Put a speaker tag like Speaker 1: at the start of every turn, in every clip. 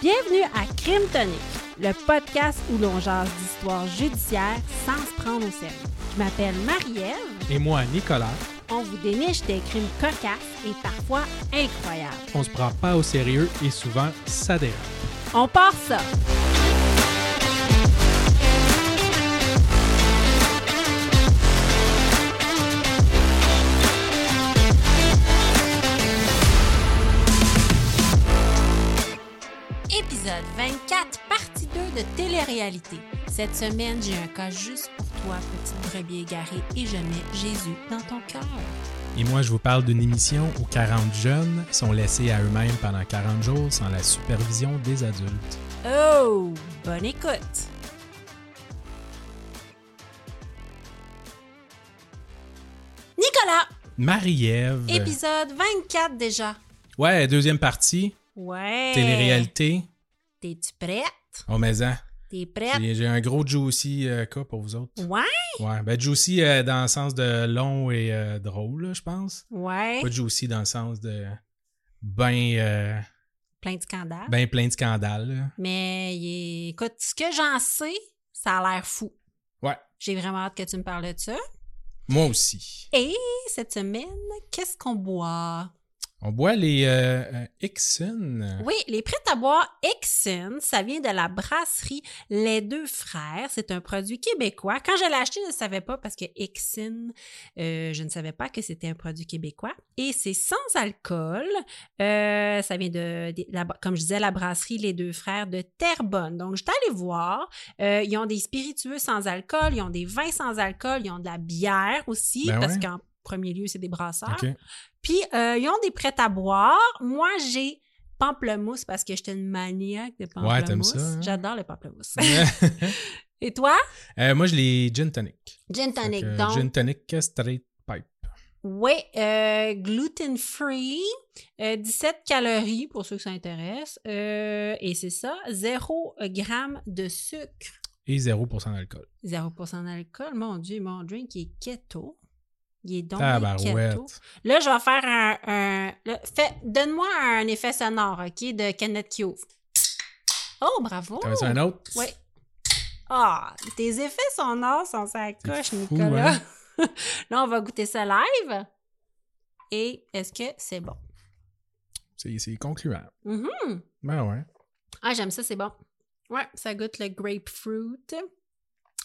Speaker 1: Bienvenue à Crime Tonic, le podcast où l'on jase d'histoires judiciaires sans se prendre au sérieux. Je m'appelle Marie-Ève,
Speaker 2: Et moi, Nicolas,
Speaker 1: on vous déniche des crimes cocasses et parfois incroyables.
Speaker 2: on se prend pas au sérieux et souvent ça dérape.
Speaker 1: On part ça! Épisode 24, partie 2 de télé-réalité. Cette semaine, j'ai un cas juste pour toi, petite brebis égarée, et je mets Jésus dans ton cœur.
Speaker 2: Et moi, je vous parle d'une émission où 40 jeunes sont laissés à eux-mêmes pendant 40 jours sans la supervision des adultes.
Speaker 1: Oh, bonne écoute! Nicolas,
Speaker 2: Marie-Ève.
Speaker 1: épisode 24 déjà.
Speaker 2: Ouais, deuxième partie,
Speaker 1: Ouais.
Speaker 2: télé-réalité.
Speaker 1: T'es-tu prête?
Speaker 2: Oh, mais hein,
Speaker 1: T'es prête?
Speaker 2: j'ai j'ai un gros juicy euh, cas pour vous autres.
Speaker 1: Ouais?
Speaker 2: Ouais, ben juicy euh, dans le sens de long et euh, drôle, là, je pense.
Speaker 1: Ouais.
Speaker 2: Pas juicy dans le sens de ben, euh,
Speaker 1: Plein de scandales.
Speaker 2: ben plein de scandales. là.
Speaker 1: Mais il est- écoute, ce que j'en sais, ça a l'air fou.
Speaker 2: Ouais,
Speaker 1: J'ai vraiment hâte que tu me parles de ça.
Speaker 2: moi aussi.
Speaker 1: Et cette semaine, qu'est-ce qu'on boit?
Speaker 2: On boit les euh, euh, Ixon.
Speaker 1: Oui, les prêts à boire Exxon, ça vient de la brasserie Les Deux Frères. C'est un produit québécois. Quand je l'ai acheté, je ne savais pas parce que Exxon, euh, je ne savais pas que c'était un produit québécois. Et c'est sans alcool. Euh, ça vient de, de la- comme je disais, la brasserie Les Deux Frères de Terrebonne. Donc, je suis allée voir. Euh, ils ont des spiritueux sans alcool, ils ont des vins sans alcool, ils ont de la bière aussi
Speaker 2: Ben
Speaker 1: parce
Speaker 2: ouais.
Speaker 1: qu'en premier lieu, c'est des brasseurs.
Speaker 2: OK.
Speaker 1: Puis, euh, ils ont des prêts à boire. Moi, j'ai pamplemousse parce que j'étais une maniaque de pamplemousse.
Speaker 2: Ouais, t'aimes ça, hein?
Speaker 1: J'adore le pamplemousse.
Speaker 2: Euh,
Speaker 1: Et toi?
Speaker 2: moi, je l'ai gin tonic.
Speaker 1: Gin tonic,
Speaker 2: Fait que,
Speaker 1: donc.
Speaker 2: Gin tonic euh, straight pipe.
Speaker 1: Oui, euh, gluten-free, euh, 17 calories pour ceux que ça intéresse. Euh, et c'est ça, 0 g de sucre,
Speaker 2: Et 0% d'alcool.
Speaker 1: 0 d'alcool. Mon Dieu, mon drink il est keto. Il est donc
Speaker 2: Tabarouette.
Speaker 1: keto. Là, je vais faire un... un- là, fais- Donne-moi un effet sonore, OK, de Kenneth Kiouf. Oh, bravo!
Speaker 2: T'en veux un autre?
Speaker 1: Oui. Ah, tes effets sonores sont sa coche,
Speaker 2: fou, hein?
Speaker 1: Nicolas. Là, on va goûter ça live. Et est-ce que c'est bon?
Speaker 2: C'est c'est concluant.
Speaker 1: Mhm.
Speaker 2: Ben ouais.
Speaker 1: Ah, j'aime ça, c'est bon. Ouais, ça goûte le grapefruit.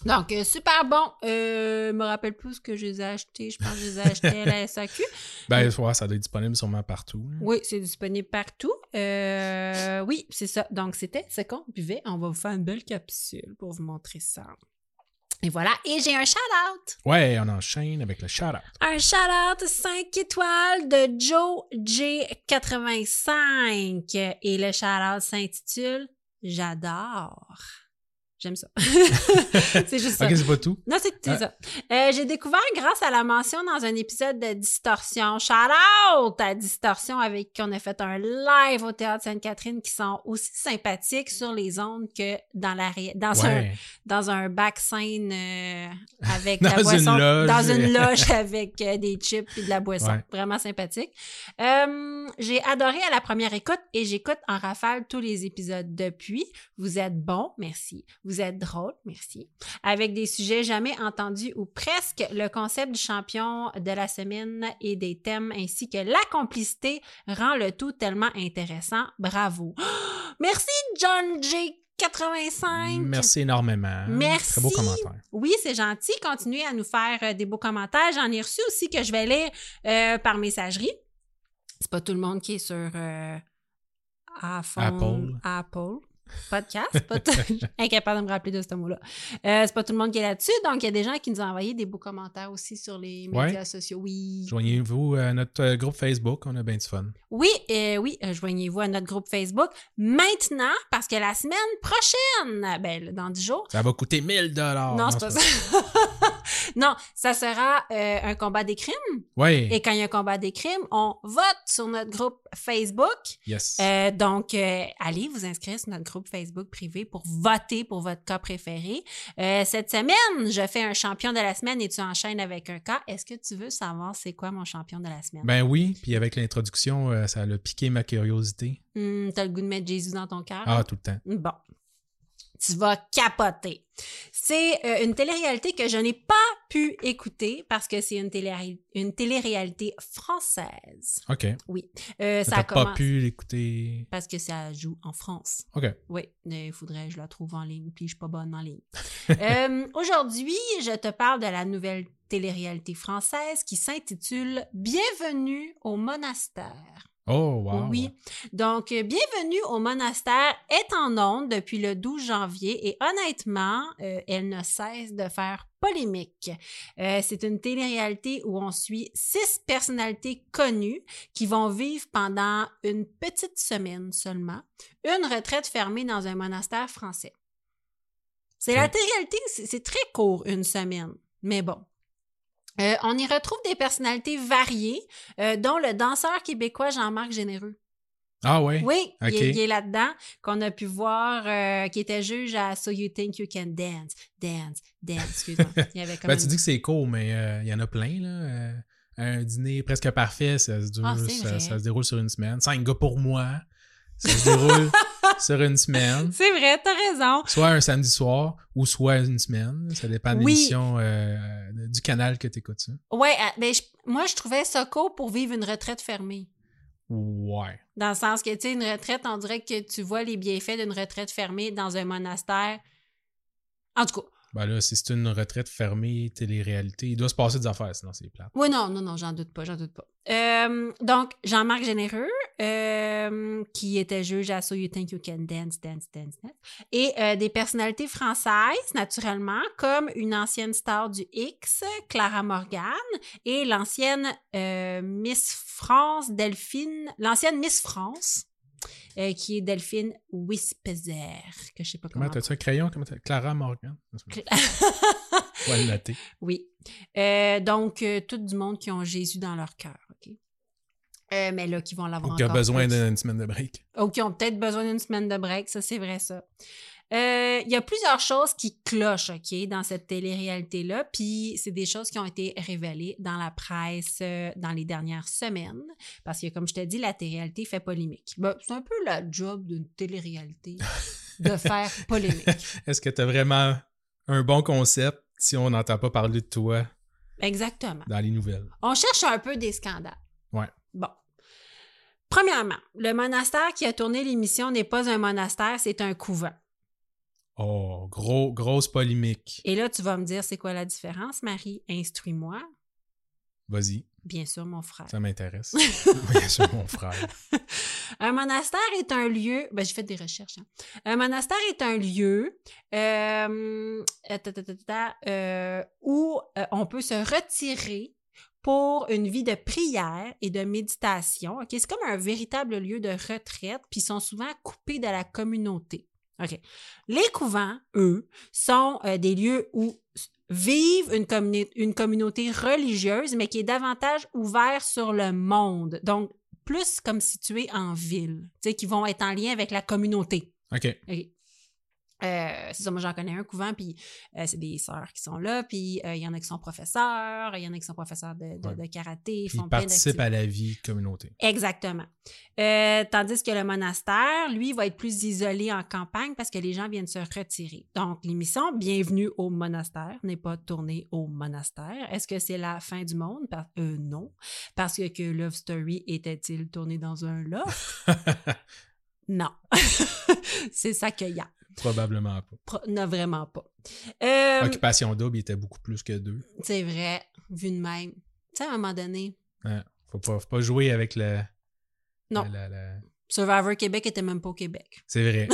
Speaker 1: Donc, euh, super bon. Euh, je me rappelle plus ce que je les ai achetés. Je pense que je les ai achetés à la SAQ.
Speaker 2: Ben, ouais, ça doit être disponible sûrement partout. hein. là.
Speaker 1: Oui, c'est disponible partout. Euh, oui, c'est ça. Donc, c'était ce qu'on buvait. On va vous faire une belle capsule pour vous montrer ça. Et voilà. Et j'ai un shout-out.
Speaker 2: Ouais, on enchaîne avec le shout-out.
Speaker 1: Un shout-out 5 étoiles de Joe J85. Et le shout-out s'intitule J'adore. J'aime ça. c'est juste ça.
Speaker 2: Ok, c'est pas tout.
Speaker 1: Non, c'est c'est
Speaker 2: Ah.
Speaker 1: ça. Euh, J'ai découvert grâce à la mention dans un épisode de Distorsion. Shout-out à Distorsion avec qui on a fait un live au Théâtre Sainte-Catherine qui sont aussi sympathiques sur les ondes que dans la ré- dans un
Speaker 2: Ouais.
Speaker 1: dans un back scene euh, avec de la
Speaker 2: Dans une
Speaker 1: boisson.
Speaker 2: loge.
Speaker 1: Dans une loge avec euh, des chips et de la boisson.
Speaker 2: Ouais.
Speaker 1: Vraiment sympathique. Euh, j'ai adoré à la première écoute et j'écoute en rafale tous les épisodes depuis. Vous êtes bon, merci. Vous êtes drôle, merci. Avec des sujets jamais entendus ou presque, le concept du champion de la semaine et des thèmes ainsi que la complicité rend le tout tellement intéressant. Bravo. Merci, John J. 85.
Speaker 2: Merci énormément.
Speaker 1: Merci.
Speaker 2: Très beau commentaire.
Speaker 1: Oui, c'est gentil. Continuez à nous faire euh, des beaux commentaires. J'en ai reçu aussi que je vais lire euh, par messagerie. C'est pas tout le monde qui est sur euh, iPhone, Apple. Podcast, pas tout- incapable de me rappeler de ce mot-là. Euh, c'est pas tout le monde qui est là-dessus, donc il y a des gens qui nous ont envoyé des beaux commentaires aussi sur les
Speaker 2: Ouais.
Speaker 1: médias sociaux. Oui,
Speaker 2: Joignez-vous à notre euh, groupe Facebook, on a bien du fun.
Speaker 1: oui, euh, oui, euh, joignez-vous à notre groupe Facebook maintenant parce que la semaine prochaine, ben dans 10 jours,
Speaker 2: Ça va coûter 1000 dollars.
Speaker 1: Ah, non, c'est pas ça. non, ça sera euh, un combat des crimes.
Speaker 2: Oui,
Speaker 1: Et quand il y a un combat des crimes, on vote sur notre groupe Facebook.
Speaker 2: yes.
Speaker 1: Euh, donc, euh, allez vous inscrire sur notre groupe Facebook privé pour voter pour votre cas préféré. Euh, cette semaine, je fais un champion de la semaine et tu enchaînes avec un cas. Est-ce que tu veux savoir c'est quoi mon champion de la semaine?
Speaker 2: Ben oui, puis avec l'introduction, euh, ça a piqué ma curiosité.
Speaker 1: Hum, T'as le goût de mettre Jésus dans ton cœur?
Speaker 2: Ah, tout le temps.
Speaker 1: Bon. Tu vas capoter. C'est euh, une télé-réalité que je n'ai pas pu écouter parce que c'est une télé une télé-réalité française.
Speaker 2: OK.
Speaker 1: Euh, ça
Speaker 2: T'as pas
Speaker 1: commence
Speaker 2: pu l'écouter.
Speaker 1: parce que ça joue en France.
Speaker 2: OK.
Speaker 1: Oui, mais il faudrait que je la trouve en ligne, puis je suis pas bonne en ligne. Euh, Aujourd'hui, je te parle de la nouvelle télé-réalité française qui s'intitule Bienvenue au monastère.
Speaker 2: Oh, wow.
Speaker 1: Oui. Donc, euh, bienvenue au monastère est en onde depuis le 12 janvier et honnêtement, euh, elle ne cesse de faire polémique. Euh, c'est une télé-réalité où on suit six personnalités connues qui vont vivre pendant une petite semaine seulement, une retraite fermée dans un monastère français. C'est la
Speaker 2: Ok.
Speaker 1: télé-réalité, c'est c'est très court, une semaine, mais bon. Euh, on y retrouve des personnalités variées, euh, dont le danseur québécois Jean-Marc Généreux.
Speaker 2: Ah, ouais.
Speaker 1: Oui, il
Speaker 2: Ok.
Speaker 1: est- il est, là-dedans, qu'on a pu voir, euh, qui était juge à So You Think You Can Dance, Dance, Dance. Excuse-moi. Il y avait comme
Speaker 2: Ben,
Speaker 1: une-
Speaker 2: tu dis que c'est court, mais euh, il y en a plein, là. Euh, un dîner presque parfait, ça se, dure-
Speaker 1: Ah, c'est
Speaker 2: ça,
Speaker 1: vrai.
Speaker 2: ça se déroule sur une semaine. Cinq gars pour moi, ça se déroule sur une semaine.
Speaker 1: C'est vrai, t'as raison.
Speaker 2: Soit un samedi soir ou soit une semaine. Ça dépend de
Speaker 1: Oui.
Speaker 2: l'émission euh, du canal que tu écoutes. Ça.
Speaker 1: Ouais, ah, ben, je- moi, je trouvais ça court pour vivre une retraite fermée.
Speaker 2: Ouais.
Speaker 1: Dans le sens que, tu sais, une retraite, on dirait que tu vois les bienfaits d'une retraite fermée dans un monastère. En tout cas,
Speaker 2: Ben là, si c'est une retraite fermée, télé-réalité, il doit se passer des affaires, sinon c'est plate.
Speaker 1: Oui, non, non, non, j'en doute pas, j'en doute pas. Euh, donc, Jean-Marc Généreux, euh, qui était juge à So You Think You Can Dance, Dance, Dance, Dance, et euh, des personnalités françaises, naturellement, comme une ancienne star du X, Clara Morgan, et l'ancienne euh, Miss France, Delphine, l'ancienne Miss France, euh, qui est Delphine Wispezer, que je sais pas comment.
Speaker 2: Comment t'as-tu un crayon? Comment t'as- Clara Morgan? Ouais, le noter.
Speaker 1: Oui. Euh, donc, euh, tout du monde qui ont Jésus dans leur cœur, OK? Euh, mais là, qui vont l'avoir
Speaker 2: Ou qui a
Speaker 1: encore
Speaker 2: besoin
Speaker 1: plus.
Speaker 2: d'une semaine de break.
Speaker 1: Ou qui ont peut-être besoin d'une semaine de break, ça, c'est vrai, ça. Euh, Il y a plusieurs choses qui clochent, OK, dans cette télé-réalité-là, puis c'est des choses qui ont été révélées dans la presse euh, dans les dernières semaines, parce que, comme je te dis, la télé-réalité fait polémique. Ben, c'est un peu la job d'une télé-réalité de faire polémique.
Speaker 2: Est-ce que t'as vraiment un bon concept si on n'entend pas parler de toi
Speaker 1: Exactement.
Speaker 2: dans les nouvelles?
Speaker 1: On cherche un peu des scandales.
Speaker 2: Ouais.
Speaker 1: Bon. Premièrement, le monastère qui a tourné l'émission n'est pas un monastère, c'est un couvent.
Speaker 2: Oh, gros, grosse polémique.
Speaker 1: Et là, tu vas me dire, c'est quoi la différence, Marie? Instruis-moi.
Speaker 2: Vas-y,
Speaker 1: Bien sûr, mon frère.
Speaker 2: ça m'intéresse. Bien sûr, mon frère.
Speaker 1: Un monastère est un lieu. Ben, j'ai fait des recherches. hein. Un monastère est un lieu euh, euh, ta, ta, ta, ta, ta, euh, où euh, on peut se retirer pour une vie de prière et de méditation. Ok, C'est comme un véritable lieu de retraite, puis ils sont souvent coupés de la communauté. Ok, Les couvents, eux, sont euh, des lieux où s- vivent une, communi- une communauté religieuse, mais qui est davantage ouverte sur le monde. Donc, plus comme situés en ville, tu sais, qui vont être en lien avec la communauté.
Speaker 2: OK.
Speaker 1: OK. Euh, c'est ça, moi j'en connais un couvent, puis euh, c'est des sœurs qui sont là, puis euh, il y en a qui sont professeurs, il y en a qui sont professeurs de, de-
Speaker 2: Ouais.
Speaker 1: de karaté, ils font plein
Speaker 2: Ils participent
Speaker 1: d'activités.
Speaker 2: à la vie communauté.
Speaker 1: Exactement. Euh, tandis que le monastère, lui, va être plus isolé en campagne parce que les gens viennent se retirer. Donc, l'émission Bienvenue au monastère n'est pas tournée au monastère. Est-ce que c'est la fin du monde? Par- euh, non. Parce que, que Love Story était-il tourné dans un loft? non. c'est ça qu'il y a.
Speaker 2: Probablement pas.
Speaker 1: Pro- non, vraiment pas. Euh,
Speaker 2: Occupation double, il était beaucoup plus que deux.
Speaker 1: C'est vrai, vu de même. Tu sais, à un moment donné,
Speaker 2: Hein, Faut pas, faut pas jouer avec la,
Speaker 1: Non.
Speaker 2: la- la- la-
Speaker 1: Survivor Québec était même pas au Québec.
Speaker 2: C'est vrai.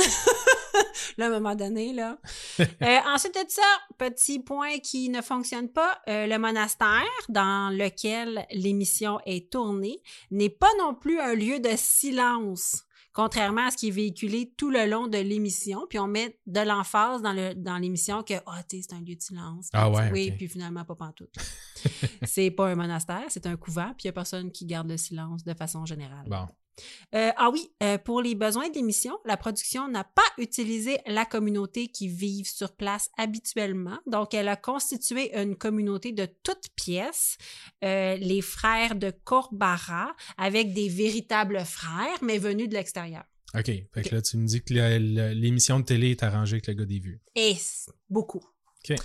Speaker 1: Là, à un moment donné, là. Euh, ensuite de ça, petit point qui ne fonctionne pas, euh, le monastère dans lequel l'émission est tournée n'est pas non plus un lieu de silence, contrairement à ce qui est véhiculé tout le long de l'émission. Puis on met de l'emphase dans, le, dans l'émission que, ah, tu sais, c'est un lieu de silence.
Speaker 2: Ah ouais,
Speaker 1: Oui,
Speaker 2: ok.
Speaker 1: puis finalement, pas pantoute. c'est pas un monastère, c'est un couvent, puis il n'y a personne qui garde le silence de façon générale.
Speaker 2: Bon.
Speaker 1: Euh, ah oui, euh, pour les besoins de l'émission, la production n'a pas utilisé la communauté qui vivent sur place habituellement. Donc, elle a constitué une communauté de toutes pièces, euh, les frères de Corbara, avec des véritables frères, mais venus de l'extérieur.
Speaker 2: OK. Fait que là, tu me dis que le- le- l'émission de télé est arrangée avec le gars des vues.
Speaker 1: Et c- beaucoup.
Speaker 2: OK.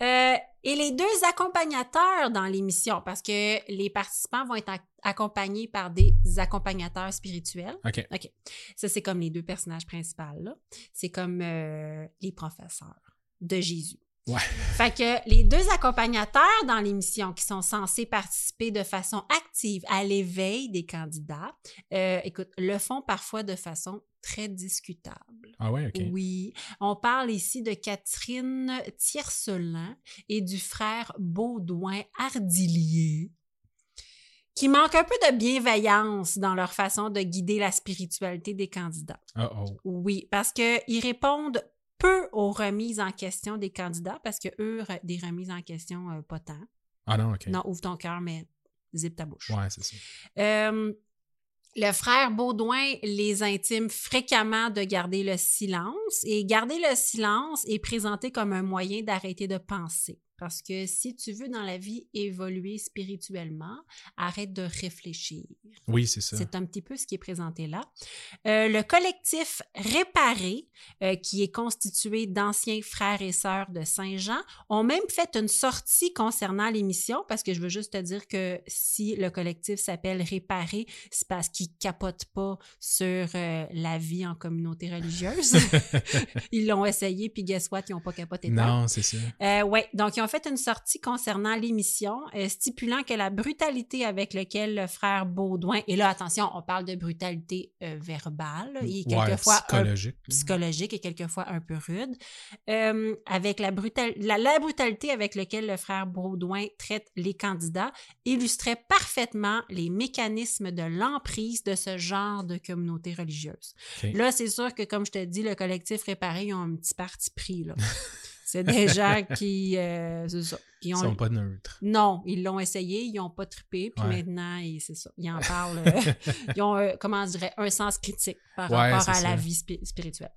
Speaker 1: Euh, et les deux accompagnateurs dans l'émission, parce que les participants vont être ac- accompagnés par des accompagnateurs spirituels.
Speaker 2: OK.
Speaker 1: Ça, c'est comme les deux personnages principaux, là. C'est comme euh, les professeurs de Jésus.
Speaker 2: Ouais.
Speaker 1: Fait que les deux accompagnateurs dans l'émission qui sont censés participer de façon active à l'éveil des candidats, euh, écoute, le font parfois de façon très discutable.
Speaker 2: Ah ouais, OK.
Speaker 1: Oui. On parle ici de Catherine Tiercelin et du frère Baudouin Ardillier, qui manquent un peu de bienveillance dans leur façon de guider la spiritualité des candidats.
Speaker 2: Oh oh.
Speaker 1: Oui, parce qu'ils répondent peu aux remises en question des candidats, parce que eux, re- des remises en question, euh, pas tant.
Speaker 2: Ah non, OK.
Speaker 1: Non, ouvre ton cœur, mais zip ta bouche.
Speaker 2: Ouais, c'est ça.
Speaker 1: Euh, le frère Baudouin les intime fréquemment de garder le silence et garder le silence est présenté comme un moyen d'arrêter de penser. Parce que si tu veux dans la vie évoluer spirituellement, arrête de réfléchir.
Speaker 2: Oui, c'est ça.
Speaker 1: C'est un petit peu ce qui est présenté là. Euh, le collectif Réparé, euh, qui est constitué d'anciens frères et sœurs de Saint-Jean, ont même fait une sortie concernant l'émission parce que je veux juste te dire que si le collectif s'appelle Réparé, c'est parce qu'ils capotent pas sur euh, la vie en communauté religieuse. ils l'ont essayé, puis guess what, ils n'ont pas capoté. tant.
Speaker 2: non, c'est ça.
Speaker 1: Euh, oui, donc ils ont fait une sortie concernant l'émission, euh, stipulant que la brutalité avec laquelle le frère Baudouin, et là attention, on parle de brutalité euh, verbale, et
Speaker 2: Ouais,
Speaker 1: quelquefois un-
Speaker 2: psychologique.
Speaker 1: psychologique et quelquefois un peu rude, euh, avec la, brutal- la, la brutalité avec laquelle le frère Baudouin traite les candidats, illustrait parfaitement les mécanismes de l'emprise de ce genre de communauté religieuse.
Speaker 2: Ok.
Speaker 1: Là, c'est sûr que, comme je te dis, le collectif Réparé, ils ont un petit parti pris. Là. C'est des gens qui, euh, c'est ça, qui
Speaker 2: Ils
Speaker 1: ont-
Speaker 2: sont pas neutres.
Speaker 1: Non, ils l'ont essayé, ils n'ont pas trippé, puis
Speaker 2: Ouais.
Speaker 1: maintenant, ils- c'est ça, ils en parlent. euh, ils ont, euh, comment je dirais, un sens critique par
Speaker 2: Ouais,
Speaker 1: rapport
Speaker 2: c'est
Speaker 1: à
Speaker 2: ça.
Speaker 1: la vie spi- spirituelle.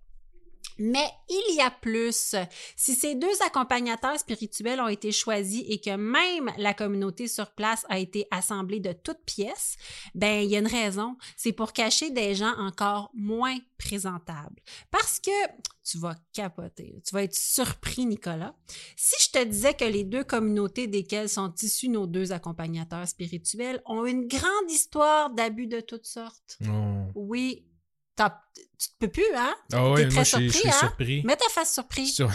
Speaker 1: Mais il y a plus. Si ces deux accompagnateurs spirituels ont été choisis et que même la communauté sur place a été assemblée de toutes pièces, ben il y a une raison. C'est pour cacher des gens encore moins présentables. Parce que tu vas capoter, tu vas être surpris, Nicolas. Si je te disais que les deux communautés desquelles sont issus nos deux accompagnateurs spirituels ont une grande histoire d'abus de toutes sortes.
Speaker 2: Non.
Speaker 1: Oui, t'as- tu te peux plus, hein?
Speaker 2: Ah ouais,
Speaker 1: T'es
Speaker 2: moi,
Speaker 1: très
Speaker 2: je suis- je suis
Speaker 1: surpris, hein?
Speaker 2: surpris.
Speaker 1: Mets ta face surprise.
Speaker 2: Sur-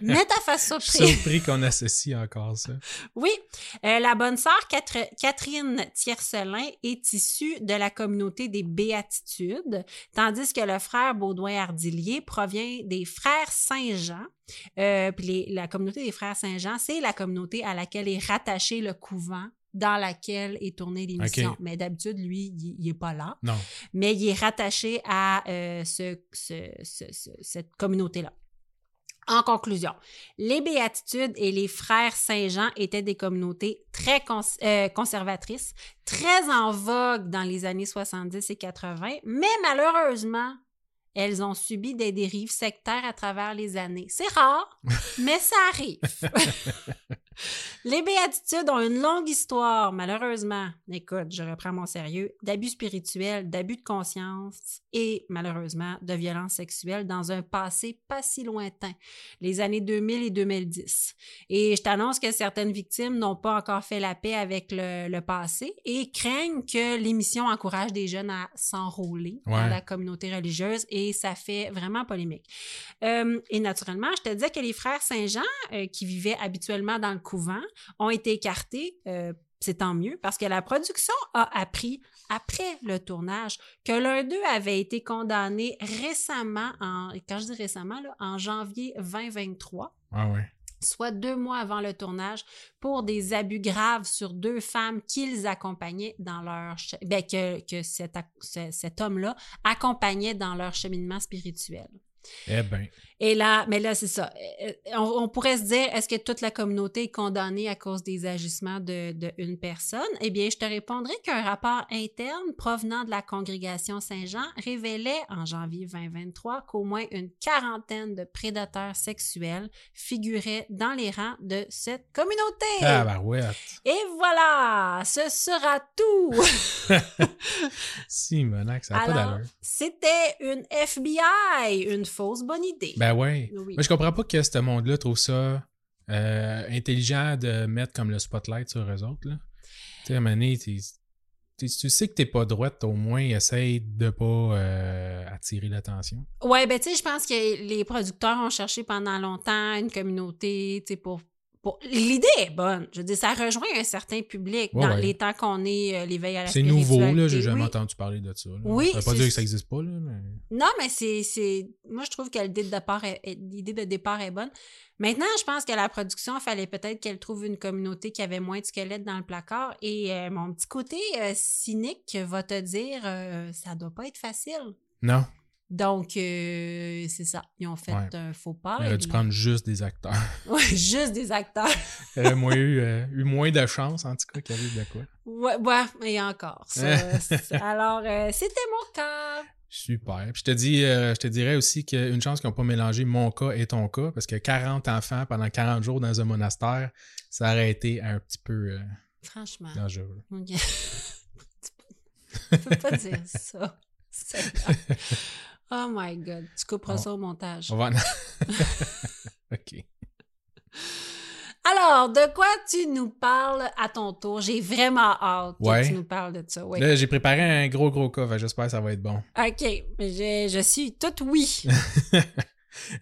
Speaker 1: Mets ta face
Speaker 2: Je suis
Speaker 1: surprise.
Speaker 2: surpris qu'on associe encore ça.
Speaker 1: Oui, Euh, la bonne sœur Quatre- Catherine Tiercelin est issue de la communauté des Béatitudes, tandis que le frère Baudouin Ardillier provient des Frères Saint-Jean. Euh, puis les- la communauté des Frères Saint-Jean, c'est la communauté à laquelle est rattaché le couvent dans laquelle est tournée l'émission.
Speaker 2: Ok.
Speaker 1: Mais d'habitude, lui, il n'est pas là,
Speaker 2: Non.
Speaker 1: mais il est rattaché à euh, ce- ce- ce- ce- cette communauté-là. En conclusion, les Béatitudes et les Frères Saint-Jean étaient des communautés très cons- euh, conservatrices, très en vogue dans les années 70 et 80, mais malheureusement, elles ont subi des dérives sectaires à travers les années. C'est rare, mais ça arrive. les béatitudes ont une longue histoire, malheureusement. Écoute, je reprends mon sérieux, d'abus spirituels, d'abus de conscience et, malheureusement, de violences sexuelles dans un passé pas si lointain les années 2000 et 2010. Et je t'annonce que certaines victimes n'ont pas encore fait la paix avec le, le passé et craignent que l'émission encourage des jeunes à s'enrôler dans
Speaker 2: Ouais.
Speaker 1: la communauté religieuse et ça fait vraiment polémique. Euh, et naturellement, je te disais que les frères Saint-Jean, euh, qui vivaient habituellement dans le couvent, ont été écartés euh, C'est tant mieux parce que la production a appris après le tournage que l'un d'eux avait été condamné récemment, en, quand je dis récemment, là, en janvier 2023
Speaker 2: Ah ouais.
Speaker 1: soit deux mois avant le tournage, pour des abus graves sur deux femmes qu'ils accompagnaient dans leur... che- ben, que, que cet, ac- ce- cet homme-là accompagnait dans leur cheminement spirituel.
Speaker 2: Eh ben,
Speaker 1: Et là, mais là, c'est ça. Euh, On, on pourrait se dire, est-ce que toute la communauté est condamnée à cause des agissements de, de une personne? Eh bien, je te répondrai qu'un rapport interne provenant de la congrégation Saint-Jean révélait en janvier 2023 qu'au moins une quarantaine de prédateurs sexuels figuraient dans les rangs de cette communauté.
Speaker 2: ah barouette.
Speaker 1: Et voilà, ce sera tout.
Speaker 2: Si, monac, ça n'a pas
Speaker 1: Alors,
Speaker 2: d'allure.
Speaker 1: c'était une FBI, une fausse bonne idée.
Speaker 2: Ben ouais.
Speaker 1: Oui.
Speaker 2: Moi, je comprends pas que ce monde-là trouve ça euh, intelligent de mettre comme le spotlight sur eux autres. là. Tu sais, à un moment donné, t'es- t'es- tu sais que t'es pas droite, au moins essaye de pas euh, attirer l'attention.
Speaker 1: Ouais, ben tu sais, je pense que les producteurs ont cherché pendant longtemps une communauté, tu sais, pour, pour... L'idée est bonne. Je veux dire, ça rejoint un certain public
Speaker 2: Ouais,
Speaker 1: dans
Speaker 2: ouais.
Speaker 1: les temps qu'on est euh, l'éveil à la
Speaker 2: C'est nouveau, là,
Speaker 1: spiritualité.
Speaker 2: j'ai jamais
Speaker 1: Oui.
Speaker 2: entendu parler de ça. là.
Speaker 1: Oui,
Speaker 2: Ça veut pas
Speaker 1: c'est-
Speaker 2: dire que ça existe pas, là, mais.
Speaker 1: Non, mais c'est, c'est... Moi, je trouve que l'idée de, départ est... est- l'idée de départ est bonne. Maintenant, je pense que la production, fallait peut-être qu'elle trouve une communauté qui avait moins de squelettes dans le placard. Et euh, mon petit côté euh, cynique va te dire, euh, ça doit pas être facile.
Speaker 2: Non,
Speaker 1: Ah, Donc, euh, c'est ça. Ils ont fait
Speaker 2: Ouais.
Speaker 1: un faux pas.
Speaker 2: il
Speaker 1: et
Speaker 2: aurait dû
Speaker 1: ils
Speaker 2: prendre juste des acteurs.
Speaker 1: Ouais, juste des acteurs.
Speaker 2: Elle a moins eu, euh, eu moins de chance, en tout cas, qu'il arrive de quoi.
Speaker 1: Ouais, ouais, mais encore. ça, c'est- alors, euh, c'était mon cas.
Speaker 2: Super. Puis je te dis, euh, je te dirais aussi qu'une chance qu'ils n'ont pas mélangé mon cas et ton cas, parce que 40 enfants pendant 40 jours dans un monastère, ça aurait été un petit peu euh,
Speaker 1: Franchement.
Speaker 2: dangereux.
Speaker 1: Ok. tu peux, tu peux pas dire ça. Seigneur. Oh my God. Tu couperas
Speaker 2: On-
Speaker 1: ça au montage.
Speaker 2: On va en- OK.
Speaker 1: Alors, de quoi tu nous parles à ton tour? J'ai vraiment hâte que
Speaker 2: Ouais.
Speaker 1: tu nous parles de ça. Oui.
Speaker 2: Là, j'ai préparé un gros, gros cas. fait que J'espère que ça va être bon.
Speaker 1: OK. Je, je suis toute oui.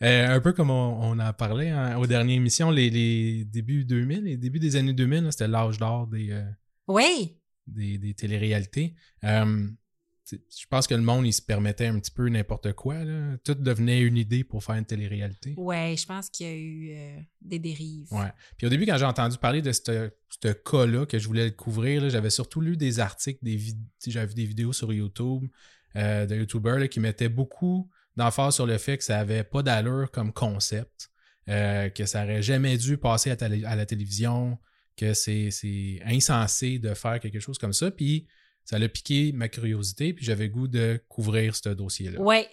Speaker 2: Euh, un peu comme on, on en parlait hein, aux dernières émissions, les, les débuts 2000, les débuts des années 2000, là, c'était l'âge d'or des, euh,
Speaker 1: Oui.
Speaker 2: des, des téléréalités. Euh, tu- je pense que le monde, il se permettait un petit peu n'importe quoi. là. Tout devenait une idée pour faire une téléréalité.
Speaker 1: Oui, je pense qu'il y a eu euh, des dérives.
Speaker 2: Ouais. Puis au début, quand j'ai entendu parler de ce ce cas-là que je voulais le couvrir, là, j'avais surtout lu des articles, des vid- j'avais vu des vidéos sur YouTube euh, de YouTubers là, qui mettaient beaucoup d'emphase sur le fait que ça n'avait pas d'allure comme concept, euh, que ça aurait jamais dû passer à, télé- à la télévision, que c'est c'est insensé de faire quelque chose comme ça. Puis ça a piqué ma curiosité, puis j'avais le goût de couvrir ce dossier-là.
Speaker 1: Ouais.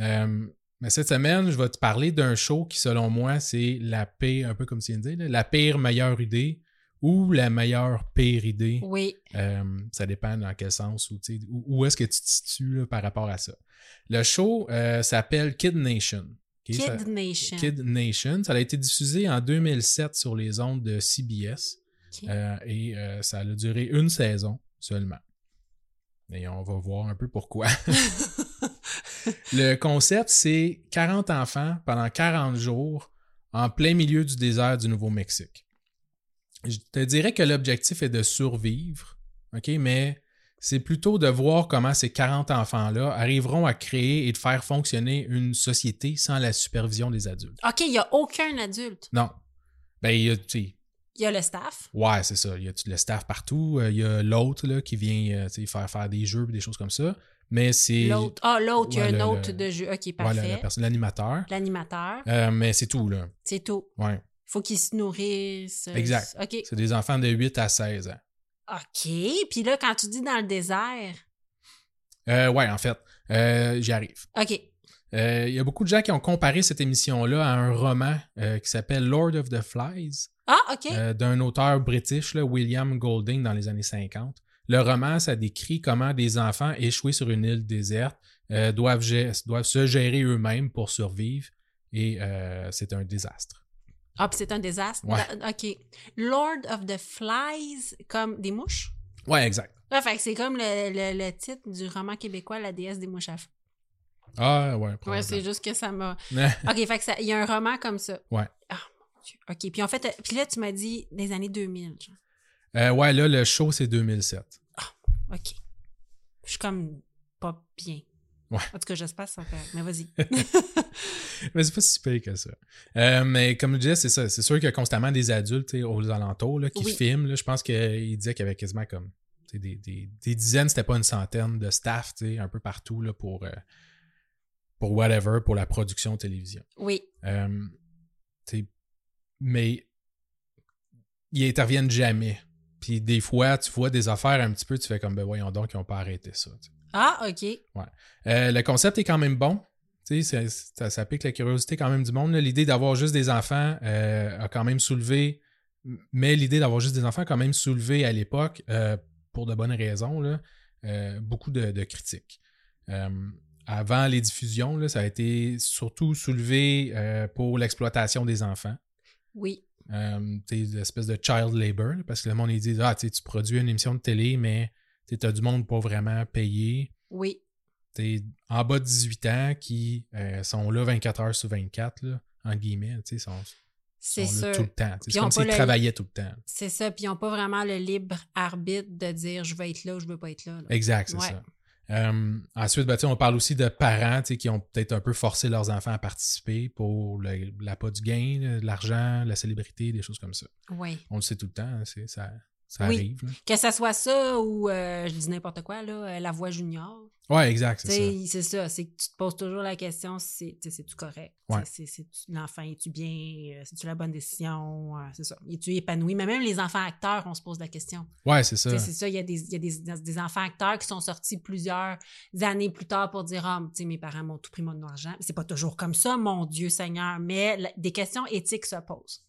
Speaker 2: Euh, mais cette semaine, je vais te parler d'un show qui, selon moi, c'est la pire, un peu comme tu viens de dire, là, la pire meilleure idée ou la meilleure pire idée.
Speaker 1: Oui.
Speaker 2: Euh, ça dépend dans quel sens ou tu sais, où, où est-ce que tu te situes là, par rapport à ça. Le show euh, s'appelle Kid Nation. Ok, ça-
Speaker 1: Kid Nation.
Speaker 2: Kid Nation. Ça a été diffusé en 2007 sur les ondes de CBS.
Speaker 1: Ok.
Speaker 2: Euh, et euh, ça a duré une saison seulement. Et on va voir un peu pourquoi. Le concept, c'est 40 enfants pendant 40 jours en plein milieu du désert du Nouveau-Mexique. Je te dirais que l'objectif est de survivre, OK, mais c'est plutôt de voir comment ces 40 enfants-là arriveront à créer et de faire fonctionner une société sans la supervision des adultes.
Speaker 1: OK, il n'y a aucun adulte.
Speaker 2: Non. Ben, il y a, tu sais,
Speaker 1: Il y a le staff.
Speaker 2: Ouais, c'est ça. Il y a tout le staff partout. Euh, Il y a l'autre là, qui vient euh, tu sais, faire, faire des jeux et des choses comme ça. Mais c'est.
Speaker 1: L'autre. Ah, l'autre, il y a
Speaker 2: Ouais, le-
Speaker 1: un autre
Speaker 2: le-
Speaker 1: de jeu. OK,
Speaker 2: Ouais, la- la
Speaker 1: parfait.
Speaker 2: personne- l'animateur.
Speaker 1: L'animateur,
Speaker 2: Euh, mais c'est tout, là.
Speaker 1: c'est tout.
Speaker 2: Ouais.
Speaker 1: faut qu'ils se nourrissent.
Speaker 2: Exact.
Speaker 1: OK.
Speaker 2: C'est des enfants de 8 à 16 ans.
Speaker 1: OK. Puis là, quand tu dis dans le désert,
Speaker 2: Euh, ouais, en fait, euh, j'y arrive.
Speaker 1: OK.
Speaker 2: Euh, Il y a beaucoup de gens qui ont comparé cette émission-là à un roman euh, qui s'appelle Lord of the Flies.
Speaker 1: Ah, OK.
Speaker 2: euh, d'un auteur british, là, William Golding, dans les années 50. Le roman, ça décrit comment des enfants échoués sur une île déserte euh, doivent, gé- doivent se gérer eux-mêmes pour survivre et euh, c'est un désastre.
Speaker 1: Ah, puis c'est un désastre.
Speaker 2: Ouais.
Speaker 1: Da- OK. Lord of the Flies, comme des mouches.
Speaker 2: Ouais, exact.
Speaker 1: Là, fait que c'est comme le, le- le titre du roman québécois, La déesse des mouches à feu.
Speaker 2: Ah, ouais,
Speaker 1: Ouais,
Speaker 2: probablement.
Speaker 1: c'est juste que ça m'a. OK, fait que ça- il y a un roman comme ça.
Speaker 2: Ouais.
Speaker 1: Ah, mon Dieu. OK. Puis en fait, euh, puis là, tu m'as dit des années 2000. genre.
Speaker 2: Euh, ouais, là, le show, c'est 2007.
Speaker 1: OK. Je suis comme pas bien.
Speaker 2: Ouais.
Speaker 1: En tout cas, j'espère que ça va faire. Mais vas-y.
Speaker 2: Mais c'est pas si pire que ça. Euh, mais comme je disais, c'est ça. C'est sûr qu'il y a constamment des adultes tu sais, aux alentours là, qui
Speaker 1: Oui.
Speaker 2: filment. là. Je pense qu'il disait qu'il y avait quasiment comme tu sais, des, des- des dizaines, c'était pas une centaine de staff, tu sais, un peu partout là, pour, euh, pour whatever, pour la production de télévision.
Speaker 1: oui.
Speaker 2: Euh, tu sais, mais ils interviennent jamais. Puis des fois, tu vois des affaires un petit peu, tu fais comme, ben voyons donc, ils n'ont pas arrêté ça. tu sais.
Speaker 1: Ah, OK.
Speaker 2: Euh, le concept est quand même bon. Tu sais, c'est- ça, ça pique la curiosité quand même du monde. là. L'idée d'avoir juste des enfants euh, a quand même soulevé, mais l'idée d'avoir juste des enfants a quand même soulevé à l'époque, euh, pour de bonnes raisons, là, euh, beaucoup de, de critiques. Euh, avant les diffusions, là, ça a été surtout soulevé euh, pour l'exploitation des enfants.
Speaker 1: Oui.
Speaker 2: Euh, t'es l'espèce de child labor, là, parce que le monde, ils disent, ah, tu sais, tu produis une émission de télé, mais tu as du monde pas vraiment payé
Speaker 1: Oui.
Speaker 2: t'es en bas de 18 ans qui euh, sont là 24 heures sur 24, là, en guillemets, tu sais, sont,
Speaker 1: C'est
Speaker 2: sont là
Speaker 1: sûr.
Speaker 2: tout le temps.
Speaker 1: Puis
Speaker 2: C'est
Speaker 1: ils ont
Speaker 2: comme
Speaker 1: pas
Speaker 2: s'ils
Speaker 1: le-
Speaker 2: travaillaient tout le temps.
Speaker 1: C'est ça. Puis ils n'ont pas vraiment le libre arbitre de dire je veux être là ou je veux pas être là. là.
Speaker 2: Exact, c'est
Speaker 1: Ouais.
Speaker 2: ça. Euh, ensuite, ben, tu sais, on parle aussi de parents tu sais, qui ont peut-être un peu forcé leurs enfants à participer pour le- l'appât du gain, là, de l'argent, la célébrité, des choses comme ça.
Speaker 1: Oui.
Speaker 2: On le sait tout le temps, hein, c'est- ça, ça
Speaker 1: Oui.
Speaker 2: arrive. là.
Speaker 1: Que ça soit ça ou euh, je dis n'importe quoi, là, euh, la voix junior.
Speaker 2: Ouais, exact, c'est
Speaker 1: Tu
Speaker 2: ça.
Speaker 1: sais, C'est ça, c'est que tu te poses toujours la question c'est tu sais, c'est-tu correct?
Speaker 2: Ouais.
Speaker 1: C'est- c'est- c'est-tu- L'enfant, es-tu bien? Euh, C'est-tu la bonne décision? Euh, C'est ça. Es-tu épanoui? Mais même les enfants acteurs, on se pose la question.
Speaker 2: Ouais, c'est ça.
Speaker 1: Tu sais, C'est ça, il y a, des, il y a des, des enfants acteurs qui sont sortis plusieurs années plus tard pour dire Ah, tu sais, mes parents m'ont tout pris mon argent. C'est pas toujours comme ça, mon Dieu Seigneur, mais la- des questions éthiques se posent.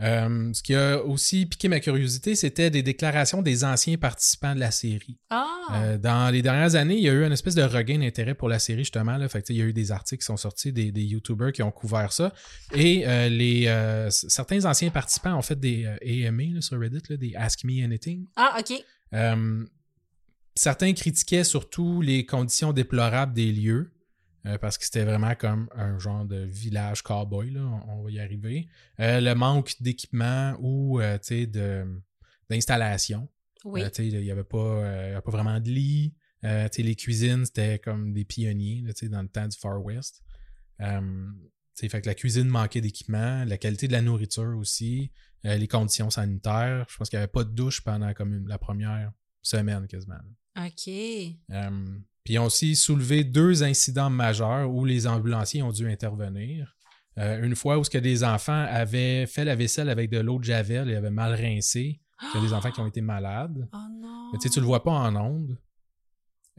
Speaker 2: Euh, ce qui a aussi piqué ma curiosité, c'était des déclarations des anciens participants de la série.
Speaker 1: Ah!
Speaker 2: Euh, dans les dernières années, il y a eu une espèce de regain d'intérêt pour la série, justement. Là. Fait que, tu sais, il y a eu des articles qui sont sortis, des, des YouTubers qui ont couvert ça. Et euh, les, euh, c- certains anciens participants ont fait des euh, AMA là, sur Reddit, là, des Ask Me Anything.
Speaker 1: Ah, OK.
Speaker 2: Euh, certains critiquaient surtout les conditions déplorables des lieux, euh, parce que c'était vraiment comme un genre de village cowboy, là, on, on va y arriver. Euh, le manque d'équipement ou euh, tu sais, de- d'installation.
Speaker 1: Oui.
Speaker 2: Euh, tu sais, il n'y avait, pas, euh, il y avait pas vraiment de lit. Euh, tu sais, les cuisines, c'était comme des pionniers là, tu sais, dans le temps du Far West. Euh, tu sais, fait que la cuisine manquait d'équipement, la qualité de la nourriture aussi, euh, les conditions sanitaires. Je pense qu'il n'y avait pas de douche pendant comme une- la première semaine quasiment.
Speaker 1: OK.
Speaker 2: Euh, puis ils ont aussi soulevé deux incidents majeurs où les ambulanciers ont dû intervenir. Euh, une fois où ce que des enfants avaient fait la vaisselle avec de l'eau de javel et avaient mal rincé, il y a des enfants qui ont été malades.
Speaker 1: Ah! Oh non!
Speaker 2: Mais tu sais, tu le vois pas en ondes.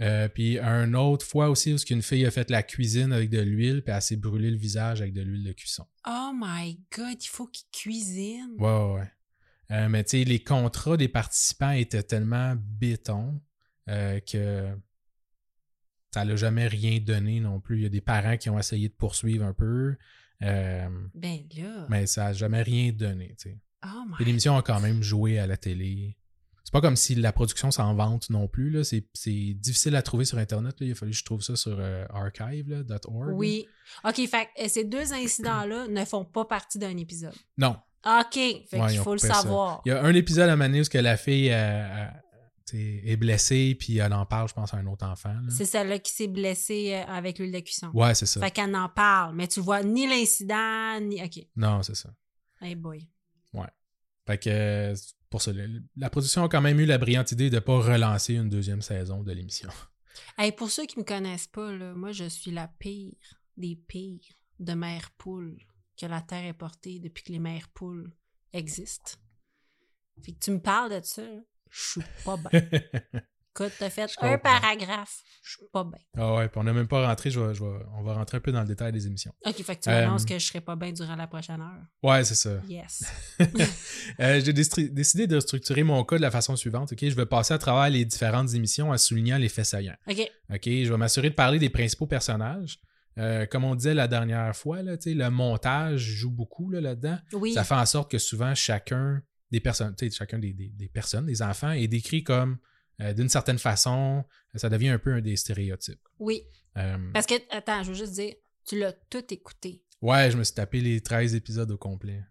Speaker 2: Euh, puis un autre fois aussi où une fille a fait la cuisine avec de l'huile puis elle s'est brûlé le visage avec de l'huile de cuisson.
Speaker 1: Oh my God, il faut qu'ils cuisinent.
Speaker 2: Ouais, ouais, ouais. Euh, mais tu sais, les contrats des participants étaient tellement béton euh, que ça l'a jamais rien donné non plus. Il y a des parents qui ont essayé de poursuivre un peu, euh,
Speaker 1: Ben là.
Speaker 2: mais ça a jamais rien donné. tu sais.
Speaker 1: Oh
Speaker 2: Puis
Speaker 1: my
Speaker 2: l'émission a quand même joué à la télé. C'est pas comme si la production s'en vante non plus. là. C'est c'est difficile à trouver sur Internet. là. Il a fallu que je trouve ça sur euh, archive.org.
Speaker 1: Oui. OK, fait que, euh, ces deux incidents-là ne font pas partie d'un épisode.
Speaker 2: Non.
Speaker 1: OK. Fait
Speaker 2: Ouais, ils
Speaker 1: qu'il
Speaker 2: ont
Speaker 1: faut le
Speaker 2: coupé ça.
Speaker 1: savoir.
Speaker 2: Il y a un épisode à Mané où ce que la fille euh, euh, tu sais, est blessée, puis elle en parle, je pense, à un autre enfant. là.
Speaker 1: C'est celle-là qui s'est blessée euh, avec l'huile de cuisson.
Speaker 2: Ouais, c'est ça.
Speaker 1: Fait qu'elle en parle, mais tu vois ni l'incident, ni. OK.
Speaker 2: Non, c'est ça.
Speaker 1: Hey boy.
Speaker 2: Fait que euh, c'est pour ça, le- la production a quand même eu la brillante idée de pas relancer une deuxième saison de l'émission.
Speaker 1: Hey, pour ceux qui me connaissent pas, là, moi, je suis la pire des pires de mère poule que la Terre ait portée depuis que les mères poules existent. Fait que tu me parles de ça, là, je suis pas bien. Écoute, t'as fait
Speaker 2: Je
Speaker 1: un
Speaker 2: comprends.
Speaker 1: paragraphe, je suis pas bien.
Speaker 2: ah ouais, puis on n'a même pas rentré. je vais- je vais- on va rentrer un peu dans le détail des émissions.
Speaker 1: OK, fait que tu
Speaker 2: Euh,
Speaker 1: m'annonces que je serai pas bien durant la prochaine heure.
Speaker 2: Ouais, c'est ça.
Speaker 1: Yes.
Speaker 2: Euh, J'ai destru- décidé de structurer mon cas de la façon suivante. ok? Je vais passer à travers les différentes émissions en soulignant les faits saillants.
Speaker 1: OK.
Speaker 2: Ok, Je vais m'assurer de parler des principaux personnages. Euh, comme on disait la dernière fois, là, tu sais, le montage joue beaucoup là, là-dedans.
Speaker 1: Oui.
Speaker 2: Ça fait en sorte que souvent chacun des personnes, tu sais, chacun des, des- des personnes, des enfants, est décrit comme euh, d'une certaine façon. Ça devient un peu un des stéréotypes.
Speaker 1: Oui.
Speaker 2: Euh,
Speaker 1: Parce que, attends, je veux juste dire, tu l'as tout écouté.
Speaker 2: ouais, je me suis tapé les 13 épisodes au complet.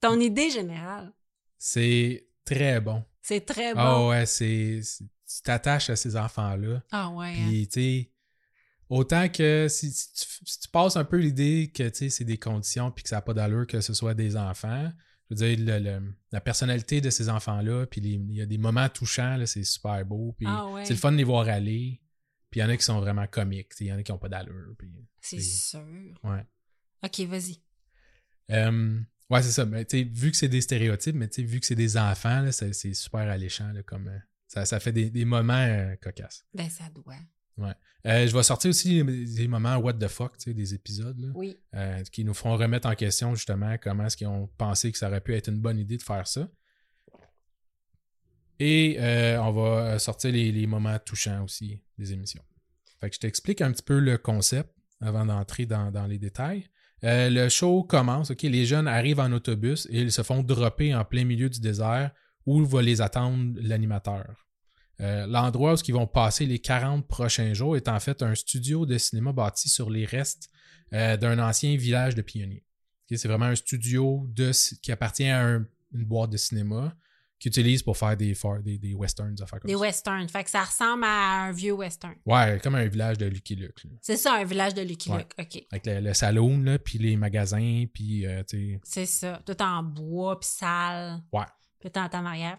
Speaker 1: Ton idée générale,
Speaker 2: C'est très bon.
Speaker 1: c'est très
Speaker 2: Ah
Speaker 1: bon.
Speaker 2: ouais, c'est. c'est- Tu t'attaches à ces enfants-là.
Speaker 1: Ah ouais. hein.
Speaker 2: Puis, tu sais, autant que si, si tu, si tu passes un peu l'idée que, tu sais, c'est des conditions puis que ça n'a pas d'allure que ce soit des enfants, je veux dire, le- le- la personnalité de ces enfants-là, puis les- il y a des moments touchants, là, c'est super beau. Puis,
Speaker 1: Ah ouais.
Speaker 2: c'est le fun de les voir aller. Puis, il y en a qui sont vraiment comiques. tu sais, Il y en a qui n'ont pas d'allure. Puis,
Speaker 1: C'est sûr.
Speaker 2: ouais.
Speaker 1: OK, vas-y.
Speaker 2: Euh, ouais, c'est ça. Mais, tu sais, vu que c'est des stéréotypes, mais tu sais, vu que c'est des enfants, là, c'est c'est super alléchant. là, comme, euh, ça, ça fait des, des moments euh, cocasses.
Speaker 1: Ben, ça doit.
Speaker 2: Euh, je vais sortir aussi des- des moments what the fuck, tu sais, des épisodes là,
Speaker 1: Oui.
Speaker 2: euh, qui nous feront remettre en question justement comment est-ce qu'ils ont pensé que ça aurait pu être une bonne idée de faire ça. Et euh, on va sortir les, les moments touchants aussi des émissions. Fait que je t'explique un petit peu le concept avant d'entrer dans, dans les détails. Euh, le show commence, OK? Les jeunes arrivent en autobus et ils se font dropper en plein milieu du désert où va les attendre l'animateur. Euh, L'endroit où ils vont passer les 40 prochains jours est en fait un studio de cinéma bâti sur les restes euh, d'un ancien village de pionniers. Ok, C'est vraiment un studio de, ci- qui appartient à un- une boîte de cinéma qu'ils utilisent pour faire des, for- des, des westerns, des affaires comme
Speaker 1: Des
Speaker 2: ça.
Speaker 1: westerns. Fait que ça ressemble à un vieux western.
Speaker 2: Ouais, comme un village de Lucky Luke. là.
Speaker 1: C'est ça, un village de Lucky
Speaker 2: Ouais.
Speaker 1: Luke. OK.
Speaker 2: Avec le, le saloon, là, puis les magasins, puis euh, tu sais.
Speaker 1: C'est ça. Tout en bois, puis sale.
Speaker 2: Ouais.
Speaker 1: Puis t'entends en arrière.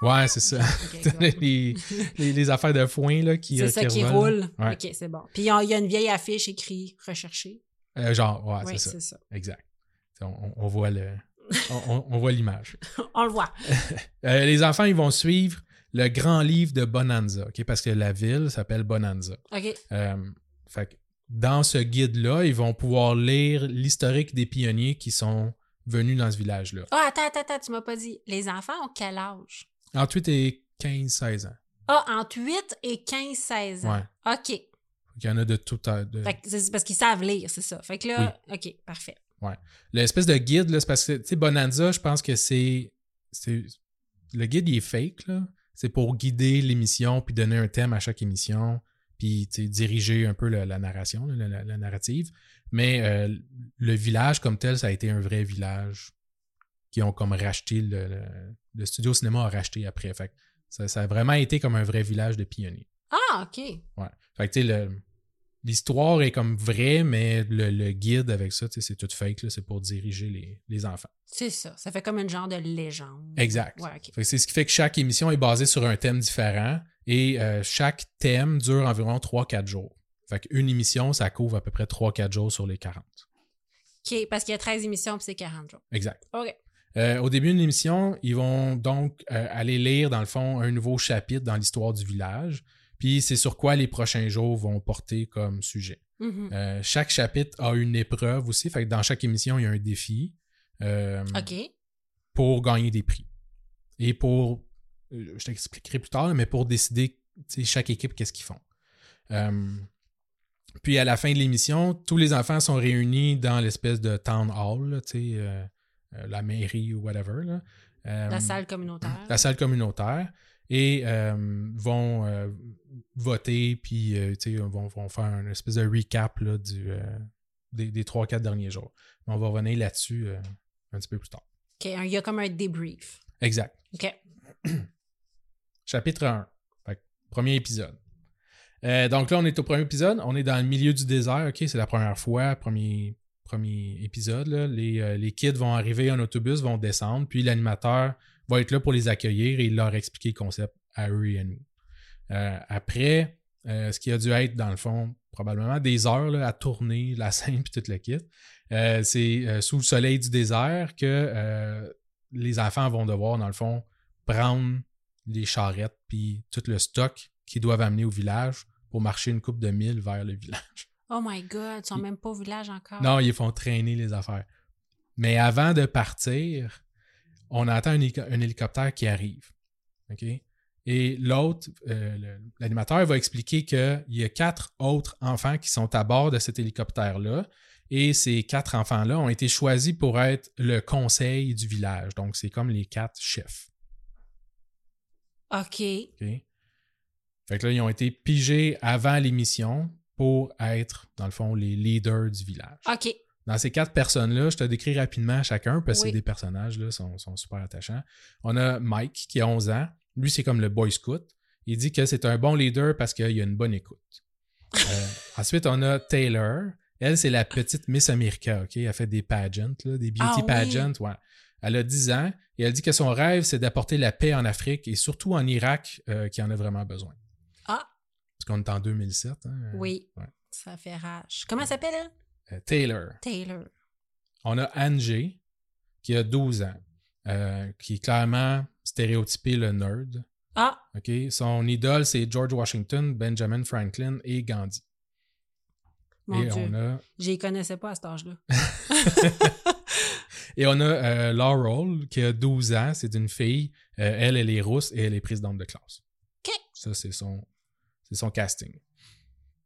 Speaker 2: Ouais, c'est ça.
Speaker 1: Ok, go.
Speaker 2: les, les, les affaires de foin là, qui,
Speaker 1: C'est
Speaker 2: euh,
Speaker 1: ça qui
Speaker 2: roulent.
Speaker 1: roule.
Speaker 2: Ouais.
Speaker 1: OK, c'est bon. Puis il y a il y a une vieille affiche écrite « Rechercher
Speaker 2: Euh, genre, ouais,
Speaker 1: Oui,
Speaker 2: c'est ça.
Speaker 1: c'est ça.
Speaker 2: Exact. On, on- on voit le. on- on- on voit l'image.
Speaker 1: On le voit.
Speaker 2: Euh, les enfants, ils vont suivre le grand livre de Bonanza, ok, parce que la ville s'appelle Bonanza.
Speaker 1: OK.
Speaker 2: Euh, fait que dans ce guide-là, ils vont pouvoir lire l'historique des pionniers qui sont venus dans ce village-là.
Speaker 1: Ah, attends, attends, attends, tu m'as pas dit. Les enfants ont quel âge?
Speaker 2: Entre 8 et 15-16 ans.
Speaker 1: Ah, entre 8 et 15, 16 ans.
Speaker 2: Ouais.
Speaker 1: OK.
Speaker 2: Il y en a de tout. à- de-
Speaker 1: Fait que c'est parce qu'ils savent lire, c'est ça. Fait que là, OK, parfait.
Speaker 2: L'espèce de guide, là, c'est parce que, tu sais, Bonanza, je pense que c'est. c'est- Le guide, il est fake, là. C'est pour guider l'émission, puis donner un thème à chaque émission, puis, tu sais, diriger un peu la, la narration, là, la, la- la narrative. Mais euh, le village, comme tel, ça a été un vrai village qui ont comme racheté le. le, le studio cinéma a racheté après. Fait que ça, ça a vraiment été comme un vrai village de pionniers.
Speaker 1: Ah, OK.
Speaker 2: Ouais. Fait que, tu sais, le- l'histoire est comme vraie, mais le, le guide avec ça, tu sais, c'est tout fake, là, c'est pour diriger les, les enfants.
Speaker 1: C'est ça. Ça fait comme une genre de légende.
Speaker 2: Exact.
Speaker 1: Ouais, OK.
Speaker 2: Fait que c'est ce qui fait que chaque émission est basée sur un thème différent et euh, chaque thème dure environ 3-4 jours. Fait qu'une émission, ça couvre à peu près 3-4 jours sur les 40.
Speaker 1: OK, parce qu'il y a 13 émissions, puis c'est 40 jours.
Speaker 2: Exact.
Speaker 1: OK.
Speaker 2: Euh, au début de l'émission, ils vont donc euh, aller lire, dans le fond, un nouveau chapitre dans l'histoire du village. Puis c'est sur quoi les prochains jours vont porter comme sujet.
Speaker 1: Mhm.
Speaker 2: Euh, chaque chapitre a une épreuve aussi. Fait que dans chaque émission, il y a un défi euh,
Speaker 1: Mm-hmm. OK.
Speaker 2: pour gagner des prix. Et pour, euh, je t'expliquerai plus tard, mais pour décider tu sais, chaque équipe qu'est-ce qu'ils font. Euh, puis à la fin de l'émission, tous les enfants sont réunis dans l'espèce de town hall, là, tu sais, euh, euh, la mairie ou whatever. là. Euh,
Speaker 1: La salle communautaire.
Speaker 2: la salle communautaire et euh, vont euh, voter puis euh, tu sais, vont, vont faire une espèce de recap là, du, euh, des, des 3-4 derniers jours. On va revenir là-dessus euh, un petit peu plus tard.
Speaker 1: OK, un- il y a comme un débrief.
Speaker 2: Exact.
Speaker 1: OK.
Speaker 2: Chapitre 1. Fait que, premier épisode. Euh, donc là, on est au premier épisode. On est dans le milieu du désert. OK, c'est la première fois, premier, premier épisode. là. Les, euh, les kids vont arriver en autobus, vont descendre, puis l'animateur va être là pour les accueillir et leur expliquer le concept à eux et à nous. Euh, après, euh, ce qui a dû être, dans le fond, probablement des heures là, à tourner la scène puis toute le kit, euh, c'est euh, sous le soleil du désert que euh, les enfants vont devoir, dans le fond, prendre les charrettes puis tout le stock qu'ils doivent amener au village pour marcher une coupe de mille vers le village.
Speaker 1: Oh my God, ils sont
Speaker 2: Il-
Speaker 1: même pas au village encore.
Speaker 2: Mm. Non, ils font traîner les affaires. Mais avant de partir, on entend un, hélico- un hélicoptère qui arrive. OK? Et l'autre, euh, le- l'animateur va expliquer qu'il y a quatre autres enfants qui sont à bord de cet hélicoptère-là. Et ces quatre enfants-là ont été choisis pour être le conseil du village. Donc, c'est comme les quatre chefs.
Speaker 1: OK.
Speaker 2: OK? Fait que là, ils ont été pigés avant l'émission pour être, dans le fond, les leaders du village.
Speaker 1: OK.
Speaker 2: Dans ces quatre personnes-là, je te décris rapidement chacun parce que
Speaker 1: Oui.
Speaker 2: c'est des personnages là, sont, sont super attachants. On a Mike qui a 11 ans. Lui, c'est comme le boy scout. Il dit que c'est un bon leader parce qu'il a une bonne écoute. Euh, ensuite, on a Taylor. Elle, c'est la petite Miss America, OK? Elle fait des pageants, là, des beauty
Speaker 1: Ah oui.
Speaker 2: pageants, ouais. Elle a 10 ans et elle dit que son rêve, c'est d'apporter la paix en Afrique et surtout en Irak, euh, qui en a vraiment besoin.
Speaker 1: Ah.
Speaker 2: Parce qu'on est en 2007. hein.
Speaker 1: Oui.
Speaker 2: Ouais.
Speaker 1: Ça fait rage. Comment elle s'appelle, elle?
Speaker 2: Euh, Taylor.
Speaker 1: Taylor.
Speaker 2: On a Angie, qui a 12 ans, euh, qui est clairement stéréotypé le nerd.
Speaker 1: Ah,
Speaker 2: OK? Son idole, c'est George Washington, Benjamin Franklin et Gandhi.
Speaker 1: mon
Speaker 2: et,
Speaker 1: Dieu.
Speaker 2: On a,
Speaker 1: Je les connaissais pas à cet âge-là.
Speaker 2: et on a euh, Laurel, qui a 12 ans, c'est une fille. Euh, elle, elle est rousse et elle est présidente de classe.
Speaker 1: OK.
Speaker 2: Ça, c'est son, c'est son casting.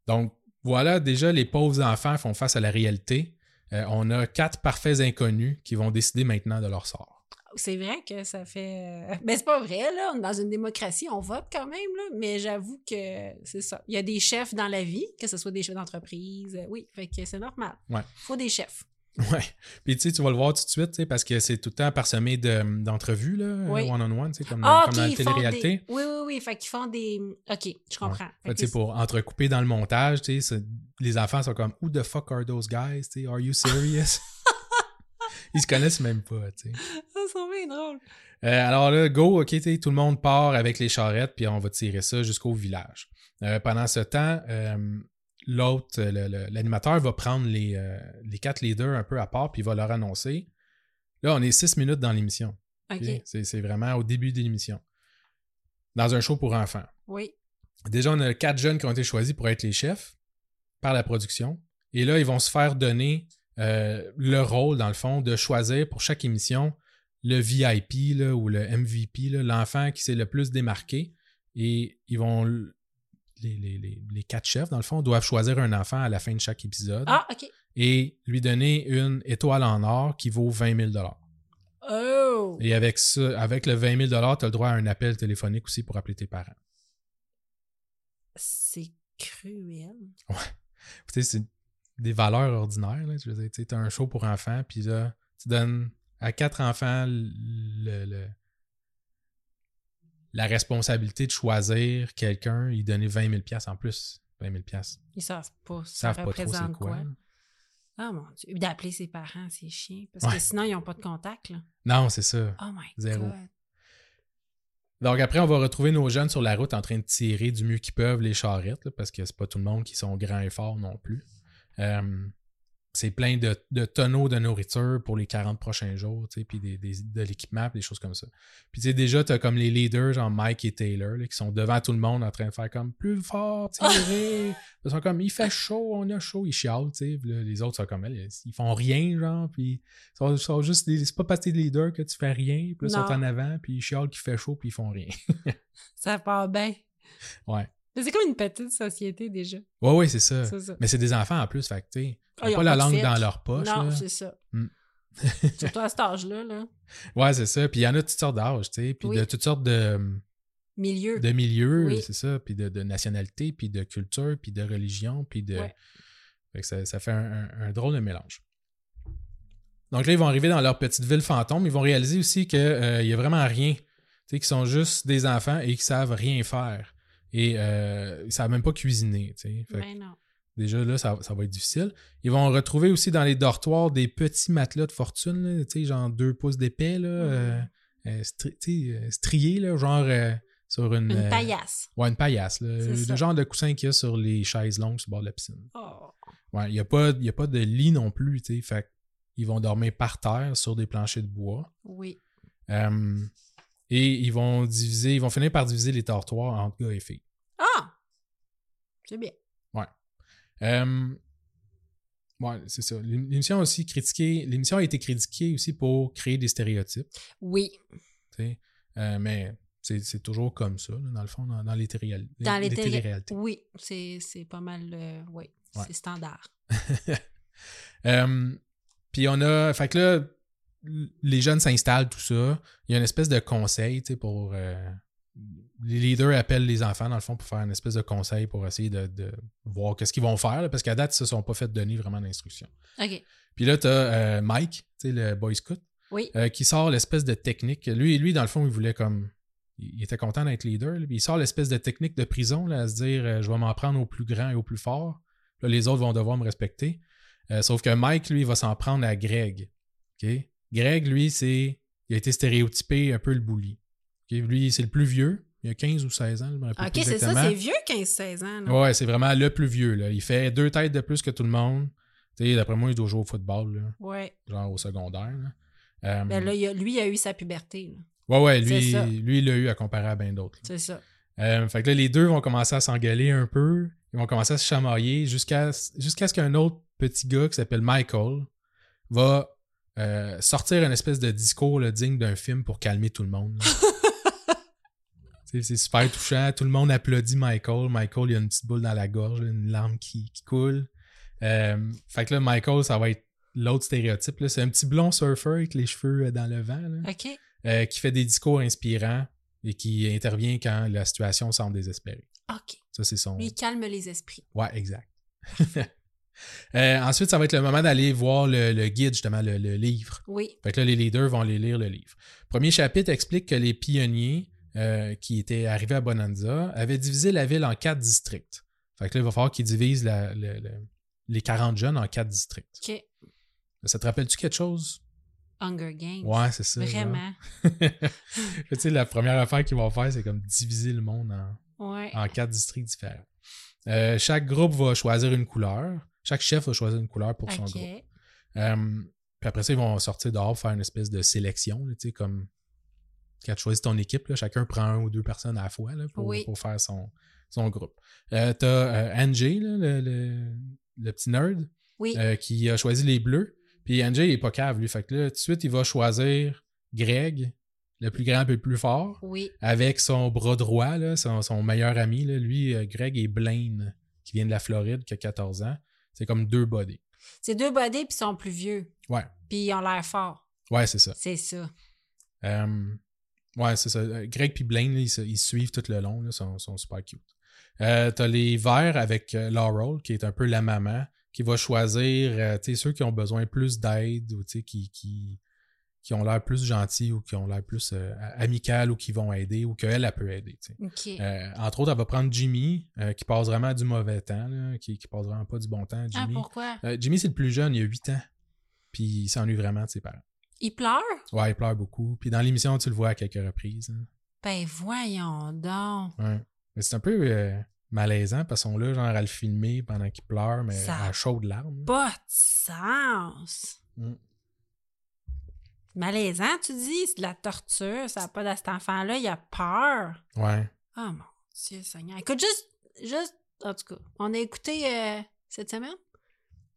Speaker 2: Donc, voilà, déjà, les pauvres enfants font face à la réalité. Euh, on a quatre parfaits inconnus qui vont décider maintenant de leur sort.
Speaker 1: C'est vrai que ça fait. euh, Ben, c'est pas vrai, là. On est dans une démocratie, on vote quand même, là. Mais j'avoue que c'est ça. Il y a des chefs dans la vie, que ce soit des chefs d'entreprise. euh, Oui, fait que c'est normal.
Speaker 2: Ouais.
Speaker 1: Faut des chefs.
Speaker 2: Ouais. Puis tu sais, tu vas le voir tout de suite, tu sais, parce que c'est tout le temps parsemé de- d'entrevues, là,
Speaker 1: Oui.
Speaker 2: one-on-one, tu sais, comme,
Speaker 1: Ah, OK,
Speaker 2: dans- Hum, comme dans la
Speaker 1: ils font
Speaker 2: télé-réalité.
Speaker 1: des. Oui, oui, oui. Fait qu'ils font des. OK, je comprends. Fait
Speaker 2: Fait,
Speaker 1: que
Speaker 2: tu sais,
Speaker 1: c'est-
Speaker 2: pour entrecouper dans le montage, tu sais, c'est- les enfants sont comme Who the fuck are those guys? Tu sais, are you serious? Ils se connaissent même pas, tu sais.
Speaker 1: Ah, c'est bien drôle.
Speaker 2: Euh, alors là, go, ok, tu sais, tout le monde part avec les charrettes, puis on va tirer ça jusqu'au village. Euh, pendant ce temps, euh, l'autre, euh, le- le- l'animateur va prendre les, euh, les quatre leaders un peu à part, puis il va leur annoncer. Là, on est six minutes dans l'émission.
Speaker 1: OK.
Speaker 2: ok? C'est c'est vraiment au début de l'émission. Dans un show pour enfants.
Speaker 1: Oui.
Speaker 2: Déjà, on a quatre jeunes qui ont été choisis pour être les chefs par la production. Et là, ils vont se faire donner euh, le rôle, dans le fond, de choisir pour chaque émission le VIP là, ou le MVP, là, l'enfant qui s'est le plus démarqué. Et ils vont. l- Les, les- les- les quatre chefs, dans le fond, doivent choisir un enfant à la fin de chaque épisode
Speaker 1: Ah, OK.
Speaker 2: et lui donner une étoile en or qui vaut 20 000
Speaker 1: Oh!
Speaker 2: Et avec, ça, avec le 20 000 tu as le droit à un appel téléphonique aussi pour appeler tes parents.
Speaker 1: C'est cruel.
Speaker 2: tu sais, c'est des valeurs ordinaires. Là. Je veux dire, tu sais, t'as un show pour enfants, puis là, tu donnes à quatre enfants le- le- la responsabilité de choisir quelqu'un et donner 20 000 en plus. 20 000
Speaker 1: Ils savent pas.
Speaker 2: Ils
Speaker 1: Ça
Speaker 2: savent pas trop
Speaker 1: représente
Speaker 2: c'est quoi.
Speaker 1: quoi. Ah mon Dieu. D'appeler ses parents, c'est chiant. Parce que
Speaker 2: Ouais.
Speaker 1: sinon, ils n'ont pas de contact. Là.
Speaker 2: Non, c'est ça.
Speaker 1: Oh my
Speaker 2: Zéro.
Speaker 1: God.
Speaker 2: Donc après, on va retrouver nos jeunes sur la route en train de tirer du mieux qu'ils peuvent les charrettes, là, parce que c'est pas tout le monde qui sont grands et forts non plus. Euh, c'est plein de, de tonneaux de nourriture pour les 40 prochains jours, tu sais, puis des- des- de l'équipement, puis des choses comme ça. Puis tu sais, déjà, t'as comme les leaders, genre Mike et Taylor, là, qui sont devant tout le monde en train de faire comme plus fort,
Speaker 1: Ah!
Speaker 2: tirer. ils sont comme, il fait chaud, on a chaud, ils chialent, tu sais. Puis là, les autres sont comme, ils ils font rien, genre, puis ils sont, ils sont juste, des- c'est pas parce que t'es leader que tu fais rien, puis là, ils sont
Speaker 1: Non.
Speaker 2: en avant, puis ils chialent qu'il fait chaud, puis ils font rien.
Speaker 1: Ça part bien.
Speaker 2: Ouais.
Speaker 1: Mais c'est comme une petite société déjà.
Speaker 2: Ouais, ouais, c'est ça.
Speaker 1: C'est ça.
Speaker 2: Mais c'est des enfants en plus, fait que, tu sais, ils
Speaker 1: Ah, ils
Speaker 2: ont
Speaker 1: ont
Speaker 2: pas la
Speaker 1: pas de
Speaker 2: langue
Speaker 1: filtre.
Speaker 2: dans leur poche.
Speaker 1: non,
Speaker 2: là.
Speaker 1: c'est ça.
Speaker 2: Hmm.
Speaker 1: Surtout à cet âge-là, là.
Speaker 2: Ouais, c'est ça. Puis il y en a de toutes sortes d'âges, tu sais, puis
Speaker 1: Oui.
Speaker 2: de toutes sortes de,
Speaker 1: Milieu.
Speaker 2: de milieux,
Speaker 1: Oui.
Speaker 2: c'est ça, puis de, de nationalités, puis de culture, puis de religion, puis de.
Speaker 1: Ouais.
Speaker 2: Fait que ça, ça fait un, un- un drôle de mélange. Donc là, ils vont arriver dans leur petite ville fantôme. Ils vont réaliser aussi qu'il n'y a vraiment rien. Tu sais, qu'ils sont juste des enfants et qu'ils savent rien faire. Et euh, ils ne savent même pas cuisiner. tu sais. Fait que
Speaker 1: Mais Ben non.
Speaker 2: Déjà, là, ça, ça va être difficile. Ils vont retrouver aussi dans les dortoirs des petits matelas de fortune, là, tu sais, genre deux pouces d'épais, là, euh, euh, stri- tu sais, euh, striés, là, genre euh, sur une...
Speaker 1: Une
Speaker 2: euh,
Speaker 1: paillasse.
Speaker 2: Ouais, une paillasse. là.
Speaker 1: C'est
Speaker 2: le
Speaker 1: ça.
Speaker 2: genre de coussin qu'il y a sur les chaises longues sur le bord de la piscine.
Speaker 1: Oh.
Speaker 2: Ouais, il n'y a, pas- il y a pas de lit non plus, tu sais. Fait ils vont dormir par terre sur des planchers de bois.
Speaker 1: Oui.
Speaker 2: Euh, et ils vont diviser, ils vont finir par diviser les dortoirs entre gars et filles.
Speaker 1: Ah! C'est bien.
Speaker 2: Euh, ouais, c'est ça. L'ém- L'émission a aussi critiqué. L'émission a été critiquée aussi pour créer des stéréotypes.
Speaker 1: Oui.
Speaker 2: tu sais. Euh, mais c'est c'est toujours comme ça, là, dans le fond, dans, dans les, téléréal-
Speaker 1: Dans les télé-
Speaker 2: téléréalités.
Speaker 1: Oui. C'est c'est pas mal. euh, oui.
Speaker 2: Ouais.
Speaker 1: C'est standard.
Speaker 2: Euh, Puis on a. Fait que là, les jeunes s'installent, tout ça. Il y a une espèce de conseil tu sais, pour, euh, les leaders appellent les enfants, dans le fond, pour faire une espèce de conseil pour essayer de, de voir qu'est-ce qu'ils vont faire, là, parce qu'à date, ils se sont pas fait donner vraiment d'instructions.
Speaker 1: OK.
Speaker 2: Puis là, tu as Mike, tu sais, le Boy Scout,
Speaker 1: Oui.
Speaker 2: euh, qui sort l'espèce de technique. Lui, lui, dans le fond, il voulait comme. Il il était content d'être leader. là, puis il sort l'espèce de technique de prison, là, à se dire euh, je vais m'en prendre au plus grand et au plus fort. Là, les autres vont devoir me respecter. Euh, sauf que Mike, lui, il va s'en prendre à Greg. OK? Greg, lui, c'est. Il a été stéréotypé un peu le bully. OK? Lui, c'est le plus vieux. Il a 15 ou 16 ans. je me rappelle
Speaker 1: Ah, OK,
Speaker 2: plus
Speaker 1: c'est ça,
Speaker 2: exactement.
Speaker 1: c'est vieux 15-16 ans. là.
Speaker 2: Ouais, c'est vraiment le plus vieux. Là. Il fait deux têtes de plus que tout le monde. Tu sais, d'après moi, il doit jouer au football, là,
Speaker 1: Ouais.
Speaker 2: genre au secondaire. là. Euh,
Speaker 1: Ben là, il a- lui, il a eu sa puberté. là.
Speaker 2: Ouais, ouais,
Speaker 1: C'est
Speaker 2: lui,
Speaker 1: ça.
Speaker 2: lui, il l'a eu à comparer à bien d'autres. là.
Speaker 1: C'est ça.
Speaker 2: Euh, fait que là, les deux vont commencer à s'engueuler un peu. Ils vont commencer à se chamailler jusqu'à jusqu'à ce qu'un autre petit gars qui s'appelle Michael va euh, sortir une espèce de discours là, digne d'un film pour calmer tout le monde. là. C'est c'est super touchant. Tout le monde applaudit Michael. Michael, il a une petite boule dans la gorge, là, une larme qui, qui coule. Euh, fait que là, Michael, ça va être l'autre stéréotype. là. C'est un petit blond surfeur avec les cheveux euh, dans le vent. là
Speaker 1: OK.
Speaker 2: euh, qui fait des discours inspirants et qui intervient quand la situation semble désespérée.
Speaker 1: OK.
Speaker 2: Ça, c'est son.
Speaker 1: Lui, il calme les esprits.
Speaker 2: Ouais, exact. Euh, ensuite, ça va être le moment d'aller voir le, le guide, justement, le, le livre.
Speaker 1: Oui.
Speaker 2: Fait que là, les leaders vont aller lire le livre. Premier chapitre explique que les pionniers euh, qui étaient arrivés à Bonanza avaient divisé la ville en quatre districts. Fait que là, il va falloir qu'ils divisent la- le- le- les 40 jeunes en quatre districts.
Speaker 1: OK.
Speaker 2: Ça te rappelle-tu quelque chose?
Speaker 1: Hunger Games.
Speaker 2: Ouais, c'est ça. genre.
Speaker 1: Vraiment.
Speaker 2: tu sais, la première affaire qu'ils vont faire, c'est comme diviser le monde en,
Speaker 1: Ouais.
Speaker 2: en quatre districts différents. Euh, chaque groupe va choisir une couleur. Chaque chef va choisir une couleur pour son
Speaker 1: OK.
Speaker 2: groupe. Euh, puis après ça, ils vont sortir dehors, faire une espèce de sélection, là, tu sais, comme quand tu choisis ton équipe, là, chacun prend un ou deux personnes à la fois là, pour,
Speaker 1: Oui.
Speaker 2: pour faire son, son groupe. Euh, T'as euh, Angie, là, le, le- le petit nerd,
Speaker 1: Oui.
Speaker 2: euh, qui a choisi les bleus. Puis Angie, il est pas cave, lui. Fait que là, tout de suite, il va choisir Greg, le plus grand et le plus fort
Speaker 1: Oui.
Speaker 2: avec son bras droit, là, son, son meilleur ami, là, lui, euh, Greg et Blaine, qui vient de la Floride, qui a 14 ans. C'est comme deux bodies.
Speaker 1: C'est deux bodies, puis ils sont plus vieux.
Speaker 2: Ouais.
Speaker 1: Puis ils ont l'air forts.
Speaker 2: Ouais, c'est ça.
Speaker 1: C'est ça.
Speaker 2: Euh, ouais, c'est ça. Euh, Greg puis Blaine, là, ils, se- ils se suivent tout le long, là, sont, sont super cute. Euh, T'as les verts avec euh, Laurel, qui est un peu la maman, qui va choisir euh, tu sais, ceux qui ont besoin plus d'aide ou tu sais, qui, qui, qui ont l'air plus gentils ou qui ont l'air plus euh, amicales ou qui vont aider ou qu'elle, elle peut aider. tu sais.
Speaker 1: OK.
Speaker 2: Euh, entre autres, elle va prendre Jimmy, euh, qui passe vraiment du mauvais temps, là, qui, qui passe vraiment pas du bon temps.
Speaker 1: ah,
Speaker 2: Jimmy,
Speaker 1: pourquoi?
Speaker 2: Euh, Jimmy c'est le plus jeune, il a 8 ans. Puis il s'ennuie vraiment de ses parents.
Speaker 1: Il pleure?
Speaker 2: Ouais, il pleure beaucoup. Puis dans l'émission, tu le vois à quelques reprises. hein.
Speaker 1: Ben voyons donc.
Speaker 2: Ouais. Mais c'est un peu euh, malaisant parce qu'on là, genre, à le filmer pendant qu'il pleure, mais
Speaker 1: Ça-
Speaker 2: à chaudes larmes.
Speaker 1: Pas de sens.
Speaker 2: Mm.
Speaker 1: Malaisant, tu dis? C'est de la torture. Ça n'a pas de cet enfant-là. Il a peur.
Speaker 2: Ouais.
Speaker 1: Oh mon Dieu Seigneur. Écoute, juste, juste, en tout cas, on a écouté euh, cette semaine,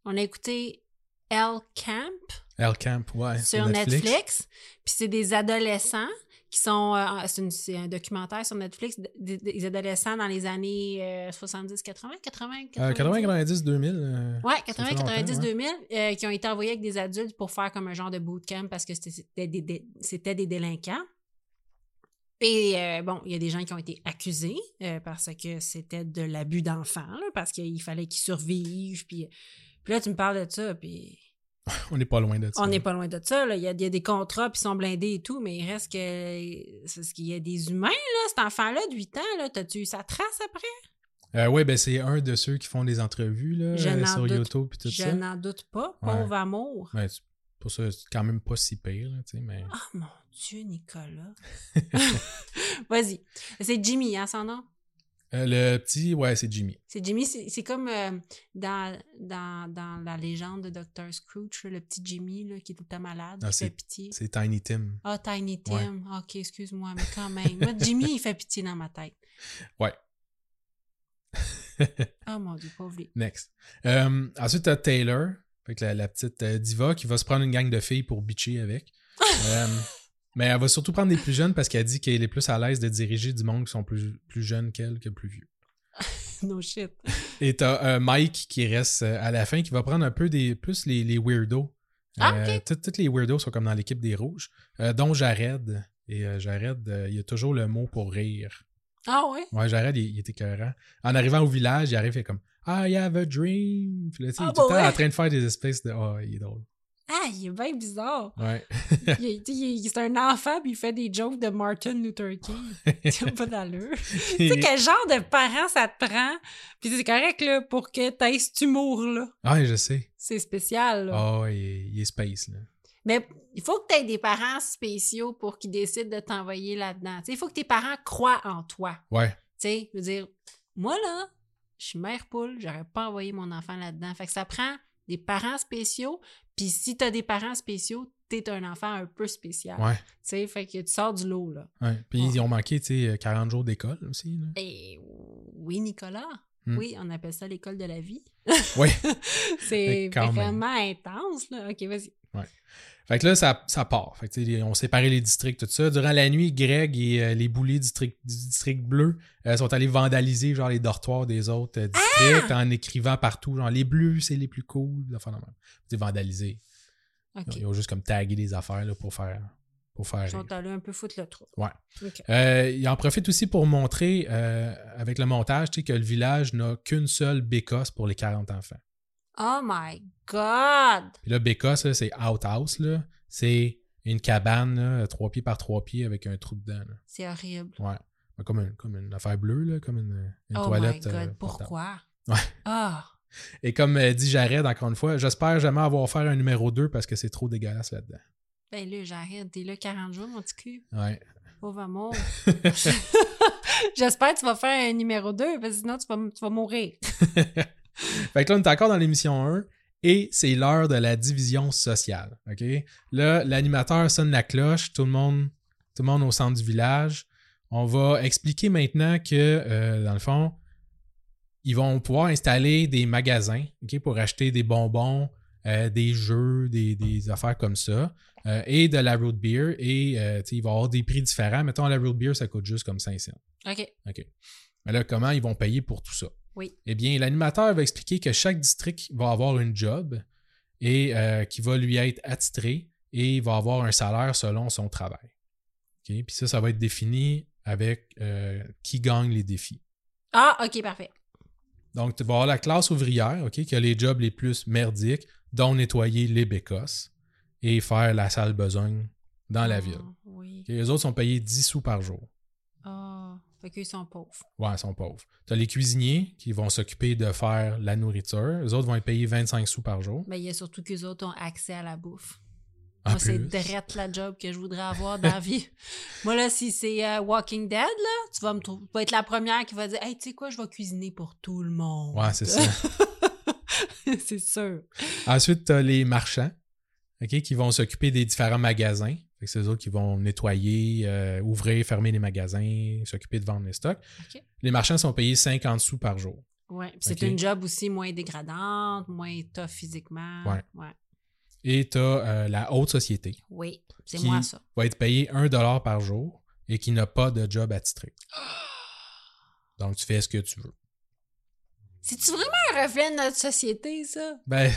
Speaker 1: on a écouté Elle Camp
Speaker 2: El Camp, ouais. Euh,
Speaker 1: sur Netflix. Puis c'est des adolescents qui sont. euh, c'est, une- c'est un documentaire sur Netflix, d- des, des adolescents dans les années euh, 70, 80, 80, 90.
Speaker 2: Euh, 80, 90, 2000. euh,
Speaker 1: Ouais,
Speaker 2: ça fait
Speaker 1: 80, 90,
Speaker 2: longtemps, ouais.
Speaker 1: 2000, euh, qui ont été envoyés avec des adultes pour faire comme un genre de bootcamp parce que c'était- c'était des, des- c'était des délinquants. Et euh, bon, il y a des gens qui ont été accusés euh, parce que c'était de l'abus d'enfants, là, parce qu'il fallait qu'ils survivent. Puis, puis là, tu me parles de ça, puis
Speaker 2: On n'est pas loin de ça.
Speaker 1: on n'est pas loin de ça. là. Il y, a, il y a des contrats, puis ils sont blindés et tout, mais il reste que. C'est ce qu'il y a des humains, là, cet enfant-là de 8 ans, là, t'as-tu eu sa trace après?
Speaker 2: Euh, ouais, ben c'est un de ceux qui font des entrevues là,
Speaker 1: Je
Speaker 2: euh,
Speaker 1: n'en
Speaker 2: sur
Speaker 1: doute-
Speaker 2: YouTube et tout
Speaker 1: Je
Speaker 2: ça.
Speaker 1: n'en doute pas,
Speaker 2: Ouais.
Speaker 1: pauvre amour.
Speaker 2: Ouais, c'est- pour ça, c'est quand même pas si pire, là, tu sais, mais...
Speaker 1: Ah mon Dieu, Nicolas. Vas-y. C'est Jimmy, hein, son nom?
Speaker 2: Euh, le petit, ouais, c'est Jimmy.
Speaker 1: C'est Jimmy, c'est c'est comme euh, dans, dans, dans la légende de Dr. Scrooge, le petit Jimmy là, qui est tout le temps malade,
Speaker 2: Ah,
Speaker 1: qui fait pitié.
Speaker 2: C'est Tiny Tim.
Speaker 1: Ah, Tiny Tim. Ok, excuse-moi, mais quand même. Moi, Jimmy, il fait pitié dans ma tête.
Speaker 2: Ouais.
Speaker 1: Ah mon Dieu, pauvre lui.
Speaker 2: Next. Euh, ensuite, t'as Taylor, fait que la, la petite euh, diva qui va se prendre une gang de filles pour bitcher avec. Euh, mais elle va surtout prendre des plus jeunes parce qu'elle dit qu'elle est plus à l'aise de diriger du monde qui sont plus, plus jeunes qu'elle que plus vieux.
Speaker 1: No shit.
Speaker 2: Et t'as euh, Mike qui reste euh, à la fin, qui va prendre un peu des plus les, les weirdos.
Speaker 1: Ah,
Speaker 2: Euh,
Speaker 1: ok.
Speaker 2: toutes- Toutes les weirdos sont comme dans l'équipe des rouges, euh, dont Jared, Et euh, Jared, euh, il y a toujours le mot pour rire.
Speaker 1: Ah ouais?
Speaker 2: Ouais, Jared, il, il est écœurant. En arrivant au village, il arrive, il fait comme I have a dream. Puis là, tu sais, il
Speaker 1: Ah,
Speaker 2: est tout
Speaker 1: bah
Speaker 2: le temps
Speaker 1: ouais.
Speaker 2: en train de faire des espèces de. Ah, il est drôle.
Speaker 1: Ah, il est bien bizarre.
Speaker 2: Ouais.
Speaker 1: Il est- tu sais, il est- C'est un enfant, puis il fait des jokes de Martin Luther King. C'est pas d'allure. tu sais, quel genre de parent ça te prend? Puis c'est correct, là, pour que t'aies cet humour-là.
Speaker 2: Ah, je sais.
Speaker 1: C'est spécial, là.
Speaker 2: Ah, il, est- il est space, là.
Speaker 1: Mais il faut que tu aies des parents spéciaux pour qu'ils décident de t'envoyer là-dedans. Tu sais, Il faut que tes parents croient en toi.
Speaker 2: Ouais.
Speaker 1: Tu sais, je veux dire, moi là, je suis mère poule, j'aurais pas envoyé mon enfant là-dedans. Fait que ça prend des parents spéciaux, puis si t'as des parents spéciaux, t'es un enfant un peu spécial.
Speaker 2: Ouais.
Speaker 1: Tu sais, fait que tu sors du lot, là.
Speaker 2: ouais. Puis
Speaker 1: Ouais.
Speaker 2: ils ont manqué, tu sais, 40 jours d'école aussi. Là.
Speaker 1: Et Eh oui, Nicolas.
Speaker 2: Hmm.
Speaker 1: Oui, on appelle ça l'école de la vie.
Speaker 2: Ouais.
Speaker 1: C'est
Speaker 2: Mais Eh, quand même.
Speaker 1: vraiment intense, là. OK, vas-y.
Speaker 2: Fait que là, ça, ça part. Fait que, tu sais, on séparait les districts, tout ça. Durant la nuit, Greg et euh, les boulets du district, du district bleu euh, sont allés vandaliser genre les dortoirs des autres euh, districts
Speaker 1: Ah!
Speaker 2: en écrivant partout, genre les bleus, c'est les plus cool. des affaires de même. C'est vandalisé.
Speaker 1: OK.
Speaker 2: Ils ont juste comme tagué des affaires là, pour faire. Pour faire
Speaker 1: Ils sont
Speaker 2: rire.
Speaker 1: allés un peu foutre le trou.
Speaker 2: Ouais.
Speaker 1: OK.
Speaker 2: Euh, il en profite aussi pour montrer euh, avec le montage tu sais, que le village n'a qu'une seule bécosse pour les 40 enfants.
Speaker 1: Oh my God!
Speaker 2: Puis là, bécosse, là, c'est outhouse. là. C'est une cabane, là, trois pieds par trois pieds avec un trou dedans. là.
Speaker 1: C'est horrible.
Speaker 2: Ouais. Ouais, Comme, un- comme une affaire bleue, là, comme une, une
Speaker 1: oh
Speaker 2: toilette.
Speaker 1: my
Speaker 2: euh,
Speaker 1: God,
Speaker 2: portable.
Speaker 1: pourquoi?
Speaker 2: Ouais.
Speaker 1: Ah!
Speaker 2: Et comme euh, dit Jared, encore une fois, j'espère jamais avoir fait un numéro 2 parce que c'est trop dégueulasse là-dedans.
Speaker 1: Ben là, j'arrête. T'es là 40 jours, mon petit cul.
Speaker 2: Ouais.
Speaker 1: Pauvre amour. J'espère que tu vas faire un numéro 2, parce que sinon, tu vas, tu vas mourir.
Speaker 2: Fait que là, on est encore dans l'émission 1 et c'est l'heure de la division sociale. OK? Là, l'animateur sonne la cloche, tout le monde, tout le monde au centre du village. On va expliquer maintenant que, euh, dans le fond, ils vont pouvoir installer des magasins OK, pour acheter des bonbons, euh, des jeux, des, des affaires comme ça, euh, et de la root beer. Et euh, tu sais, il va y avoir des prix différents. Mettons, la root beer, ça coûte juste comme 5 cents.
Speaker 1: OK.
Speaker 2: Mais là, comment ils vont payer pour tout ça?
Speaker 1: Oui.
Speaker 2: Eh bien, l'animateur va expliquer que chaque district va avoir une job et euh, qui va lui être attitré et il va avoir un salaire selon son travail. OK? Puis ça, ça va être défini avec euh, qui gagne les défis.
Speaker 1: Ah, OK, parfait.
Speaker 2: Donc, tu vas avoir la classe ouvrière, OK, qui a les jobs les plus merdiques, dont nettoyer les bécosses et faire la sale besogne dans la
Speaker 1: Ah,
Speaker 2: ville.
Speaker 1: Oui.
Speaker 2: Et Les autres sont payés 10 sous par jour.
Speaker 1: Ah, fait qu'ils sont pauvres.
Speaker 2: Ouais, ils sont pauvres. Tu as les cuisiniers qui vont s'occuper de faire la nourriture. Les autres vont être payés 25 sous par jour.
Speaker 1: Mais Ben, il y a surtout qu'eux autres ont accès à la bouffe.
Speaker 2: En
Speaker 1: Moi, c'est
Speaker 2: plus.
Speaker 1: direct la job que je voudrais avoir dans la vie. Moi, là, si c'est euh, Walking Dead, là, tu vas, me trou- tu vas être la première qui va dire Hey, tu sais quoi, je vais cuisiner pour tout le monde.
Speaker 2: Ouais, c'est ça.
Speaker 1: c'est sûr.
Speaker 2: Ensuite, tu as les marchands ok, qui vont s'occuper des différents magasins. Fait que C'est eux autres qui vont nettoyer, euh, ouvrir, fermer les magasins, s'occuper de vendre les stocks.
Speaker 1: Ok.
Speaker 2: Les marchands sont payés 50 sous par jour.
Speaker 1: Ouais, puis c'est
Speaker 2: Ok.
Speaker 1: une job aussi moins dégradante, moins tough physiquement.
Speaker 2: Ouais.
Speaker 1: ouais.
Speaker 2: Et tu as la haute société
Speaker 1: Oui, c'est
Speaker 2: Qui-
Speaker 1: moi ça.
Speaker 2: va être payée 1 par jour et qui n'a pas de job attitré.
Speaker 1: Ah!
Speaker 2: Donc, tu fais ce que tu veux.
Speaker 1: C'est-tu vraiment un reflet de notre société, ça?
Speaker 2: Ben,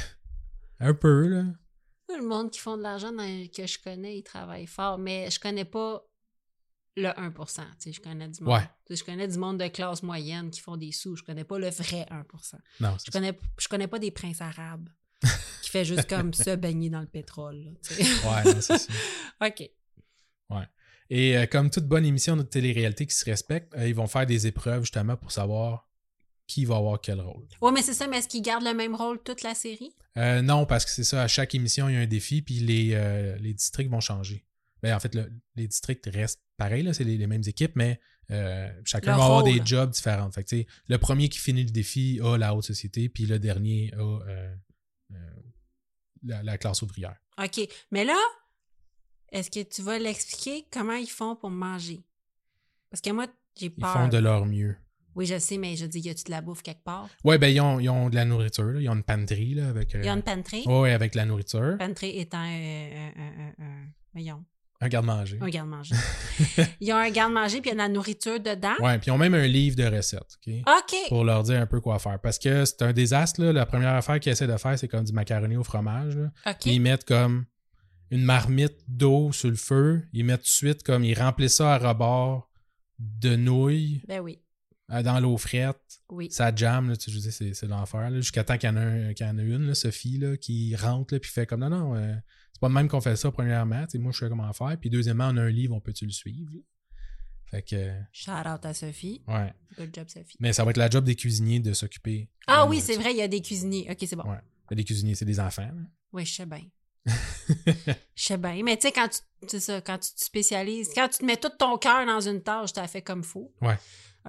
Speaker 2: un peu, là.
Speaker 1: Tout le monde qui font de l'argent dans- que je connais, ils travaillent fort, mais je connais pas le 1%. Tu sais, je connais du monde.
Speaker 2: Ouais.
Speaker 1: Tu sais, Je connais du monde de classe moyenne qui font des sous. Je connais pas le vrai 1%.
Speaker 2: Non,
Speaker 1: Je
Speaker 2: c'est
Speaker 1: connais, je connais pas des princes arabes qui fait juste comme se baigner dans le pétrole. là, tu sais.
Speaker 2: Ouais, non, c'est ça.
Speaker 1: OK.
Speaker 2: Et euh, comme toute bonne émission de télé-réalité qui se respecte, euh, ils vont faire des épreuves justement pour savoir qui va avoir quel rôle.
Speaker 1: Ouais, mais c'est ça, mais est-ce qu'ils gardent le même rôle toute la série?
Speaker 2: Euh, non, parce que c'est ça, à chaque émission, il y a un défi, puis les, euh, les districts vont changer. Ben, en fait, le- les districts restent pareils, là, c'est les, les mêmes équipes, mais euh, chacun
Speaker 1: Leur
Speaker 2: va avoir des
Speaker 1: rôle.
Speaker 2: jobs différents. Fait que, tu sais, le premier qui finit le défi a la haute société, puis le dernier a euh, euh, la, la classe ouvrière.
Speaker 1: OK. Mais là, est-ce que tu vas l'expliquer comment ils font pour manger? Parce que moi, j'ai
Speaker 2: Ils
Speaker 1: peur.
Speaker 2: font de leur mieux.
Speaker 1: Oui, je sais, mais je dis, y a-tu de la bouffe quelque part?
Speaker 2: Ouais, ben, ils ont, ils ont de la nourriture, là. ils ont une pantry, là, avec. euh,
Speaker 1: Il y a une pantry.
Speaker 2: ouais, ouais, avec la nourriture.
Speaker 1: Pantry étant euh, un, un- un- un- voyons,
Speaker 2: Un garde-manger.
Speaker 1: un garde-manger. il y a un garde-manger, puis il y a de la nourriture dedans.
Speaker 2: Ouais, puis ils ont même un livre de recettes, OK?
Speaker 1: OK.
Speaker 2: Pour leur dire un peu quoi faire. Parce que c'est un désastre, là. La première affaire qu'ils essaient de faire, c'est comme du macaroni au fromage, là.
Speaker 1: OK.
Speaker 2: Puis ils mettent comme une marmite d'eau sur le feu. Ils mettent tout de suite comme ils remplissent ça à rebord de nouilles
Speaker 1: Ben oui.
Speaker 2: euh, dans l'eau frette.
Speaker 1: Oui.
Speaker 2: Ça jam, là, tu sais, je veux dire, c'est, c'est l'enfer. là, Jusqu'à temps qu'il y en a, un- qu'il y en a une, là, Sophie, là, qui rentre là, puis fait comme non, non, euh, c'est pas de même qu'on fait ça, premièrement. Tu sais, moi, je sais comment faire. Puis deuxièmement, on a un livre, on peut-tu le suivre? là? Fait que, euh,
Speaker 1: Shout out à Sophie.
Speaker 2: ouais.
Speaker 1: Good job, Sophie.
Speaker 2: Mais ça va être la job des cuisiniers de s'occuper.
Speaker 1: Ah
Speaker 2: de
Speaker 1: oui,
Speaker 2: la
Speaker 1: c'est
Speaker 2: nourriture.
Speaker 1: vrai, il y a des cuisiniers. OK, c'est bon.
Speaker 2: Ouais. Des cuisiniers, c'est des enfants. là.
Speaker 1: Oui, je sais bien. Je sais bien. Mais tu sais, quand tu c'est ça, quand tu te spécialises, quand tu te mets tout ton cœur dans une tâche, tu as fait comme fou.
Speaker 2: Ouais.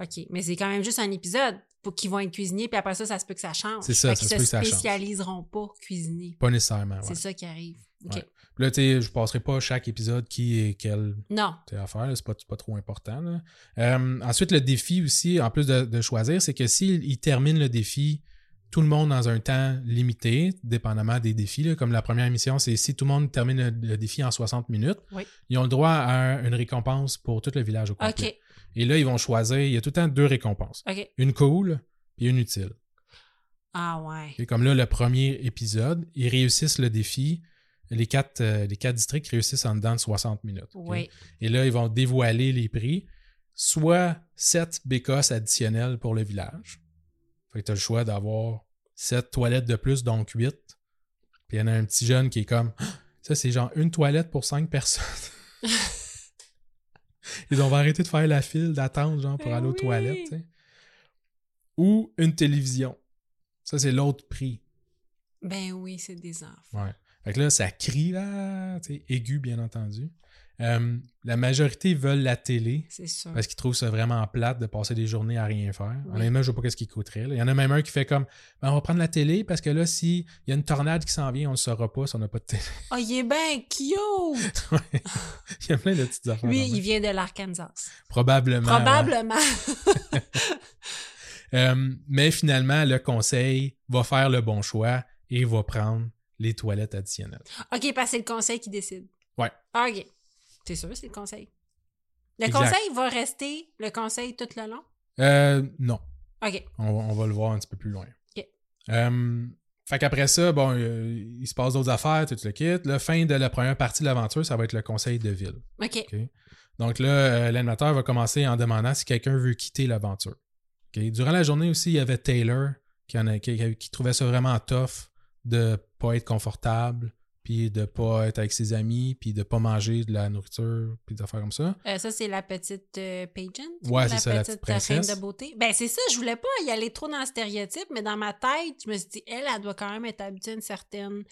Speaker 1: OK. Mais c'est quand même juste un épisode pour qu'ils vont être cuisiniers, puis après ça, ça se peut que ça change.
Speaker 2: C'est
Speaker 1: Fait
Speaker 2: ça, ça
Speaker 1: qu'ils
Speaker 2: se
Speaker 1: se
Speaker 2: peut que ça change.
Speaker 1: spécialiseront pas cuisiner.
Speaker 2: Pas nécessairement. ouais.
Speaker 1: C'est ça qui arrive. OK.
Speaker 2: Ouais. Là, tu sais, je passerai pas chaque épisode qui est quel
Speaker 1: Non.
Speaker 2: t'as à faire. là. C'est pas, c'est pas trop important. là. Euh, ensuite, le défi aussi, en plus de, de choisir, c'est que s'il il termine le défi, tout le monde dans un temps limité, dépendamment des défis. là. comme la première émission, c'est si tout le monde termine le, le défi en 60 minutes,
Speaker 1: Oui.
Speaker 2: ils ont le droit à une récompense pour tout le village au complet.
Speaker 1: OK.
Speaker 2: Et là, ils vont choisir, il y a tout le temps deux récompenses.
Speaker 1: OK.
Speaker 2: Une cool et une utile.
Speaker 1: Ah ouais.
Speaker 2: Et comme là, le premier épisode, ils réussissent le défi. Les quatre, euh, les quatre districts réussissent en dedans de 60 minutes. ok?
Speaker 1: Oui.
Speaker 2: Et là, ils vont dévoiler les prix. Soit 7 bécosses additionnelles pour le village. Fait que tu as le choix d'avoir 7 toilettes de plus, donc 8. Puis il y en a un petit jeune qui est comme Ah, Ça, c'est genre une toilette pour 5 personnes. ils ont va arrêter de faire la file d'attente genre pour
Speaker 1: Ben
Speaker 2: aller aux
Speaker 1: oui.
Speaker 2: toilettes. tu sais. Ou une télévision. Ça, c'est l'autre prix.
Speaker 1: Ben oui, c'est des enfants.
Speaker 2: Ouais. Fait que là, ça crie, là, tu sais, aigu, bien entendu. Euh, la majorité veulent la télé
Speaker 1: C'est sûr.
Speaker 2: parce qu'ils trouvent ça vraiment plate de passer des journées à rien faire.
Speaker 1: Oui.
Speaker 2: Honnêtement, je vois pas qu'est-ce qui coûterait. là. Il y en a même un qui fait comme Ben, on va prendre la télé parce que là, s'il y a une tornade qui s'en vient, on le saura pas si on n'a pas de télé.
Speaker 1: Ah, il est bien cute!
Speaker 2: Ouais. il y a plein de petites affaires.
Speaker 1: Lui,
Speaker 2: dans le
Speaker 1: il
Speaker 2: même.
Speaker 1: vient de l'Arkansas.
Speaker 2: Probablement. ouais.
Speaker 1: Probablement.
Speaker 2: Euh, mais finalement, le conseil va faire le bon choix et va prendre les toilettes additionnelles.
Speaker 1: OK, parce que c'est le conseil qui décide.
Speaker 2: Ouais.
Speaker 1: Ah, OK. T'es sûr, c'est le conseil. Le
Speaker 2: Exact.
Speaker 1: conseil va rester le conseil tout le long?
Speaker 2: Euh, non.
Speaker 1: OK.
Speaker 2: On va, on va le voir un petit peu plus loin.
Speaker 1: Ok.
Speaker 2: Euh, fait qu'après ça, bon, euh, il se passe d'autres affaires, tout le kit. La fin de la première partie de l'aventure, ça va être le conseil de ville.
Speaker 1: OK.
Speaker 2: OK? Donc là, euh, l'animateur va commencer en demandant si quelqu'un veut quitter l'aventure. OK? Durant la journée aussi, il y avait Taylor qui, en a- qui- qui trouvait ça vraiment tough de pas être confortable, puis de pas être avec ses amis, puis de pas manger de la nourriture, puis des affaires comme ça.
Speaker 1: Euh, ça, c'est la petite euh, pageant?
Speaker 2: Ouais, c'est ça, la petite
Speaker 1: euh, reine
Speaker 2: princesse.
Speaker 1: de beauté. Ben, c'est ça, je voulais pas y aller trop dans le stéréotype, mais dans ma tête, je me suis dit, elle, elle doit quand même être habituée à une certaine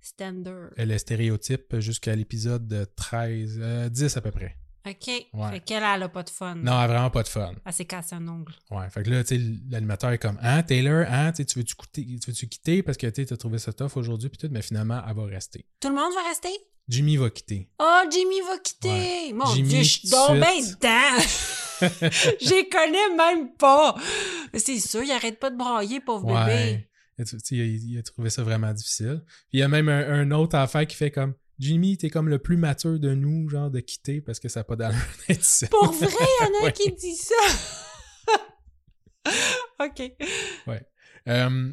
Speaker 1: standard.
Speaker 2: Le stéréotype jusqu'à l'épisode 13, euh, 10 à peu près.
Speaker 1: OK.
Speaker 2: Ouais.
Speaker 1: Fait qu'elle, elle a pas de fun.
Speaker 2: Non, elle a vraiment pas de fun.
Speaker 1: Elle s'est cassée un ongle.
Speaker 2: Ouais. Fait que là, tu sais, l'animateur est comme Hein, Taylor, hein, tu sais, tu veux-tu quitter, tu veux-tu quitter parce que tu as trouvé ça tough aujourd'hui, puis tout, mais finalement, elle va rester.
Speaker 1: Tout le monde va rester?
Speaker 2: Jimmy va quitter.
Speaker 1: Oh, Jimmy va quitter! Mon
Speaker 2: Jimmy,
Speaker 1: Dieu, je suis
Speaker 2: tout de
Speaker 1: donc bien
Speaker 2: suite.
Speaker 1: dedans! J'y connais même pas! C'est sûr, il arrête pas de brailler, pauvre bébé.
Speaker 2: Ouais. Et tu- tu sais, Il, il a trouvé ça vraiment difficile. Puis il y a même un, un autre affaire qui fait comme Jimmy, t'es comme le plus mature de nous, genre de quitter parce que ça n'a pas d'allure d'être ça.
Speaker 1: Pour vrai, il y en a un
Speaker 2: Ouais.
Speaker 1: qui dit ça! OK.
Speaker 2: Euh,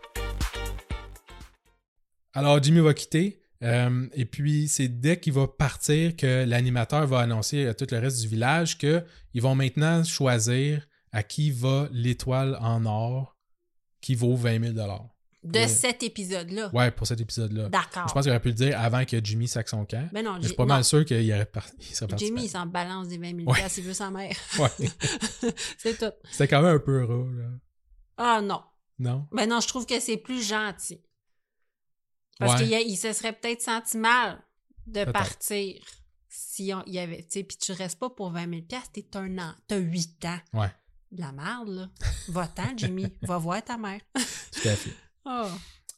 Speaker 2: alors, Jimmy va quitter. Euh, et puis, c'est dès qu'il va partir que l'animateur va annoncer à tout le reste du village que ils vont maintenant choisir à qui va l'étoile en or qui vaut 20 000
Speaker 1: De
Speaker 2: Ouais.
Speaker 1: cet épisode-là.
Speaker 2: Ouais, pour cet épisode-là.
Speaker 1: D'accord.
Speaker 2: Je pense qu'il aurait pu le dire avant que Jimmy sac son camp.
Speaker 1: Ben non,
Speaker 2: je suis
Speaker 1: Ji-
Speaker 2: pas mal
Speaker 1: non.
Speaker 2: sûr qu'il aurait par- il serait parti.
Speaker 1: Jimmy, il s'en balance des 20 000
Speaker 2: Ouais.
Speaker 1: piastres, il veut sa mère.
Speaker 2: Ouais.
Speaker 1: c'est tout.
Speaker 2: C'était quand même un peu heureux, là.
Speaker 1: Ah non.
Speaker 2: Non?
Speaker 1: Ben non, je trouve que c'est plus gentil. Parce
Speaker 2: Ouais.
Speaker 1: qu'il y a- il se serait peut-être senti mal de
Speaker 2: Peut-être.
Speaker 1: partir. Si on, il y avait, tu sais, puis tu restes pas pour 20 000 piastres, t'es un an, t'as 8 ans.
Speaker 2: Ouais,
Speaker 1: De la merde, là. Va-t'en, Jimmy. Va voir ta mère.
Speaker 2: tout à fait.
Speaker 1: Oh.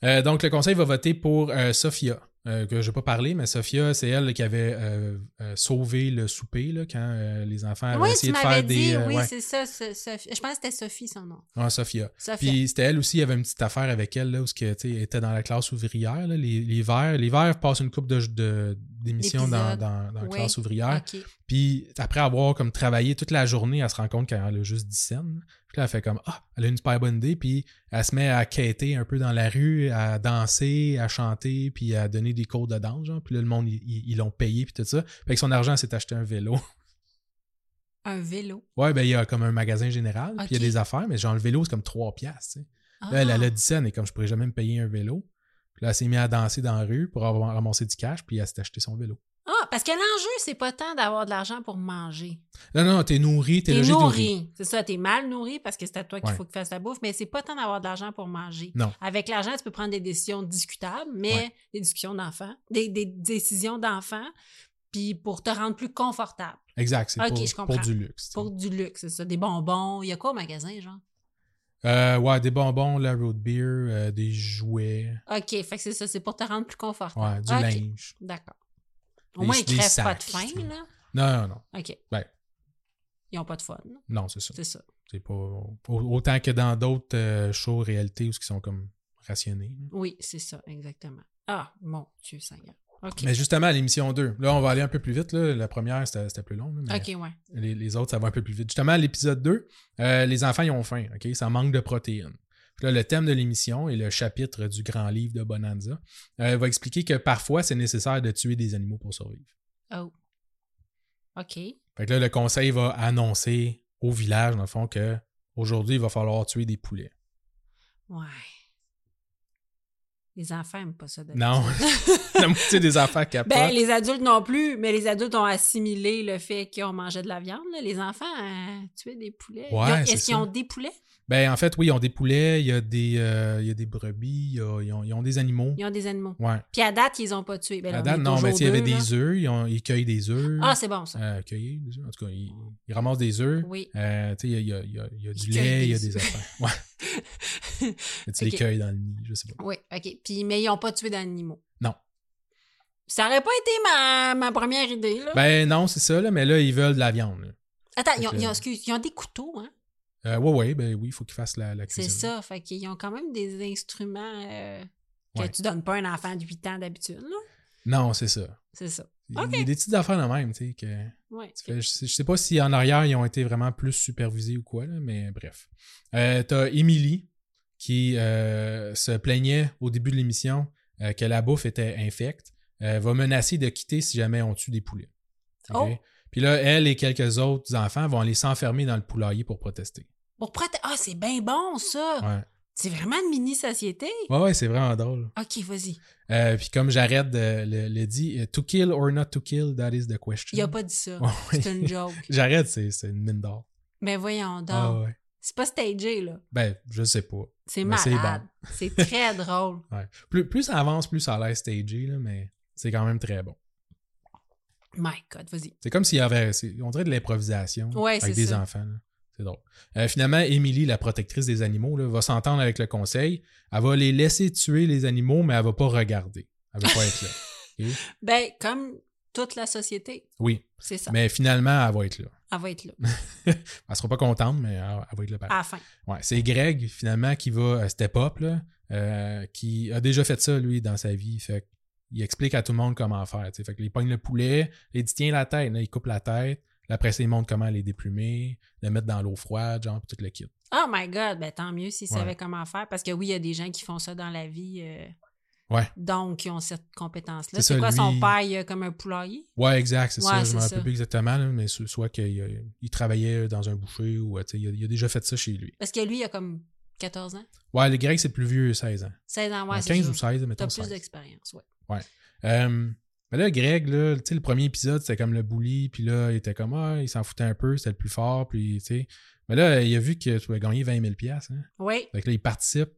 Speaker 2: Euh, donc, le conseil va voter pour euh, Sophia, euh, que je n'ai pas parlé, mais Sophia, c'est elle qui avait euh, euh, sauvé le souper là, quand euh, les enfants avaient
Speaker 1: Oui, tu
Speaker 2: essayé de
Speaker 1: m'avais
Speaker 2: faire
Speaker 1: dit,
Speaker 2: des. euh,
Speaker 1: oui,
Speaker 2: ouais.
Speaker 1: c'est ça. ce- Sophie- Je pense que c'était Sophie, son nom.
Speaker 2: Ouais, Sophia.
Speaker 1: Sophia.
Speaker 2: Puis c'était elle aussi, il y avait une petite affaire avec elle, là, où ce que, tu sais, elle était dans la classe ouvrière. là, les, les verts, les verts passent une coupe d'émissions de, d'émissions dans,
Speaker 1: D'épisodes.
Speaker 2: dans- dans la
Speaker 1: Oui.
Speaker 2: classe ouvrière.
Speaker 1: OK.
Speaker 2: Puis après avoir comme travaillé toute la journée, elle se rend compte qu'elle a juste 10 cents. Puis là, elle fait comme Ah, elle a une super bonne idée. Puis elle se met à quêter un peu dans la rue, à danser, à chanter, puis à donner des cours de danse. Genre. Puis là, le monde, ils- ils ils l'ont payé, puis tout ça. Fait que son argent, c'est acheté un vélo.
Speaker 1: Un vélo.
Speaker 2: Ouais, ben il y a comme un magasin général, puis il y a
Speaker 1: Ok.
Speaker 2: des affaires, mais genre le vélo, c'est comme 3 piastres. tu sais. Là, elle,
Speaker 1: Ah!
Speaker 2: elle a 10 cents et comme je pourrais jamais me payer un vélo. Puis là, elle s'est mise à danser dans la rue pour avoir ramassé du cash, puis elle s'est acheté son vélo.
Speaker 1: Ah, parce que l'enjeu, c'est pas tant d'avoir de l'argent pour manger.
Speaker 2: Non, non, t'es nourri, t'es
Speaker 1: T'es
Speaker 2: logé, t'es nourri.
Speaker 1: nourri. C'est ça, t'es mal nourri parce que c'est à toi qu'il
Speaker 2: Ouais.
Speaker 1: faut que tu fasses la bouffe, mais c'est pas tant d'avoir de l'argent pour manger.
Speaker 2: Non.
Speaker 1: Avec l'argent, tu peux prendre des décisions discutables, mais
Speaker 2: Ouais.
Speaker 1: des discussions d'enfants, des, des décisions d'enfants, puis pour te rendre plus confortable,
Speaker 2: Exact, c'est
Speaker 1: Ok,
Speaker 2: pour-
Speaker 1: je
Speaker 2: pour,
Speaker 1: comprends.
Speaker 2: du luxe. tu sais.
Speaker 1: pour du luxe, c'est ça, des bonbons. Il y a quoi au magasin, genre?
Speaker 2: Euh, ouais, des bonbons, la road beer, euh, des jouets,
Speaker 1: OK, fait que c'est ça, c'est pour te rendre plus
Speaker 2: ouais,
Speaker 1: confortable.
Speaker 2: du
Speaker 1: Ah, OK,
Speaker 2: linge.
Speaker 1: D'accord. Au
Speaker 2: Des-
Speaker 1: moins, ils
Speaker 2: des
Speaker 1: crèvent pas
Speaker 2: sacs,
Speaker 1: de faim,
Speaker 2: tu sais.
Speaker 1: là.
Speaker 2: Non, non, non.
Speaker 1: OK.
Speaker 2: Ouais.
Speaker 1: Ils ont pas de fun, là.
Speaker 2: Non, c'est ça.
Speaker 1: c'est ça.
Speaker 2: C'est pas. au- Autant que dans d'autres euh, shows réalité où ils sont comme rationnés. là.
Speaker 1: Oui, c'est ça, exactement. Ah, mon Dieu Seigneur. OK.
Speaker 2: Mais justement, à l'émission 2, là, on va aller un peu plus vite. Là. La première, c'était c'était plus long. là, mais
Speaker 1: OK, ouais.
Speaker 2: les, les autres, ça va un peu plus vite. Justement, à l'épisode 2, euh, les enfants, ils ont faim. OK? Ça manque de protéines. Puis là, le thème de l'émission et le chapitre du grand livre de Bonanza euh, va expliquer que parfois, c'est nécessaire de tuer des animaux pour survivre.
Speaker 1: Oh. OK.
Speaker 2: Fait que là, le conseil va annoncer au village, dans le fond, que aujourd'hui, il va falloir tuer des poulets.
Speaker 1: Ouais. Les enfants n'aiment pas ça. d'habitude.
Speaker 2: Non, la moitié des enfants capotent.
Speaker 1: Ben, les adultes non plus, mais les adultes ont assimilé le fait qu'on mangeait de la viande. là. Les enfants, euh, tuaient des poulets. Ils ont-
Speaker 2: Ouais, c'est
Speaker 1: Est-ce qu'ils
Speaker 2: ça.
Speaker 1: ont des poulets?
Speaker 2: Ben, en fait, oui, ils ont des poulets, il y a des, euh, il y a des brebis, il y a- ils, ont, ils ont des animaux.
Speaker 1: Ils ont des animaux.
Speaker 2: Ouais.
Speaker 1: Puis à date, ils les ont pas tués. Ben, là,
Speaker 2: à
Speaker 1: on
Speaker 2: date,
Speaker 1: est
Speaker 2: non,
Speaker 1: au
Speaker 2: mais
Speaker 1: jour
Speaker 2: s'il y avait
Speaker 1: deux, là.
Speaker 2: des œufs, ils, ont- ils cueillent des œufs.
Speaker 1: Ah, c'est bon, ça.
Speaker 2: Euh, cueillir des œufs. En tout cas, ils, ils ramassent des œufs.
Speaker 1: Oui.
Speaker 2: Euh, tu sais, il y a, il y a- il y a- il y a du
Speaker 1: Ils cueillent
Speaker 2: lait, il y a
Speaker 1: des
Speaker 2: des
Speaker 1: œufs.
Speaker 2: affaires. Ouais. Mais tu les
Speaker 1: Ok.
Speaker 2: cueilles dans le nid, je sais pas.
Speaker 1: Oui, OK. Puis, mais ils n'ont pas tué d'animaux.
Speaker 2: Non.
Speaker 1: Ça aurait pas été ma, ma première idée, là.
Speaker 2: Ben non, c'est ça, là, mais là, ils veulent de la viande. là.
Speaker 1: Attends, ils ont,
Speaker 2: Fait que-
Speaker 1: ils ont- excuse, ils ont des couteaux, hein?
Speaker 2: Euh, ouais, ouais, ben oui, il faut qu'ils fassent la, la
Speaker 1: C'est
Speaker 2: cuisine.
Speaker 1: ça. Fait qu'ils ont quand même des instruments euh, que
Speaker 2: Ouais.
Speaker 1: tu donnes pas à un enfant de 8 ans d'habitude, là.
Speaker 2: Non, c'est ça.
Speaker 1: C'est ça.
Speaker 2: Il
Speaker 1: Ok.
Speaker 2: y a des petites affaires de même, tu sais, que tu
Speaker 1: Ouais.
Speaker 2: fais- je, sais- je sais pas si en arrière, ils ont été vraiment plus supervisés ou quoi, là, mais bref. Euh, T'as Émilie qui euh, se plaignait au début de l'émission euh, que la bouffe était infecte, euh, va menacer de quitter si jamais on tue des poulets. OK?
Speaker 1: Oh.
Speaker 2: Puis là, elle et quelques autres enfants vont aller s'enfermer dans le poulailler pour protester.
Speaker 1: Pour proté- Ah, c'est bien bon, ça!
Speaker 2: Ouais,
Speaker 1: C'est vraiment une mini-société?
Speaker 2: ouais, ouais, c'est vraiment drôle.
Speaker 1: OK, vas-y.
Speaker 2: Euh, puis comme j'arrête de le, le dit, euh, to kill or not to kill, that is the question.
Speaker 1: Il a pas dit ça.
Speaker 2: Ouais, ouais.
Speaker 1: C'est une joke.
Speaker 2: J'arrête, c'est c'est une mine d'or.
Speaker 1: Mais voyons donc.
Speaker 2: Ah ouais.
Speaker 1: C'est pas stagé, là.
Speaker 2: Ben, je sais pas.
Speaker 1: C'est
Speaker 2: Mais c'est
Speaker 1: malade. C'est très drôle.
Speaker 2: Ouais. Plus, plus ça avance, plus ça a l'air stagé, là, mais c'est quand même très bon.
Speaker 1: My God, vas-y.
Speaker 2: C'est comme s'il y avait, c'est- on dirait de l'improvisation
Speaker 1: Ouais, c'est
Speaker 2: avec des
Speaker 1: ça.
Speaker 2: enfants. là. C'est drôle. Euh, finalement, Émilie, la protectrice des animaux, là, va s'entendre avec le conseil. Elle va les laisser tuer les animaux, mais elle va pas regarder. Elle va pas être là.
Speaker 1: Ben, comme toute la société,
Speaker 2: Oui,
Speaker 1: c'est ça.
Speaker 2: mais finalement, elle va être là.
Speaker 1: Elle va être là.
Speaker 2: Elle sera pas contente, mais elle, elle va être là pareil.
Speaker 1: À la fin.
Speaker 2: Ouais, c'est Greg, finalement, qui va euh, step up, là, euh, qui a déjà fait ça, lui, dans sa vie. Fait il explique à tout le monde comment faire. tu sais. Fait qu'il pogne le poulet, il dit tiens la tête, là, il coupe la tête. Là, après ça, il montre comment les déplumer, le mettre dans l'eau froide, genre, puis tout le kit.
Speaker 1: Oh my God, ben tant mieux s'ils
Speaker 2: Ouais.
Speaker 1: savaient comment faire. Parce que oui, il y a des gens qui font ça dans la vie. euh,
Speaker 2: Ouais.
Speaker 1: Donc, ils ont cette compétence-là.
Speaker 2: C'est
Speaker 1: C'est
Speaker 2: ça,
Speaker 1: quoi, son
Speaker 2: lui-
Speaker 1: père, il a comme un poulailler?
Speaker 2: Ouais, exact, c'est
Speaker 1: Ouais,
Speaker 2: ça. Je
Speaker 1: c'est
Speaker 2: me
Speaker 1: ça.
Speaker 2: rappelle plus exactement, là, mais so- soit qu'il euh, il travaillait dans un boucher ou euh, tu sais, il, a, il a déjà fait ça chez lui.
Speaker 1: Parce que lui, il a comme 14 ans.
Speaker 2: Ouais, le Greg, c'est plus vieux, 16 ans.
Speaker 1: 16 ans, ouais,
Speaker 2: Ouais,
Speaker 1: c'est
Speaker 2: 15 ou
Speaker 1: ça.
Speaker 2: 16, mettons.
Speaker 1: T'as plus
Speaker 2: 16.
Speaker 1: d'expérience, ouais.
Speaker 2: Euh, mais là, Greg, là, tu sais, le premier épisode, c'était comme le bully, puis là, il était comme, ah, il s'en foutait un peu, c'était le plus fort, puis tu sais. Mais là, il a vu que tu pouvais gagner 20 000 piastres, hein.
Speaker 1: Oui.
Speaker 2: Fait que là, il participe,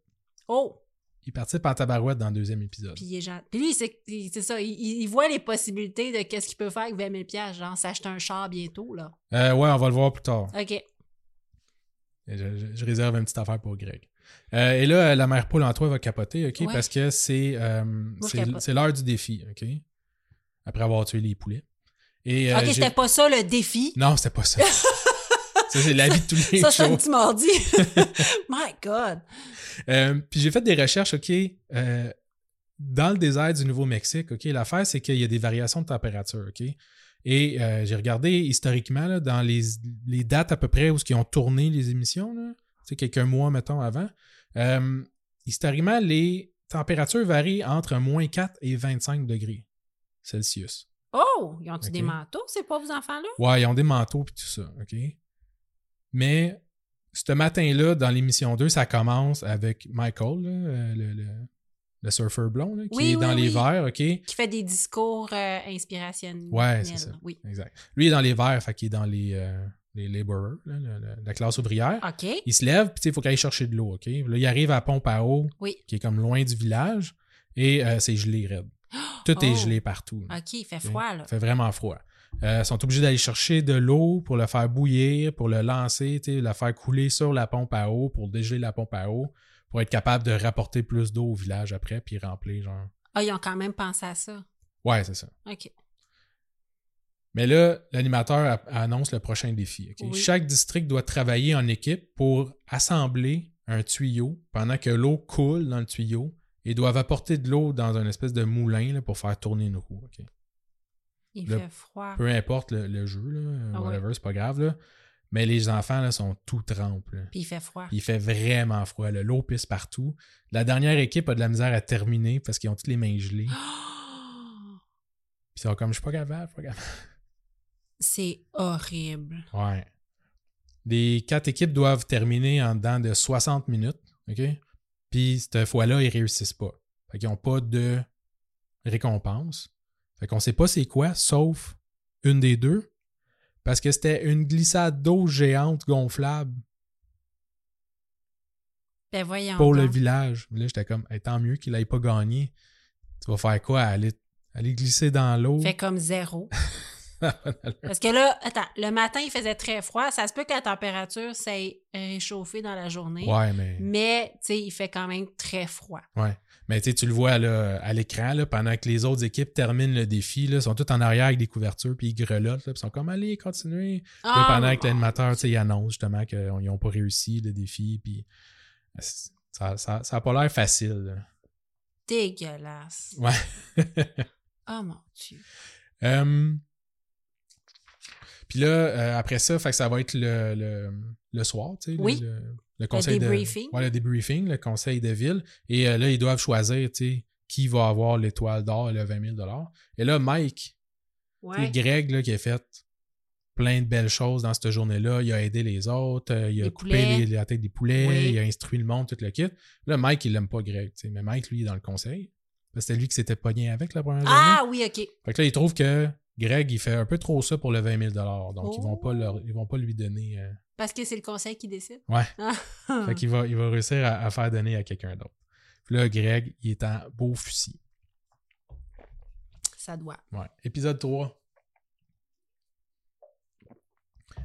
Speaker 1: Oh!
Speaker 2: il participe en tabarouette dans le deuxième épisode.
Speaker 1: Puis, il est gen- Puis lui, c'est il- c'est ça, il, il- il voit les possibilités de qu'est-ce qu'il peut faire avec 20 000 piastres, genre s'acheter un char bientôt, là.
Speaker 2: Euh, ouais, on va le voir plus tard.
Speaker 1: OK.
Speaker 2: Je, je- je réserve une petite affaire pour Greg. Euh, et là, la mère poule en toi va capoter, OK?
Speaker 1: Ouais.
Speaker 2: Parce que c'est, euh,
Speaker 1: je
Speaker 2: c'est-
Speaker 1: capote.
Speaker 2: c'est l'heure du défi, OK? Après avoir tué les poulets. Et, euh,
Speaker 1: ok,
Speaker 2: j'ai-
Speaker 1: c'était pas ça le défi.
Speaker 2: Non, c'était pas ça. ça, c'est la vie de tous les
Speaker 1: Ça, c'est un
Speaker 2: jours.
Speaker 1: petit mardi. My God.
Speaker 2: Euh, puis j'ai fait des recherches, OK, euh, dans le désert du Nouveau-Mexique, OK, l'affaire, c'est qu'il y a des variations de température, OK? Et euh, j'ai regardé historiquement là, dans les, les dates à peu près où ils ont tourné les émissions, là, tu sais, quelques mois, mettons, avant. Euh, historiquement, les températures varient entre moins 4 et 25 degrés Celsius.
Speaker 1: Oh, ils ont-tu des
Speaker 2: Ok.
Speaker 1: manteaux, c'est pas vos enfants-là?
Speaker 2: Ouais, ils ont des manteaux puis tout ça, OK? Mais ce matin-là, dans l'émission 2, ça commence avec Michael, là, euh, le, le, le surfeur blond, là, qui
Speaker 1: Oui,
Speaker 2: est dans
Speaker 1: oui,
Speaker 2: les
Speaker 1: oui.
Speaker 2: verres, OK?
Speaker 1: Qui fait des discours euh, inspirationnels.
Speaker 2: Ouais, c'est ça.
Speaker 1: Oui.
Speaker 2: Exact. Lui il est dans les verres, fait qu'il est dans les, euh, les laborers, là, le- le- la classe ouvrière.
Speaker 1: OK.
Speaker 2: Il se lève, puis tu sais, il faut qu'il aille chercher de l'eau, OK? Là, il arrive à la pompe à eau,
Speaker 1: Oui.
Speaker 2: qui est comme loin du village, et euh, c'est gelé, raide. Tout est
Speaker 1: Oh.
Speaker 2: gelé partout.
Speaker 1: OK, il fait
Speaker 2: Ok?
Speaker 1: froid, là.
Speaker 2: fait vraiment froid. Euh, ils sont obligés d'aller chercher de l'eau pour le faire bouillir, pour le lancer, tu sais, la faire couler sur la pompe à eau, pour dégeler la pompe à eau, pour être capable de rapporter plus d'eau au village après, puis remplir, genre.
Speaker 1: Ah, ils ont quand même pensé à ça.
Speaker 2: Ouais, c'est ça.
Speaker 1: OK.
Speaker 2: Mais là, l'animateur a- annonce le prochain défi. ok?
Speaker 1: Oui.
Speaker 2: Chaque district doit travailler en équipe pour assembler un tuyau pendant que l'eau coule dans le tuyau et doivent apporter de l'eau dans une espèce de moulin là, pour faire tourner nos roues. ok?
Speaker 1: Il
Speaker 2: Le-
Speaker 1: fait froid.
Speaker 2: Peu importe le, le jeu, là,
Speaker 1: Ah ouais.
Speaker 2: whatever, c'est pas grave. là. Mais les enfants là, sont tout trempes. là.
Speaker 1: Puis il fait froid.
Speaker 2: Il fait vraiment froid. là. L'eau pisse partout. La dernière équipe a de la misère à terminer parce qu'ils ont toutes les mains gelées.
Speaker 1: Ah! Oh!
Speaker 2: Puis ils sont comme, je suis pas capable, je suis pas capable.
Speaker 1: C'est horrible.
Speaker 2: Ouais. Les quatre équipes doivent terminer en dedans de 60 minutes. OK? Puis cette fois-là, ils réussissent pas. Fait qu'ils n'ont pas de récompense. Fait qu'on sait pas c'est quoi, sauf une des deux. Parce que c'était une glissade d'eau géante gonflable
Speaker 1: Ben voyons.
Speaker 2: pour le
Speaker 1: donc.
Speaker 2: village. Mais là, j'étais comme, Hey, tant mieux qu'il n'aille pas gagné. Tu vas faire quoi? Aller, aller glisser dans l'eau?
Speaker 1: Fait comme zéro. Parce que là, attends, le matin, il faisait très froid. Ça se peut que la température s'est euh, réchauffée dans la journée.
Speaker 2: ouais, mais.
Speaker 1: Mais, tu sais, il fait quand même très froid.
Speaker 2: Ouais. Mais tu sais, tu le vois là, à l'écran, là, pendant que les autres équipes terminent le défi, là, ils sont tous en arrière avec des couvertures, puis ils grelottent, là, puis ils sont comme allez, continuez. Puis là,
Speaker 1: Ah,
Speaker 2: pendant que
Speaker 1: mon-
Speaker 2: l'animateur tu sais, il annonce justement qu'ils n'ont pas réussi le défi, puis ah, c'est- ça n'a ça, ça a pas l'air facile.
Speaker 1: Dégueulasse.
Speaker 2: là. Ouais.
Speaker 1: Oh mon Dieu.
Speaker 2: Euh, puis là, euh, après ça, fait que ça va être le, le, le soir, tu sais, le-
Speaker 1: Oui.
Speaker 2: le, le conseil
Speaker 1: débriefing.
Speaker 2: De, ouais, le débriefing, le conseil de ville. Et euh, là, ils doivent choisir, tu sais, qui va avoir l'étoile d'or et le 20 000 Et là, Mike, tu sais,
Speaker 1: Ouais.
Speaker 2: Greg, là, qui a fait plein de belles choses dans cette journée-là. Il a aidé les autres, euh, il a
Speaker 1: Les
Speaker 2: coupé
Speaker 1: poulets.
Speaker 2: les- la tête des poulets,
Speaker 1: Oui.
Speaker 2: il a instruit le monde, tout le kit. Là, Mike, il l'aime pas, Greg, tu sais. Mais Mike, lui, il est dans le conseil. Parce que C'était lui qui s'était pogné avec la première journée.
Speaker 1: Ah oui, OK.
Speaker 2: Fait que là, ils trouvent que Greg, il fait un peu trop ça pour le 20 000 Donc, ils vont
Speaker 1: Oh.
Speaker 2: pas leur- ils vont pas lui donner. euh,
Speaker 1: Parce que c'est le conseil qui décide.
Speaker 2: Ouais.
Speaker 1: Ah.
Speaker 2: Fait qu'il va, il va réussir à, à faire donner à quelqu'un d'autre. Puis là, Greg, il est en beau fusil.
Speaker 1: Ça doit.
Speaker 2: Ouais. Épisode 3.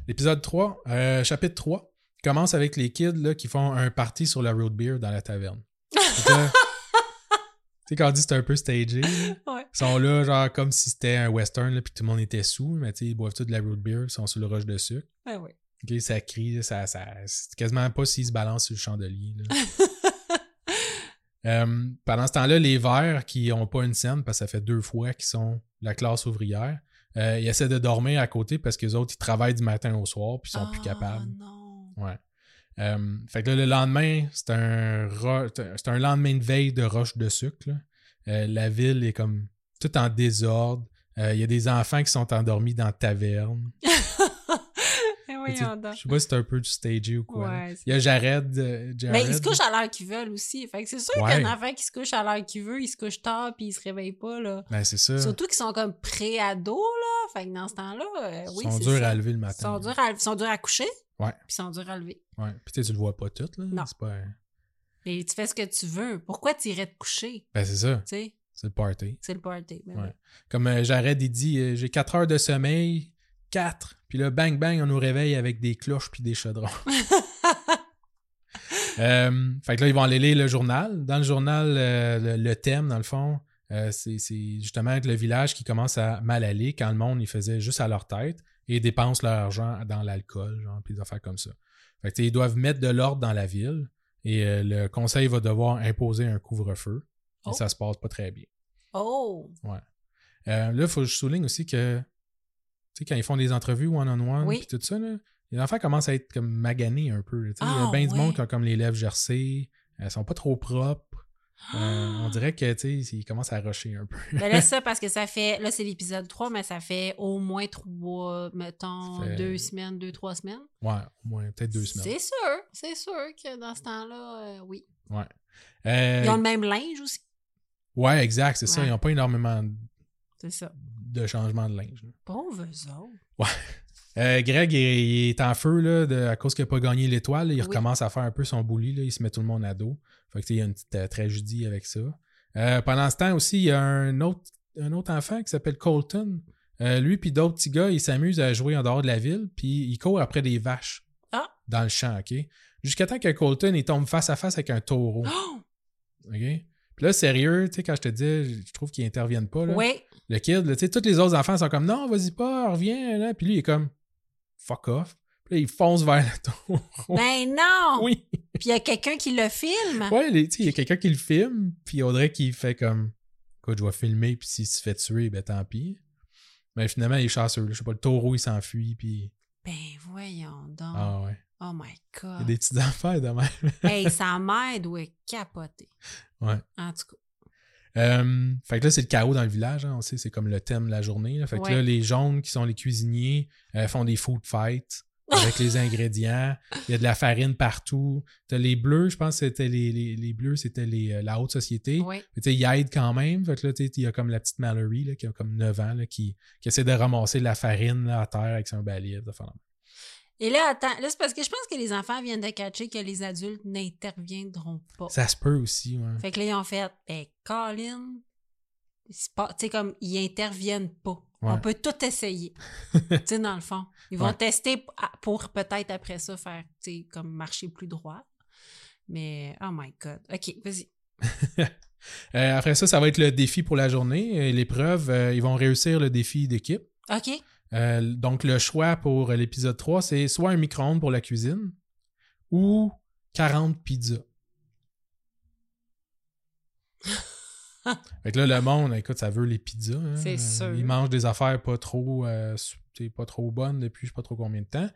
Speaker 2: L'épisode 3, euh, chapitre 3, commence avec les kids là, qui font un party sur la road beer dans la taverne. Fait que là, Tu sais, quand on dit c'est un peu stagé, là,
Speaker 1: Ouais.
Speaker 2: Ils sont là, genre, comme si c'était un western, là, puis tout le monde était sous, mais tu sais, ils boivent tout de la root beer, ils sont sur le roche de sucre.
Speaker 1: Ah ouais.
Speaker 2: Ok, ça crie, là, ça, ça, c'est quasiment pas s'ils se balancent sur le chandelier. là. Euh, pendant ce temps-là, les verts qui n'ont pas une scène, parce que ça fait deux fois qu'ils sont la classe ouvrière, euh, ils essaient de dormir à côté parce que les autres, ils travaillent du matin au soir, puis ils sont plus
Speaker 1: Ah,
Speaker 2: capables.
Speaker 1: non.
Speaker 2: Ouais. Euh, fait que là, le lendemain, c'est un, ro- c'est un lendemain de veille de roche de sucre. là. Euh, la ville est comme tout en désordre. Euh, Il y a des enfants qui sont endormis dans la taverne.
Speaker 1: Eh,
Speaker 2: Tu sais,
Speaker 1: voyons
Speaker 2: Je
Speaker 1: donc.
Speaker 2: sais pas si c'est un peu du stagé ou quoi. là.
Speaker 1: Ouais, c'est-
Speaker 2: Il y a Jared. euh, Jared.
Speaker 1: Mais ils se couchent à l'heure qu'ils veulent aussi. Fait que c'est sûr
Speaker 2: Ouais.
Speaker 1: qu'un enfant qui se couche à l'heure qu'il veut, il se couche tard puis il se réveille pas, là.
Speaker 2: Ben, c'est ça.
Speaker 1: Surtout qu'ils sont comme pré-ados, là. Fait que dans ce temps-là, euh, oui,
Speaker 2: ils sont
Speaker 1: c'est
Speaker 2: durs
Speaker 1: ça.
Speaker 2: à lever le matin.
Speaker 1: Ils sont durs à, ils sont durs à coucher.
Speaker 2: Ouais.
Speaker 1: Puis ils sont durs à lever.
Speaker 2: Ouais. Puis tu sais, tu le vois pas tout. Là.
Speaker 1: Non.
Speaker 2: C'est pas...
Speaker 1: Mais tu fais ce que tu veux. Pourquoi tu irais te coucher?
Speaker 2: Ben, c'est ça.
Speaker 1: Tu sais,
Speaker 2: C'est le party.
Speaker 1: c'est le party. Mais
Speaker 2: Ouais.
Speaker 1: oui.
Speaker 2: Comme euh, Jared, il dit euh, J'ai 4 heures de sommeil, 4. Puis là, bang, bang, on nous réveille avec des cloches puis des chaudrons. Euh, fait que là, ils vont aller lire le journal. Dans le journal, euh, le, le thème, dans le fond, euh, c'est c'est justement le village qui commence à mal aller quand le monde, il faisait juste à leur tête et dépense leur argent dans l'alcool, genre, puis des affaires comme ça. Fait que, tu sais, ils doivent mettre de l'ordre dans la ville et euh, le conseil va devoir imposer un couvre-feu.
Speaker 1: Oh.
Speaker 2: Et ça se passe pas très bien.
Speaker 1: Oh!
Speaker 2: Euh, là, faut que je souligne aussi que, tu sais, quand ils font des entrevues one-on-one,
Speaker 1: Oui.
Speaker 2: puis tout ça, là, les enfants commencent à être comme maganés un peu. là, tu sais. Il y
Speaker 1: Ah,
Speaker 2: a bien du
Speaker 1: ouais.
Speaker 2: monde qui a comme les lèvres gercées, elles sont pas trop propres. Euh, on dirait que, tu sais, ils commencent à rusher un peu.
Speaker 1: Ah! Ben là, ça, parce que ça fait. Là, c'est l'épisode 3, mais ça fait au moins trois, mettons,
Speaker 2: Ça fait-
Speaker 1: deux semaines, deux, trois semaines.
Speaker 2: ouais, au moins, peut-être deux semaines.
Speaker 1: C'est sûr. C'est sûr que dans ce temps-là, euh, oui.
Speaker 2: Ouais. Euh,
Speaker 1: Ils ont le même linge aussi.
Speaker 2: ouais, exact, c'est ça.
Speaker 1: Ouais.
Speaker 2: Ils n'ont pas énormément
Speaker 1: C'est ça.
Speaker 2: de changements de linge. là.
Speaker 1: Pauvres autres.
Speaker 2: Euh, Greg, il, il est en feu là, de- à cause qu'il n'a pas gagné l'étoile. là, Il
Speaker 1: Oui.
Speaker 2: recommence à faire un peu son bully. là, il se met tout le monde à dos. Fait que, tu sais, il y a une petite euh, tragédie avec ça. Euh, pendant ce temps aussi, il y a un autre, un autre enfant qui s'appelle Colton. Euh, lui puis d'autres petits gars, ils s'amusent à jouer en dehors de la ville, puis ils courent après des vaches
Speaker 1: Ah.
Speaker 2: dans le champ, OK? Jusqu'à temps que Colton il tombe face à face avec un taureau.
Speaker 1: Oh!
Speaker 2: OK? Puis là, sérieux, tu sais, quand je te dis, je trouve qu'ils interviennent pas. Là
Speaker 1: Oui.
Speaker 2: le kid, là, tu sais, tous les autres enfants sont comme non, vas-y pas, reviens, là. Puis lui, il est comme fuck off. Puis là, il fonce vers le taureau.
Speaker 1: Ben non!
Speaker 2: Oh.
Speaker 1: Ah.
Speaker 2: oui.
Speaker 1: Puis il y a quelqu'un qui le filme.
Speaker 2: Ouais, les- tu sais, il y a quelqu'un qui le filme, puis Audrey qui fait comme écoute, je vais filmer, puis s'il se fait tuer, ben tant pis. Mais finalement, il est chasseux. là. Je sais pas, le taureau, il s'enfuit, puis.
Speaker 1: Ben voyons donc.
Speaker 2: Ah ouais.
Speaker 1: Oh my
Speaker 2: Il y a
Speaker 1: God.
Speaker 2: des petites affaires de même.
Speaker 1: hey, sa mère doit capoter.
Speaker 2: Ouais.
Speaker 1: En tout cas.
Speaker 2: Euh, fait que là, c'est le chaos dans le village, hein, on sait, c'est comme le thème de la journée. là. Fait que
Speaker 1: Ouais.
Speaker 2: là, les jaunes qui sont les cuisiniers euh, font des food fights avec les ingrédients. Il y a de la farine partout. T'as les bleus, je pense que c'était les, les, les bleus, c'était les, euh, la haute société.
Speaker 1: Oui.
Speaker 2: Mais tu sais, ils aident quand même. Fait que là, tu sais, il y a comme la petite Mallory là, qui a comme 9 ans là, qui, qui essaie de ramasser de la farine là, à terre avec son balai. de faire-
Speaker 1: Et là, attends, là, c'est parce que je pense que les enfants viennent de catcher que les adultes n'interviendront pas.
Speaker 2: Ça se peut aussi, ouais.
Speaker 1: Fait que là, ils ont fait, ben, Colin, c'est pas- tu sais, comme, ils interviennent pas. On
Speaker 2: Ouais.
Speaker 1: peut tout essayer. tu sais, dans le fond. Ils vont
Speaker 2: Ouais.
Speaker 1: tester p- à- pour peut-être après ça faire, tu sais, comme marcher plus droit. Mais, oh my God. OK, vas-y.
Speaker 2: Euh, après ça, ça va être le défi pour la journée. Et L'épreuve, euh, ils vont réussir le défi d'équipe.
Speaker 1: OK.
Speaker 2: Euh, donc, le choix pour euh, l'épisode 3, c'est soit un micro-ondes pour la cuisine ou 40 pizzas. fait que là, le monde, écoute, ça veut les pizzas. hein.
Speaker 1: C'est
Speaker 2: Euh,
Speaker 1: sûr.
Speaker 2: Ils mangent des affaires pas trop, euh, t'sais, pas trop bonnes depuis je sais pas trop combien de temps.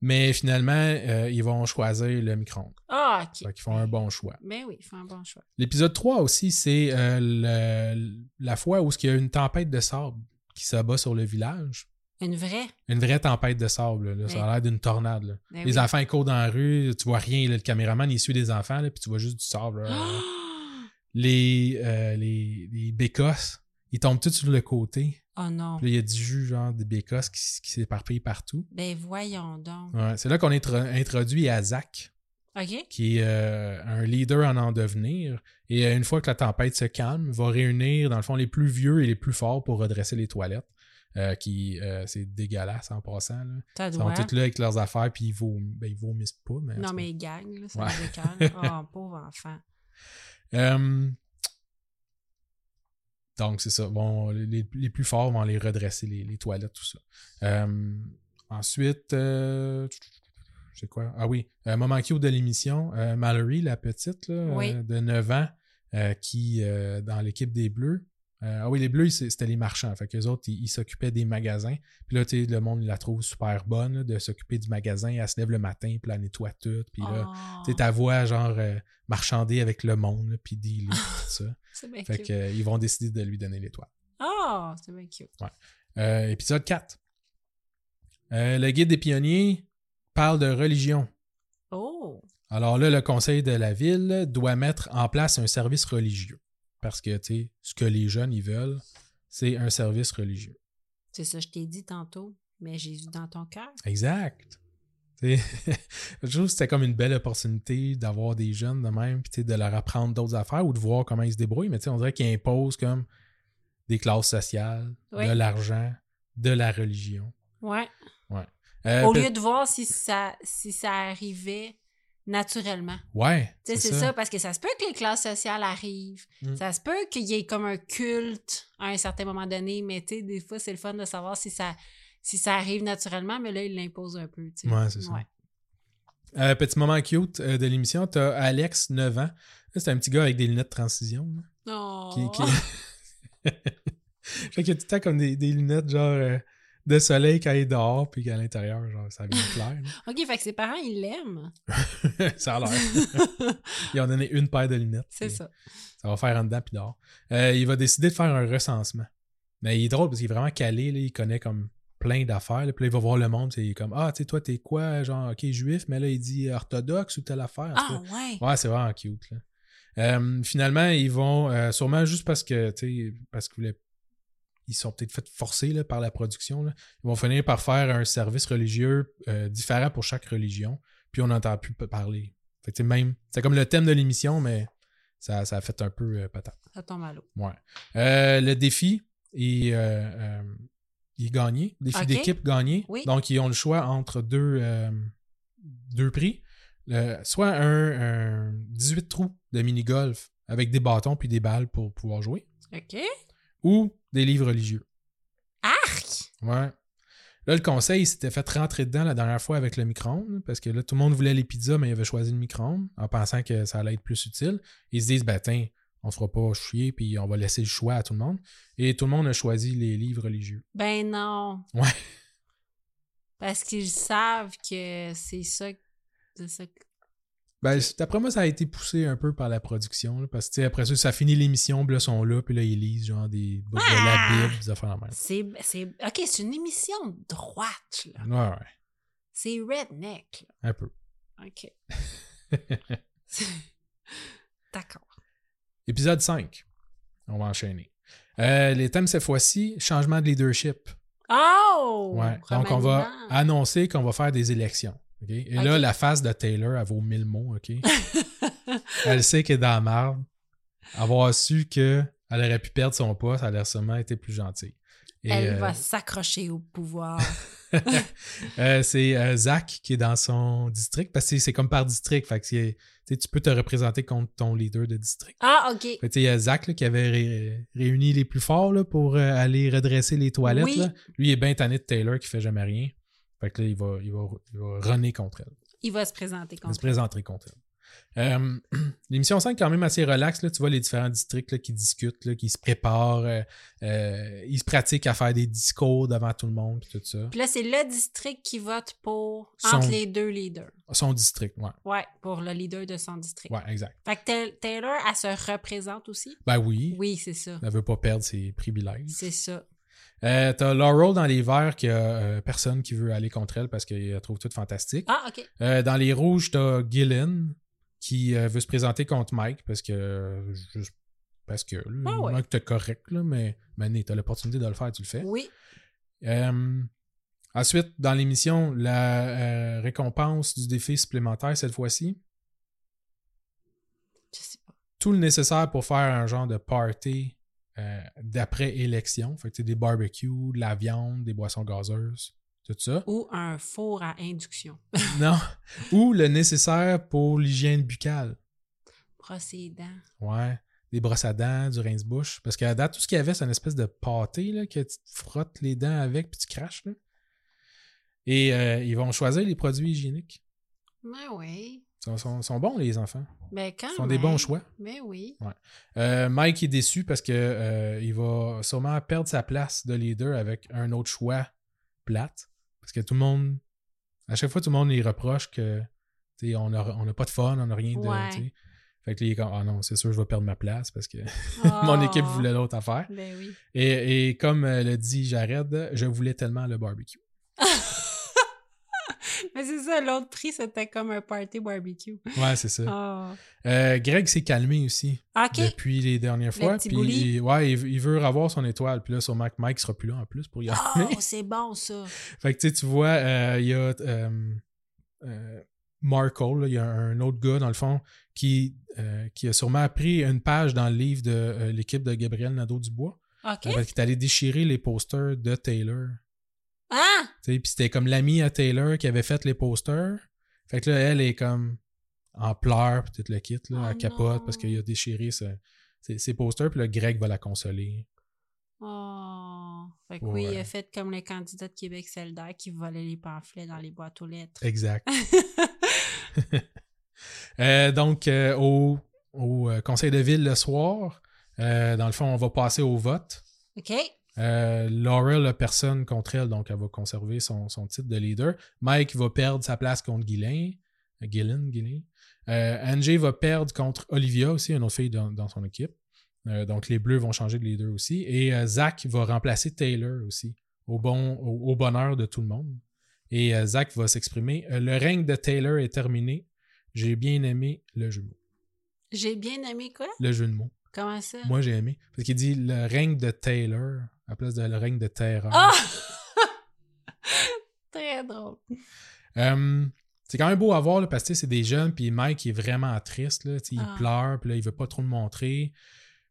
Speaker 2: Mais finalement, euh, ils vont choisir le micro-ondes.
Speaker 1: Ah, OK.
Speaker 2: Fait qu'ils font un bon choix.
Speaker 1: Mais oui, ils font un bon choix.
Speaker 2: L'épisode 3 aussi, c'est euh, le- la fois où il y a une tempête de sable qui s'abat sur le village.
Speaker 1: Une vraie.
Speaker 2: Une vraie tempête de sable. là. Ça a
Speaker 1: Ouais.
Speaker 2: l'air d'une tornade. là.
Speaker 1: Ben
Speaker 2: les
Speaker 1: oui.
Speaker 2: enfants ils courent dans la rue, tu vois rien. là. le caméraman il suit des enfants, là, puis tu vois juste du sable. là. les, euh, les, les bécosses, ils tombent tous sur le côté.
Speaker 1: Oh non.
Speaker 2: Puis là, il y a du jus, genre des bécosses qui, s- qui s'éparpillent partout.
Speaker 1: Ben voyons donc.
Speaker 2: Ouais, C'est là qu'on est tra- introduit à Zach,
Speaker 1: OK?
Speaker 2: qui est euh, un leader en en devenir. Et euh, une fois que la tempête se calme, va réunir, dans le fond, les plus vieux et les plus forts pour redresser les toilettes. euh, qui, euh, c'est dégueulasse en passant. là.
Speaker 1: T'as
Speaker 2: Ils sont
Speaker 1: droit.
Speaker 2: toutes là avec leurs affaires, puis ils, vom- ben, ils vomissent pas. Mais
Speaker 1: Non, mais ils gagnent, là, ça
Speaker 2: Ouais.
Speaker 1: me décolle. Oh, pauvre enfant.
Speaker 2: Euh, donc, c'est ça. Bon, les, les plus forts vont aller redresser les, les toilettes, tout ça. Euh, ensuite, euh, c'est quoi? Ah oui, euh, moment cute de l'émission, euh, Mallory, la petite là,
Speaker 1: Oui.
Speaker 2: euh, de 9 ans, euh, qui, euh, dans l'équipe des Bleus, euh, ah oui, les Bleus, c'est- c'était les marchands. Fait qu'eux autres, ils ils s'occupaient des magasins. Puis là, tu sais, le monde il la trouve super bonne là, de s'occuper du magasin. Elle se lève le matin, puis elle nettoie tout. Puis là,
Speaker 1: Oh,
Speaker 2: tu sais, ta voix, genre, euh, marchander avec le monde, là, puis dealer, puis tout ça.
Speaker 1: c'est bien
Speaker 2: Fait
Speaker 1: cute.
Speaker 2: qu'ils ils vont décider de lui donner l'étoile.
Speaker 1: Oh, c'est bien cute.
Speaker 2: Euh, épisode 4. Euh, le guide des pionniers parle de religion.
Speaker 1: Oh,
Speaker 2: Alors là, le conseil de la ville doit mettre en place un service religieux. Parce que, tu sais, ce que les jeunes, ils veulent, c'est un service religieux.
Speaker 1: c'est ça, je t'ai dit tantôt. Mais Jésus dans ton cœur.
Speaker 2: Exact. Tu sais, Je trouve que c'était comme une belle opportunité d'avoir des jeunes de même, puis tu sais, de leur apprendre d'autres affaires ou de voir comment ils se débrouillent. Mais tu sais, on dirait qu'ils imposent comme des classes sociales,
Speaker 1: Oui.
Speaker 2: de l'argent, de la religion.
Speaker 1: Ouais.
Speaker 2: Euh,
Speaker 1: Au
Speaker 2: pe-
Speaker 1: lieu de voir si ça, si ça arrivait naturellement.
Speaker 2: Ouais.
Speaker 1: Tu sais, c'est ça. parce que ça se peut que les classes sociales arrivent.
Speaker 2: Mm.
Speaker 1: Ça se peut qu'il y ait comme un culte à un certain moment donné, mais tu sais, des fois, c'est le fun de savoir si ça, si ça arrive naturellement, mais là, ils l'imposent un peu. tu sais.
Speaker 2: Ouais, c'est ça. Euh, petit moment cute euh, de l'émission, t'as Alex, 9 ans. Ça, C'est un petit gars avec des lunettes de transition. là,
Speaker 1: Oh.
Speaker 2: qui, qui- fait qu'il y a tout le temps comme des, des lunettes genre euh, de soleil quand il est dehors, puis qu'à l'intérieur, genre, ça vient clair.
Speaker 1: OK, fait que ses parents, ils l'aiment.
Speaker 2: là. ça a l'air. Ils ont donné une paire de lunettes.
Speaker 1: c'est
Speaker 2: puis
Speaker 1: ça.
Speaker 2: Ça va faire en dedans, puis dehors. Euh, il va décider de faire un recensement. Mais il est drôle parce qu'il est vraiment calé, là, il connaît comme plein d'affaires. là, Puis là, il va voir le monde, puis il est comme Ah, tu sais, toi, t'es quoi Genre, ok, juif, mais là, il dit orthodoxe ou telle affaire. En tout cas,
Speaker 1: Ah, ouais.
Speaker 2: Ouais, c'est vraiment cute. Là. Euh, finalement, ils vont euh, sûrement juste parce que, tu sais, parce qu'ils voulaient- ils sont peut-être fait forcer là, par la production. là. Ils vont finir par faire un service religieux euh, différent pour chaque religion. Puis on n'entend plus p- parler. Fait que, tu sais, même, c'est comme le thème de l'émission, mais ça, ça a fait un peu euh, patate.
Speaker 1: Ça tombe à l'eau.
Speaker 2: Ouais. Euh, le défi est, euh, euh, il est gagné. Le défi
Speaker 1: Ok.
Speaker 2: d'équipe gagné.
Speaker 1: Oui.
Speaker 2: Donc, ils ont le choix entre deux, euh, deux prix. Le- soit un, un 18 trous de mini-golf avec des bâtons puis des balles pour pouvoir jouer,
Speaker 1: OK.
Speaker 2: ou des livres religieux.
Speaker 1: Arc!
Speaker 2: Ouais. Là, le conseil, il s'était fait rentrer dedans la dernière fois avec le micro-ondes, parce que là, tout le monde voulait les pizzas, mais il avait choisi le micro-ondes en pensant que ça allait être plus utile. Ils se disent, ben, tiens, on fera pas chier, puis on va laisser le choix à tout le monde. Et tout le monde a choisi les livres religieux.
Speaker 1: Ben non.
Speaker 2: Ouais.
Speaker 1: Parce qu'ils savent que c'est ça. c'est ça que-
Speaker 2: Ben, c- d'après moi, ça a été poussé un peu par la production, là, parce que, tu sais, après ça, ça finit l'émission, puis là, ils sont là, puis là, ils lisent, genre, des bouts de la
Speaker 1: Ah!
Speaker 2: Bible, des affaires de même.
Speaker 1: C'est, c'est, OK, c'est une émission de droite, là.
Speaker 2: Ouais, ouais,
Speaker 1: C'est redneck,
Speaker 2: un peu.
Speaker 1: là. OK. D'accord.
Speaker 2: Épisode 5. On va enchaîner. Euh, les thèmes cette fois-ci, changement de leadership.
Speaker 1: Oh!
Speaker 2: Ouais. Donc, on va
Speaker 1: remaniement.
Speaker 2: annoncer qu'on va faire des élections. OK? Et là,
Speaker 1: Ok.
Speaker 2: la face de Taylor, elle vaut mille mots. OK? elle sait qu'elle est dans la marde. Avoir su qu'elle aurait pu perdre son poste, elle aurait sûrement été plus gentille. Et,
Speaker 1: Elle
Speaker 2: euh,
Speaker 1: va s'accrocher au pouvoir.
Speaker 2: euh, c'est euh, Zach qui est dans son district parce que c'est- c'est comme par district. Fait que c'est- tu sais, tu peux te représenter contre ton leader de district.
Speaker 1: ah, OK.
Speaker 2: Fait que, tu sais, il y a Zach là, qui avait ré- réuni les plus forts là, pour euh, aller redresser les toilettes.
Speaker 1: Oui.
Speaker 2: là. Lui, il est bien tanné de Taylor qui fait jamais rien. Fait que là, il va, il va, il va runner contre elle.
Speaker 1: Il va se présenter
Speaker 2: Il va se
Speaker 1: contre
Speaker 2: présenter contre elle. Euh, L'émission 5 est quand même assez relax. Là. Tu vois les différents districts là, qui discutent, là, qui se préparent, euh, euh, ils se pratiquent à faire des discours devant tout le monde puis tout ça.
Speaker 1: Puis là, c'est le district qui vote pour
Speaker 2: Son-
Speaker 1: entre les deux leaders.
Speaker 2: Son district, ouais.
Speaker 1: Ouais, pour le leader de son district.
Speaker 2: Ouais, exact.
Speaker 1: Fait que Tay- Taylor, elle se représente aussi?
Speaker 2: Ben oui,
Speaker 1: Oui, c'est ça.
Speaker 2: elle veut pas perdre ses privilèges.
Speaker 1: C'est ça.
Speaker 2: Euh, T'as Laurel dans les verts qu'il y a euh, personne qui veut aller contre elle parce qu'elle trouve tout fantastique.
Speaker 1: Ah, OK.
Speaker 2: Euh, dans les rouges, t'as Gillen qui euh, veut se présenter contre Mike parce que euh, juste parce que là,
Speaker 1: Ah ouais.
Speaker 2: Mike t'es correct, là, mais Mané, t'as l'opportunité de le faire, tu le fais.
Speaker 1: Oui.
Speaker 2: Euh, ensuite, dans l'émission, la euh, récompense du défi supplémentaire cette fois-ci.
Speaker 1: Je sais pas.
Speaker 2: Tout le nécessaire pour faire un genre de party euh, d'après-élection. Fait que t'as des barbecues, de la viande, des boissons gazeuses, tout ça.
Speaker 1: Ou un four à induction.
Speaker 2: non. Ou le nécessaire pour l'hygiène buccale.
Speaker 1: Procédant.
Speaker 2: Ouais. Des brosses à dents, du rince-bouche. Parce qu'à date, tout ce qu'il y avait, c'est une espèce de pâté là, que tu te frottes les dents avec puis tu craches. Là. Et euh, ils vont choisir les produits hygiéniques.
Speaker 1: Mais Ben oui.
Speaker 2: Ils sont, sont- sont bons, les enfants.
Speaker 1: Mais Ben, quand
Speaker 2: Ils font
Speaker 1: même.
Speaker 2: des bons choix.
Speaker 1: Mais Ben oui.
Speaker 2: Euh, Mike est déçu parce que euh, il va sûrement perdre sa place de leader avec un autre choix plate. Parce que tout le monde, à chaque fois, tout le monde lui reproche que tu sais, on n'a on a pas de fun, on n'a rien de.
Speaker 1: Ouais.
Speaker 2: tu sais. Fait que là, il est comme, ah non, c'est sûr, je vais perdre ma place parce que mon
Speaker 1: Ah.
Speaker 2: équipe voulait l'autre affaire.
Speaker 1: Ben oui.
Speaker 2: Et, et comme euh, le dit Jared, je voulais tellement le barbecue.
Speaker 1: Mais c'est ça, l'autre prix, c'était comme un party barbecue.
Speaker 2: Ouais, c'est ça.
Speaker 1: Ah.
Speaker 2: Euh, Greg s'est calmé aussi
Speaker 1: OK.
Speaker 2: depuis les dernières fois.
Speaker 1: petit
Speaker 2: Puis
Speaker 1: bully.
Speaker 2: il, ouais, il, il veut revoir son étoile. Puis là, sur Mike, Mike sera plus là en plus pour y aller.
Speaker 1: Oh, c'est bon, ça.
Speaker 2: Fait que tu sais, tu vois, euh, il y a euh, euh, Marco, là, il y a un autre gars dans le fond qui, euh, qui a sûrement appris une page dans le livre de euh, l'équipe de Gabriel Nadeau-Dubois.
Speaker 1: OK.
Speaker 2: Parce qu'il est allé déchirer les posters de Taylor.
Speaker 1: Ah!
Speaker 2: Tu sais, Puis c'était comme l'ami à Taylor qui avait fait les posters. Fait que là, elle est comme en pleurs, puis tout le kit, là,
Speaker 1: Ah
Speaker 2: elle
Speaker 1: non.
Speaker 2: capote parce qu'il a déchiré ce- ses, ses posters, puis là, Greg va la consoler.
Speaker 1: Oh. Fait que
Speaker 2: Ouais.
Speaker 1: oui, il a fait comme le candidat de Québec solidaire qui volait les pamphlets dans les boîtes aux lettres.
Speaker 2: Exact. Euh, donc, euh, au, au, euh, conseil de ville le soir, euh, dans le fond, on va passer au vote.
Speaker 1: OK.
Speaker 2: Euh, Laurel a personne contre elle, donc elle va conserver son, son titre de leader. Mike va perdre sa place contre Guylain. Euh, Guylain, Guylain. Euh, Angie va perdre contre Olivia aussi, une autre fille dans, dans son équipe. Euh, donc les Bleus vont changer de leader aussi. Et euh, Zach va remplacer Taylor aussi, au, bon, au, au bonheur de tout le monde. Et euh, Zach va s'exprimer. Euh, le règne de Taylor est terminé. J'ai bien aimé le jeu de mots.
Speaker 1: J'ai bien aimé quoi?
Speaker 2: Le jeu de mots.
Speaker 1: Comment ça?
Speaker 2: Moi, j'ai aimé. Parce qu'il dit le règne de Taylor à la place de le règne de terreur.
Speaker 1: Ah! Très drôle.
Speaker 2: Euh, c'est quand même beau à voir là, parce que tu sais, c'est des jeunes, puis Mike il est vraiment triste. Là, tu sais, il
Speaker 1: Ah.
Speaker 2: pleure, puis là, il veut pas trop le montrer.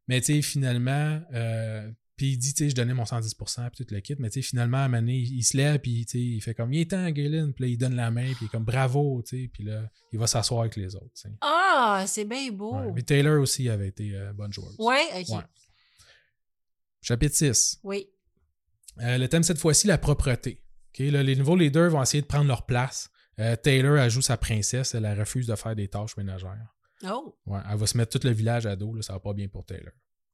Speaker 2: Mais tu sais, finalement, euh, puis il dit, tu sais, je donnais mon 110%, puis tout le kit. Mais tu sais, finalement, à un moment donné, il, il se lève, puis tu sais, il fait comme, il est temps, Galen. Puis là, il donne la main, puis il est comme, bravo, tu sais. Puis là, il va s'asseoir avec les autres. tu sais.
Speaker 1: Ah, c'est bien beau.
Speaker 2: Ouais.
Speaker 1: Ouais,
Speaker 2: Mais Taylor aussi avait été euh, bonne joueuse.
Speaker 1: OK.
Speaker 2: Ouais. Chapitre 6.
Speaker 1: Oui.
Speaker 2: Euh, le thème cette fois-ci, la propreté. OK, là, les nouveaux leaders vont essayer de prendre leur place. Euh, Taylor ajoute sa princesse, elle elle refuse de faire des tâches ménagères.
Speaker 1: Oh,
Speaker 2: Ouais, elle va se mettre tout le village à dos, là, ça va pas bien pour Taylor.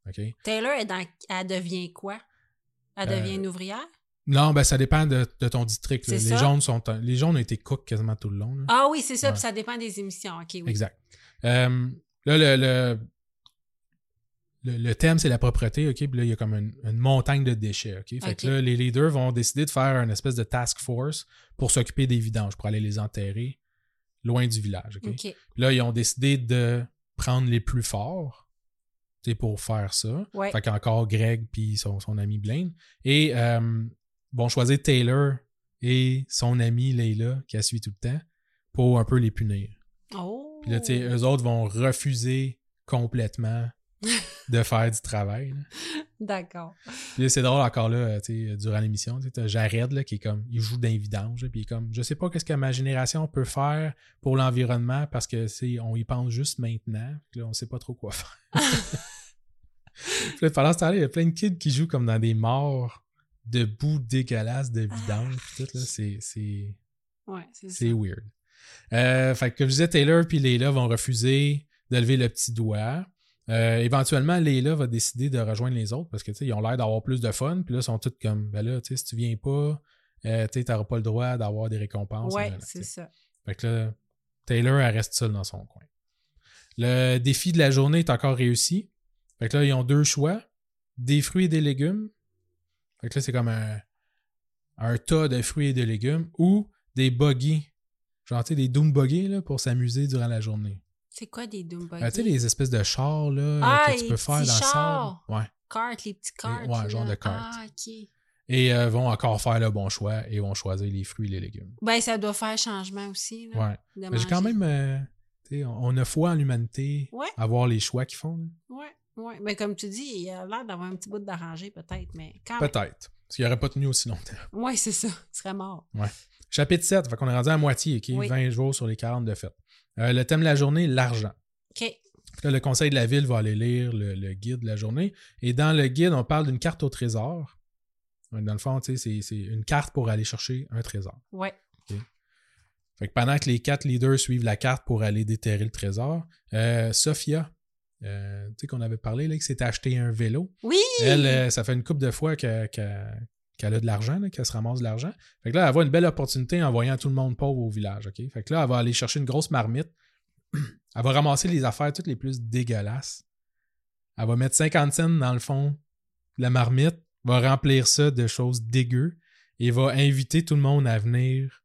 Speaker 2: OK?
Speaker 1: Taylor, est dans... elle devient quoi? Elle
Speaker 2: Euh,
Speaker 1: devient une ouvrière?
Speaker 2: Non, ben ça dépend de, de ton district. là.
Speaker 1: C'est
Speaker 2: Les
Speaker 1: ça?
Speaker 2: jaunes sont un- les jaunes ont été cook quasiment tout le long. là.
Speaker 1: Ah oui, c'est ça,
Speaker 2: Ouais.
Speaker 1: puis ça dépend des émissions. OK, oui.
Speaker 2: Exact. Euh, là, le, le, le- le thème, c'est la propreté, OK? Puis là, il y a comme une, une montagne de déchets, OK? Fait
Speaker 1: OK.
Speaker 2: que là, les leaders vont décider de faire une espèce de task force pour s'occuper des vidanges, pour aller les enterrer loin du village, OK?
Speaker 1: OK.
Speaker 2: Là, ils ont décidé de prendre les plus forts tu sais, pour faire ça.
Speaker 1: Ouais.
Speaker 2: Fait qu'encore Greg puis son, son ami Blaine. Et euh, vont choisir Taylor et son ami Leila, qui a suivi tout le temps, pour un peu les punir.
Speaker 1: Oh.
Speaker 2: Puis là, tu sais, eux autres vont refuser complètement de faire du travail. là.
Speaker 1: D'accord.
Speaker 2: Puis là, c'est drôle encore là, euh, tu sais, durant l'émission, tu sais, t'as Jared là, qui est comme, il joue d'un vidange, là, puis il est comme, je sais pas qu'est-ce que ma génération peut faire pour l'environnement parce que c'est, on y pense juste maintenant, puis là, on sait pas trop quoi faire. puis là, pendant ce temps-là, il y a plein de kids qui jouent comme dans des morts de boue dégueulasse de vidange, puis tout là, c'est, c'est,
Speaker 1: Ouais, c'est ça.
Speaker 2: c'est weird. Euh, fait que comme je disais, Taylor puis Leila vont refuser de lever le petit doigt. Euh, éventuellement, Leila va décider de rejoindre les autres parce que tu sais, ils ont l'air d'avoir plus de fun. Puis là, ils sont toutes comme ben là, tu sais, si tu viens pas, euh, tu n'auras pas le droit d'avoir des récompenses.
Speaker 1: Ouais,
Speaker 2: hein, tu
Speaker 1: c'est
Speaker 2: sais.
Speaker 1: ça.
Speaker 2: Fait que là, Taylor, elle reste seule dans son coin. Le défi de la journée est encore réussi. Fait que là, ils ont deux choix. Des fruits et des légumes. Fait que là, c'est comme un, un tas de fruits et de légumes. Ou des buggies. Genre, tu sais, des doom buggies là, pour s'amuser durant la journée.
Speaker 1: C'est quoi des Doom Buggy?
Speaker 2: Euh, tu sais, les espèces de chars là, euh,
Speaker 1: Ah,
Speaker 2: que tu
Speaker 1: les
Speaker 2: peux faire dans
Speaker 1: petits
Speaker 2: le sable.
Speaker 1: chars.
Speaker 2: Ouais.
Speaker 1: cartes, les petits cartes.
Speaker 2: ouais,
Speaker 1: là.
Speaker 2: genre de cartes.
Speaker 1: Ah, OK.
Speaker 2: Et euh, vont encore faire le bon choix et vont choisir les fruits et les légumes.
Speaker 1: Ben, ça doit faire changement aussi. Là,
Speaker 2: Ouais.
Speaker 1: de
Speaker 2: Mais j'ai quand
Speaker 1: manger.
Speaker 2: même. euh, tu sais, on on a foi en l'humanité,
Speaker 1: Ouais.
Speaker 2: à voir les choix qu'ils font. là.
Speaker 1: Ouais, ouais. Mais comme tu dis, il a l'air d'avoir un petit bout d'arrangé, peut-être, mais quand même.
Speaker 2: Peut-être. Parce qu'il n'aurait pas tenu aussi longtemps.
Speaker 1: Ouais, c'est ça. Il serait mort.
Speaker 2: Chapitre 7, fait qu'on est rendu à moitié, qui est
Speaker 1: Oui.
Speaker 2: 20 jours sur les 40 de fête. Euh, le thème de la journée, l'argent.
Speaker 1: OK.
Speaker 2: Fait que là, le conseil de la ville va aller lire le, le guide de la journée. Et dans le guide, on parle d'une carte au trésor. Ouais, Dans le fond, tu sais, c'est- c'est une carte pour aller chercher un trésor.
Speaker 1: Ouais.
Speaker 2: Fait que pendant que les quatre leaders suivent la carte pour aller déterrer le trésor, euh, Sophia, euh, tu sais qu'on avait parlé, là, qui s'est acheté un vélo.
Speaker 1: Oui!
Speaker 2: Elle, euh, ça fait une couple de fois que- que- qu'elle a de l'argent, là, qu'elle se ramasse de l'argent. Fait que là, elle voit une belle opportunité en voyant tout le monde pauvre au village, OK? Fait que là, elle va aller chercher une grosse marmite. Elle va ramasser les affaires toutes les plus dégueulasses. Elle va mettre 50 cents dans le fond de la marmite, va remplir ça de choses dégueu et va inviter tout le monde à venir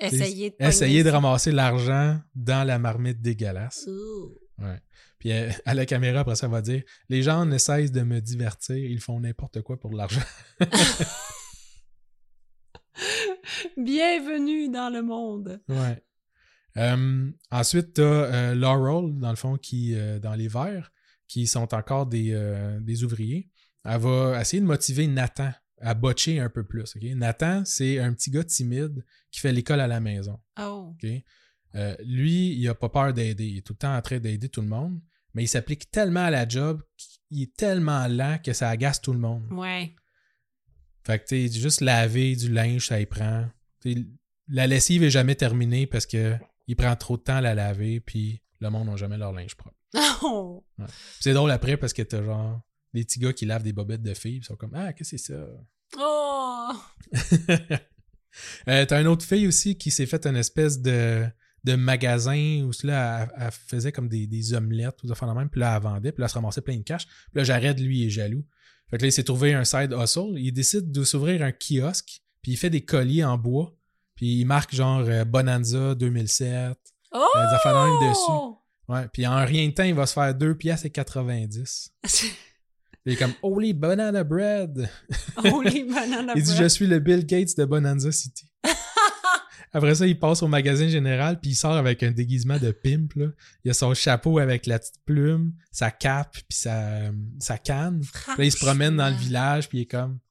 Speaker 1: Essayer de.
Speaker 2: essayer de
Speaker 1: pogner
Speaker 2: ramasser l'argent dans la marmite dégueulasse.
Speaker 1: ça. Ouh.
Speaker 2: Ouais. Puis euh, à la caméra, après ça, elle va dire Les gens ne cessent de me divertir, ils font n'importe quoi pour de l'argent.
Speaker 1: Bienvenue dans le monde.
Speaker 2: Ouais. Euh, ensuite, tu as Laurel, dans le fond, qui, euh, dans les verts, qui sont encore des, euh, des ouvriers. Elle va essayer de motiver Nathan à botcher un peu plus. ok? Nathan, c'est un petit gars timide qui fait l'école à la maison.
Speaker 1: Oh.
Speaker 2: ok? Euh, lui, il n'a pas peur d'aider. Il est tout le temps en train d'aider tout le monde, mais il s'applique tellement à la job qu'il est tellement lent que ça agace tout le monde.
Speaker 1: Ouais.
Speaker 2: Fait que, tu sais, juste laver du linge, ça y prend. Tu sais, la lessive est jamais terminée parce que il prend trop de temps à la laver, puis le monde n'a jamais leur linge propre.
Speaker 1: Oh.
Speaker 2: Puis c'est drôle après parce que t'as genre des petits gars qui lavent des bobettes de filles, puis ils sont comme Ah, qu'est-ce que c'est ça?
Speaker 1: Oh.
Speaker 2: Euh, T'as une autre fille aussi qui s'est faite une espèce de, de magasin où cela, elle, elle faisait comme des, des omelettes, ou des affaires de même, puis là, elle vendait, puis là, elle se ramassait plein de cash. Puis là, Jared, lui, il est jaloux. Fait que là, il s'est trouvé un side hustle. Il décide de s'ouvrir un kiosque, puis il fait des colliers en bois, puis il marque genre euh, Bonanza 2007.
Speaker 1: Oh.
Speaker 2: des affaires de même dessus. Ouais, puis en rien de temps, il va se faire 2 piastres et 90. Il est comme Holy Banana Bread!
Speaker 1: oh les bananes.
Speaker 2: Il dit Je suis le Bill Gates de Bonanza City. Après ça, il passe au magasin général, puis il sort avec un déguisement de pimp. Là. Il a son chapeau avec la petite plume, sa cape, puis sa, euh, sa canne. Puis là, il se promène dans le village, puis il est comme.
Speaker 1: Ah,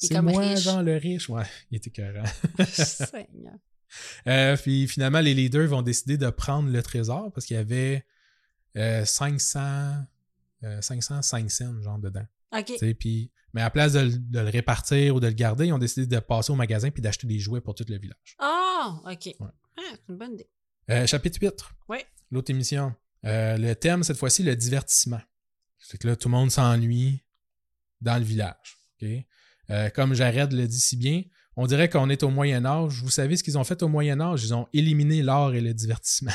Speaker 1: Il est
Speaker 2: C'est
Speaker 1: comme
Speaker 2: moi,
Speaker 1: riche.
Speaker 2: genre le riche. Ouais, il était écœurant.
Speaker 1: Seigneur.
Speaker 2: Euh, puis finalement, les leaders vont décider de prendre le trésor parce qu'il y avait euh, 500, euh, 505 cents, genre, dedans.
Speaker 1: OK.
Speaker 2: Tu sais, puis- mais à la place de, le- de le répartir ou de le garder, ils ont décidé de passer au magasin puis d'acheter des jouets pour tout le village.
Speaker 1: Oh, OK.
Speaker 2: Ouais.
Speaker 1: Ah, c'est une bonne idée.
Speaker 2: Euh, chapitre 8.
Speaker 1: Ouais.
Speaker 2: L'autre émission. Euh, le thème, cette fois-ci, le divertissement. C'est que là, tout le monde s'ennuie dans le village. ok? Euh, comme Jared le dit si bien, on dirait qu'on est au Moyen Âge. Vous savez ce qu'ils ont fait au Moyen Âge? Ils ont éliminé l'art et le divertissement.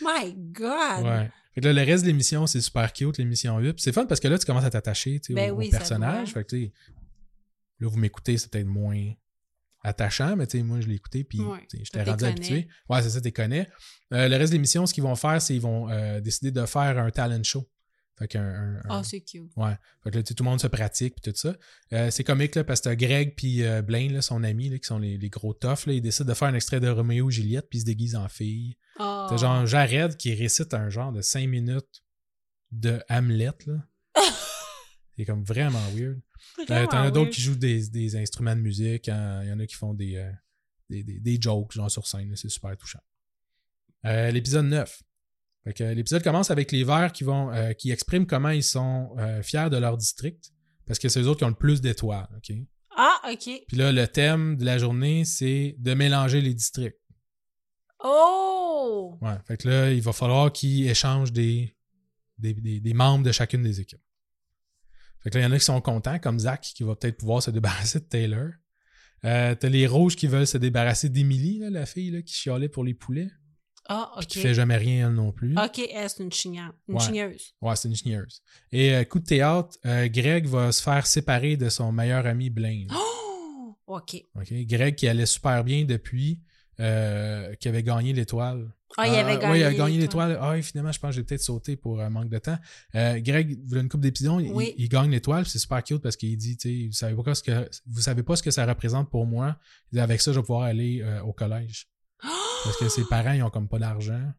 Speaker 1: My God.
Speaker 2: Ouais. Fait que là, le reste de l'émission, c'est super cute, l'émission 8. Puis C'est fun parce que là, tu commences à t'attacher tu sais,
Speaker 1: Ben
Speaker 2: au, au
Speaker 1: oui, ça
Speaker 2: personnage.
Speaker 1: doit.
Speaker 2: Fait que, tu sais, là, vous m'écoutez, c'est peut-être moins attachant, mais tu sais, moi, je l'ai écouté, puis
Speaker 1: Ouais.
Speaker 2: tu sais,
Speaker 1: T'es
Speaker 2: j'étais rendu
Speaker 1: connais.
Speaker 2: habitué. Ouais, c'est ça, t'es connais. Euh, le reste de l'émission, ce qu'ils vont faire, c'est qu'ils vont euh, décider de faire un talent show. Fait qu'un. un- un-
Speaker 1: Oh, c'est cute.
Speaker 2: fait que là, tu sais, tout le monde se pratique puis tout ça. Euh, c'est comique là, parce que t'as Greg puis euh, Blaine, là, son ami, là, qui sont les, les gros toughs, là, ils décident de faire un extrait de Roméo et Juliette puis ils se déguisent en fille.
Speaker 1: Oh.
Speaker 2: T'as genre Jared qui récite un genre de 5 minutes de Hamlet, là. C'est comme vraiment weird. Euh, T'en as
Speaker 1: Vraiment
Speaker 2: d'autres
Speaker 1: weird.
Speaker 2: qui jouent des, des instruments de musique. hein. Il y en a qui font des, euh, des, des- des jokes, genre sur scène. là. C'est super touchant. Euh, L'épisode 9. Fait que, euh, L'épisode commence avec les verts qui, vont, euh, qui expriment comment ils sont euh, fiers de leur district. Parce que c'est eux autres qui ont le plus d'étoiles. ok?
Speaker 1: Ah, OK.
Speaker 2: Puis là, le thème de la journée, c'est de mélanger les districts.
Speaker 1: Oh.
Speaker 2: Ouais, fait que là, il va falloir qu'ils échangent des, des, des- des membres de chacune des équipes. Fait que là, il y en a qui sont contents, comme Zach, qui va peut-être pouvoir se débarrasser de Taylor. Euh, T'as les rouges qui veulent se débarrasser d'Emily, là, la fille là, qui chialait pour les poulets,
Speaker 1: Ah,
Speaker 2: puis
Speaker 1: OK.
Speaker 2: qui fait jamais rien elle non plus.
Speaker 1: OK, elle, c'est une chignante. Une
Speaker 2: Ouais.
Speaker 1: chigneuse.
Speaker 2: Ouais, c'est une chigneuse. Et euh, coup de théâtre, euh, Greg va se faire séparer de son meilleur ami Blaine.
Speaker 1: Oh. OK.
Speaker 2: OK? Greg qui allait super bien depuis euh, qu'il avait gagné l'étoile.
Speaker 1: Ah, il
Speaker 2: Ah,
Speaker 1: avait
Speaker 2: ah,
Speaker 1: gagné.
Speaker 2: ouais, il a gagné l'étoile. Ah oui, finalement, je pense que j'ai peut-être sauté pour un manque de temps. Euh, Greg, vous une coupe d'épisodes, il-
Speaker 1: Oui.
Speaker 2: il, gagne l'étoile, puis c'est super cute parce qu'il dit, tu sais, vous savez pas ce que vous savez pas ce que ça représente pour moi. Il dit, avec ça, je vais pouvoir aller euh, au collège.
Speaker 1: Oh.
Speaker 2: Parce que ses parents, ils ont comme pas d'argent.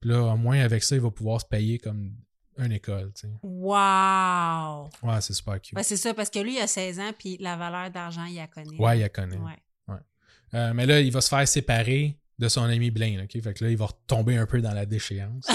Speaker 2: Puis là, au moins avec ça, il va pouvoir se payer comme une école. tu sais.
Speaker 1: Wow!
Speaker 2: Ouais, c'est super cute.
Speaker 1: Ouais, c'est ça, parce que lui, il a 16 ans, puis la valeur d'argent, il la connaît.
Speaker 2: Ouais, il la connaît.
Speaker 1: Ouais.
Speaker 2: Euh, mais là, il va se faire séparer de son ami Blaine. ok? Fait que là, il va retomber un peu dans la déchéance.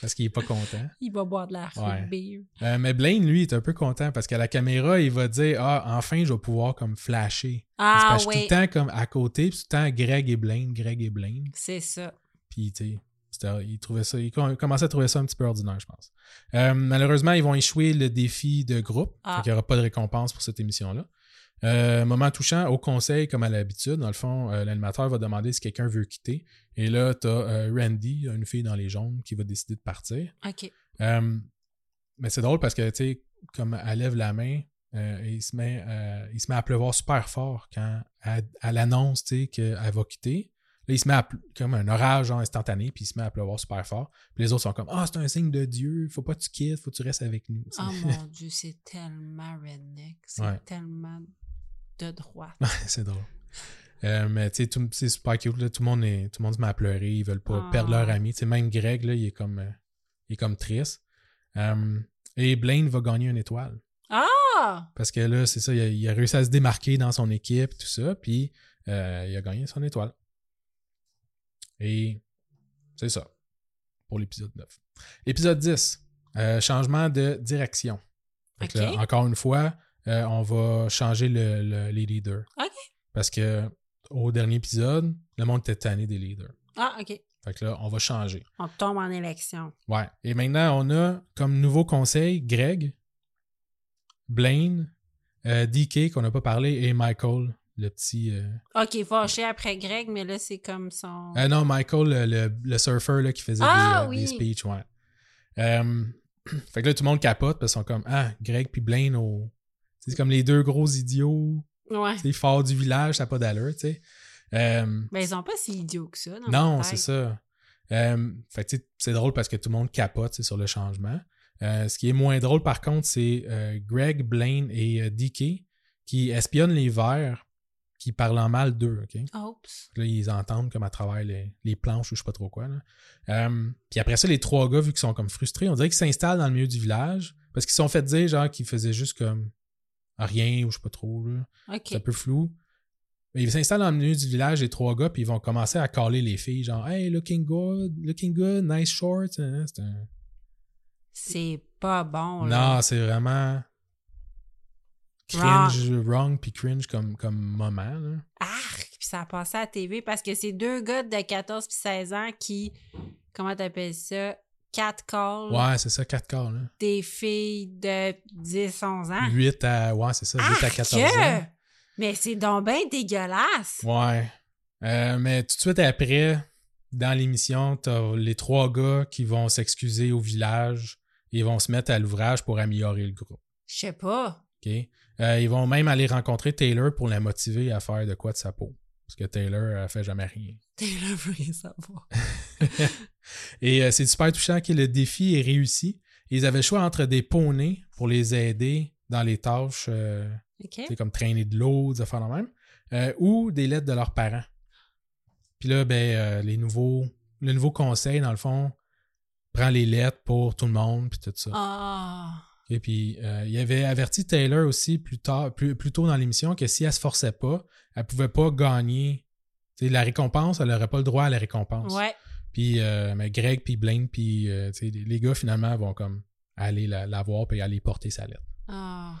Speaker 2: parce qu'il est pas content.
Speaker 1: Il va boire de la
Speaker 2: Ouais.
Speaker 1: rugby.
Speaker 2: Euh, mais Blaine, lui, est un peu content parce qu'à la caméra, il va dire Ah, enfin, je vais pouvoir comme flasher. C'est
Speaker 1: Ah
Speaker 2: parce que je suis
Speaker 1: oui,
Speaker 2: tout le temps comme à côté, puis tout le temps Greg et Blaine, Greg et Blaine.
Speaker 1: c'est ça.
Speaker 2: Puis, tu sais, c'était- il trouvait ça, il com- commençait à trouver ça un petit peu ordinaire, je pense. Euh, malheureusement, ils vont échouer le défi de groupe.
Speaker 1: Ah.
Speaker 2: Donc, il n'y aura pas de récompense pour cette émission-là. Euh, moment touchant, au conseil, comme à l'habitude, dans le fond, euh, l'animateur va demander si quelqu'un veut quitter. Et là, tu as Randy, une fille dans les jaunes, qui va décider de partir.
Speaker 1: OK.
Speaker 2: Euh, mais c'est drôle parce que, tu sais, comme elle lève la main, euh, il, se met, euh, il se met à pleuvoir super fort quand elle, elle annonce, tu sais, qu'elle va quitter. Là, il se met à pleu- comme un orage genre, instantané, puis il se met à pleuvoir super fort. Puis les autres sont comme Ah, c'est un signe de Dieu, faut pas que tu quittes, faut que tu restes avec nous.
Speaker 1: Oh mon Dieu, c'est tellement redneck. C'est
Speaker 2: Ouais.
Speaker 1: tellement de droite.
Speaker 2: c'est drôle. Euh, mais tu sais, tout- c'est super cute, là. tout, le monde est, tout le monde se met à pleurer, ils veulent pas
Speaker 1: Ah.
Speaker 2: perdre leur ami. Tu sais, même Greg, là, il est comme, euh, il est comme triste. Euh, et Blaine va gagner une étoile.
Speaker 1: Ah!
Speaker 2: Parce que là, c'est ça, il a, il a réussi à se démarquer dans son équipe, tout ça, puis euh, il a gagné son étoile. Et c'est ça pour l'épisode 9. Épisode 10, euh, changement de direction. Fait que
Speaker 1: OK.
Speaker 2: là, encore une fois, euh, on va changer le- le- les leaders.
Speaker 1: OK.
Speaker 2: Parce que au dernier épisode, le monde était tanné des leaders.
Speaker 1: Ah, OK.
Speaker 2: Fait que là, on va changer.
Speaker 1: On tombe en élection.
Speaker 2: Ouais. Et maintenant, on a comme nouveau conseil Greg, Blaine, euh, DK qu'on n'a pas parlé et Michael, le petit. euh,
Speaker 1: OK, fâché après Greg, mais là, c'est comme son.
Speaker 2: Euh, non, Michael, le, le, le surfeur là, qui faisait
Speaker 1: Oh. Ah,
Speaker 2: des, euh,
Speaker 1: oui.
Speaker 2: des speeches, ouais. Euh, fait que là, tout le monde capote parce qu'ils sont comme Ah, Greg puis Blaine, au- c'est comme les deux gros idiots,
Speaker 1: Ouais.
Speaker 2: tu sais, forts du village, ça n'a pas d'allure, tu sais. Euh,
Speaker 1: Ben, ils sont pas si idiots que ça. dans
Speaker 2: non,
Speaker 1: leur
Speaker 2: c'est
Speaker 1: tête.
Speaker 2: ça. Euh, fait que tu sais, c'est drôle parce que tout le monde capote tu sais, sur le changement. Euh, ce qui est moins drôle, par contre, c'est euh, Greg, Blaine et euh, DK qui espionnent les verts qui parlent en mal d'eux, OK?
Speaker 1: Oups.
Speaker 2: Puis là, ils entendent comme à travers les, les planches ou je sais pas trop quoi. là. Euh, puis après ça, les trois gars, vu qu'ils sont comme frustrés, on dirait qu'ils s'installent dans le milieu du village parce qu'ils se sont fait dire genre qu'ils faisaient juste comme rien ou je sais pas trop. là. C'est
Speaker 1: OK.
Speaker 2: un peu flou. Mais ils s'installent dans le milieu du village, les trois gars, puis ils vont commencer à caler les filles, genre Hey, looking good, looking good, nice shorts. Hein, c'est un-
Speaker 1: C'est pas bon. Oh là.
Speaker 2: Non, c'est vraiment cringe, wrong, puis cringe comme, comme moment. là.
Speaker 1: Arc! Puis ça a passé à la TV parce que c'est deux gars de 14 puis 16 ans qui. Comment t'appelles ça? Quatre calls
Speaker 2: Ouais, c'est ça, 4 quarts. Là.
Speaker 1: des filles de 10, 11 ans.
Speaker 2: 8 à, ouais, c'est ça, 8 à
Speaker 1: Arc!
Speaker 2: 14 ans.
Speaker 1: Mais c'est donc bien dégueulasse.
Speaker 2: Ouais. Euh, mais tout de suite après, dans l'émission, t'as les trois gars qui vont s'excuser au village et vont se mettre à l'ouvrage pour améliorer le groupe.
Speaker 1: Je sais pas.
Speaker 2: OK? Euh, ils vont même aller rencontrer Taylor pour la motiver à faire de quoi de sa peau. Parce que Taylor, elle fait jamais rien.
Speaker 1: T'es là pour rien savoir.
Speaker 2: Et euh, c'est super touchant que le défi est réussi. Ils avaient le choix entre des poneys pour les aider dans les tâches, euh,
Speaker 1: OK?
Speaker 2: tu sais, comme traîner de l'eau, des affaires de même, euh, ou des lettres de leurs parents. Puis là, ben, euh, les nouveaux, le nouveau conseil, dans le fond, prend les lettres pour tout le monde, puis tout ça.
Speaker 1: Ah.
Speaker 2: Et puis, euh, il avait averti Taylor aussi plus tard, plus, plus tôt dans l'émission que si elle se forçait pas, elle pouvait pas gagner. Tu sais, la récompense, elle n'aurait pas le droit à la récompense.
Speaker 1: Ouais.
Speaker 2: Puis euh, mais Greg, puis Blaine, puis euh, tu sais, les, les gars, finalement, vont comme aller la, la voir puis aller porter sa lettre.
Speaker 1: Ah.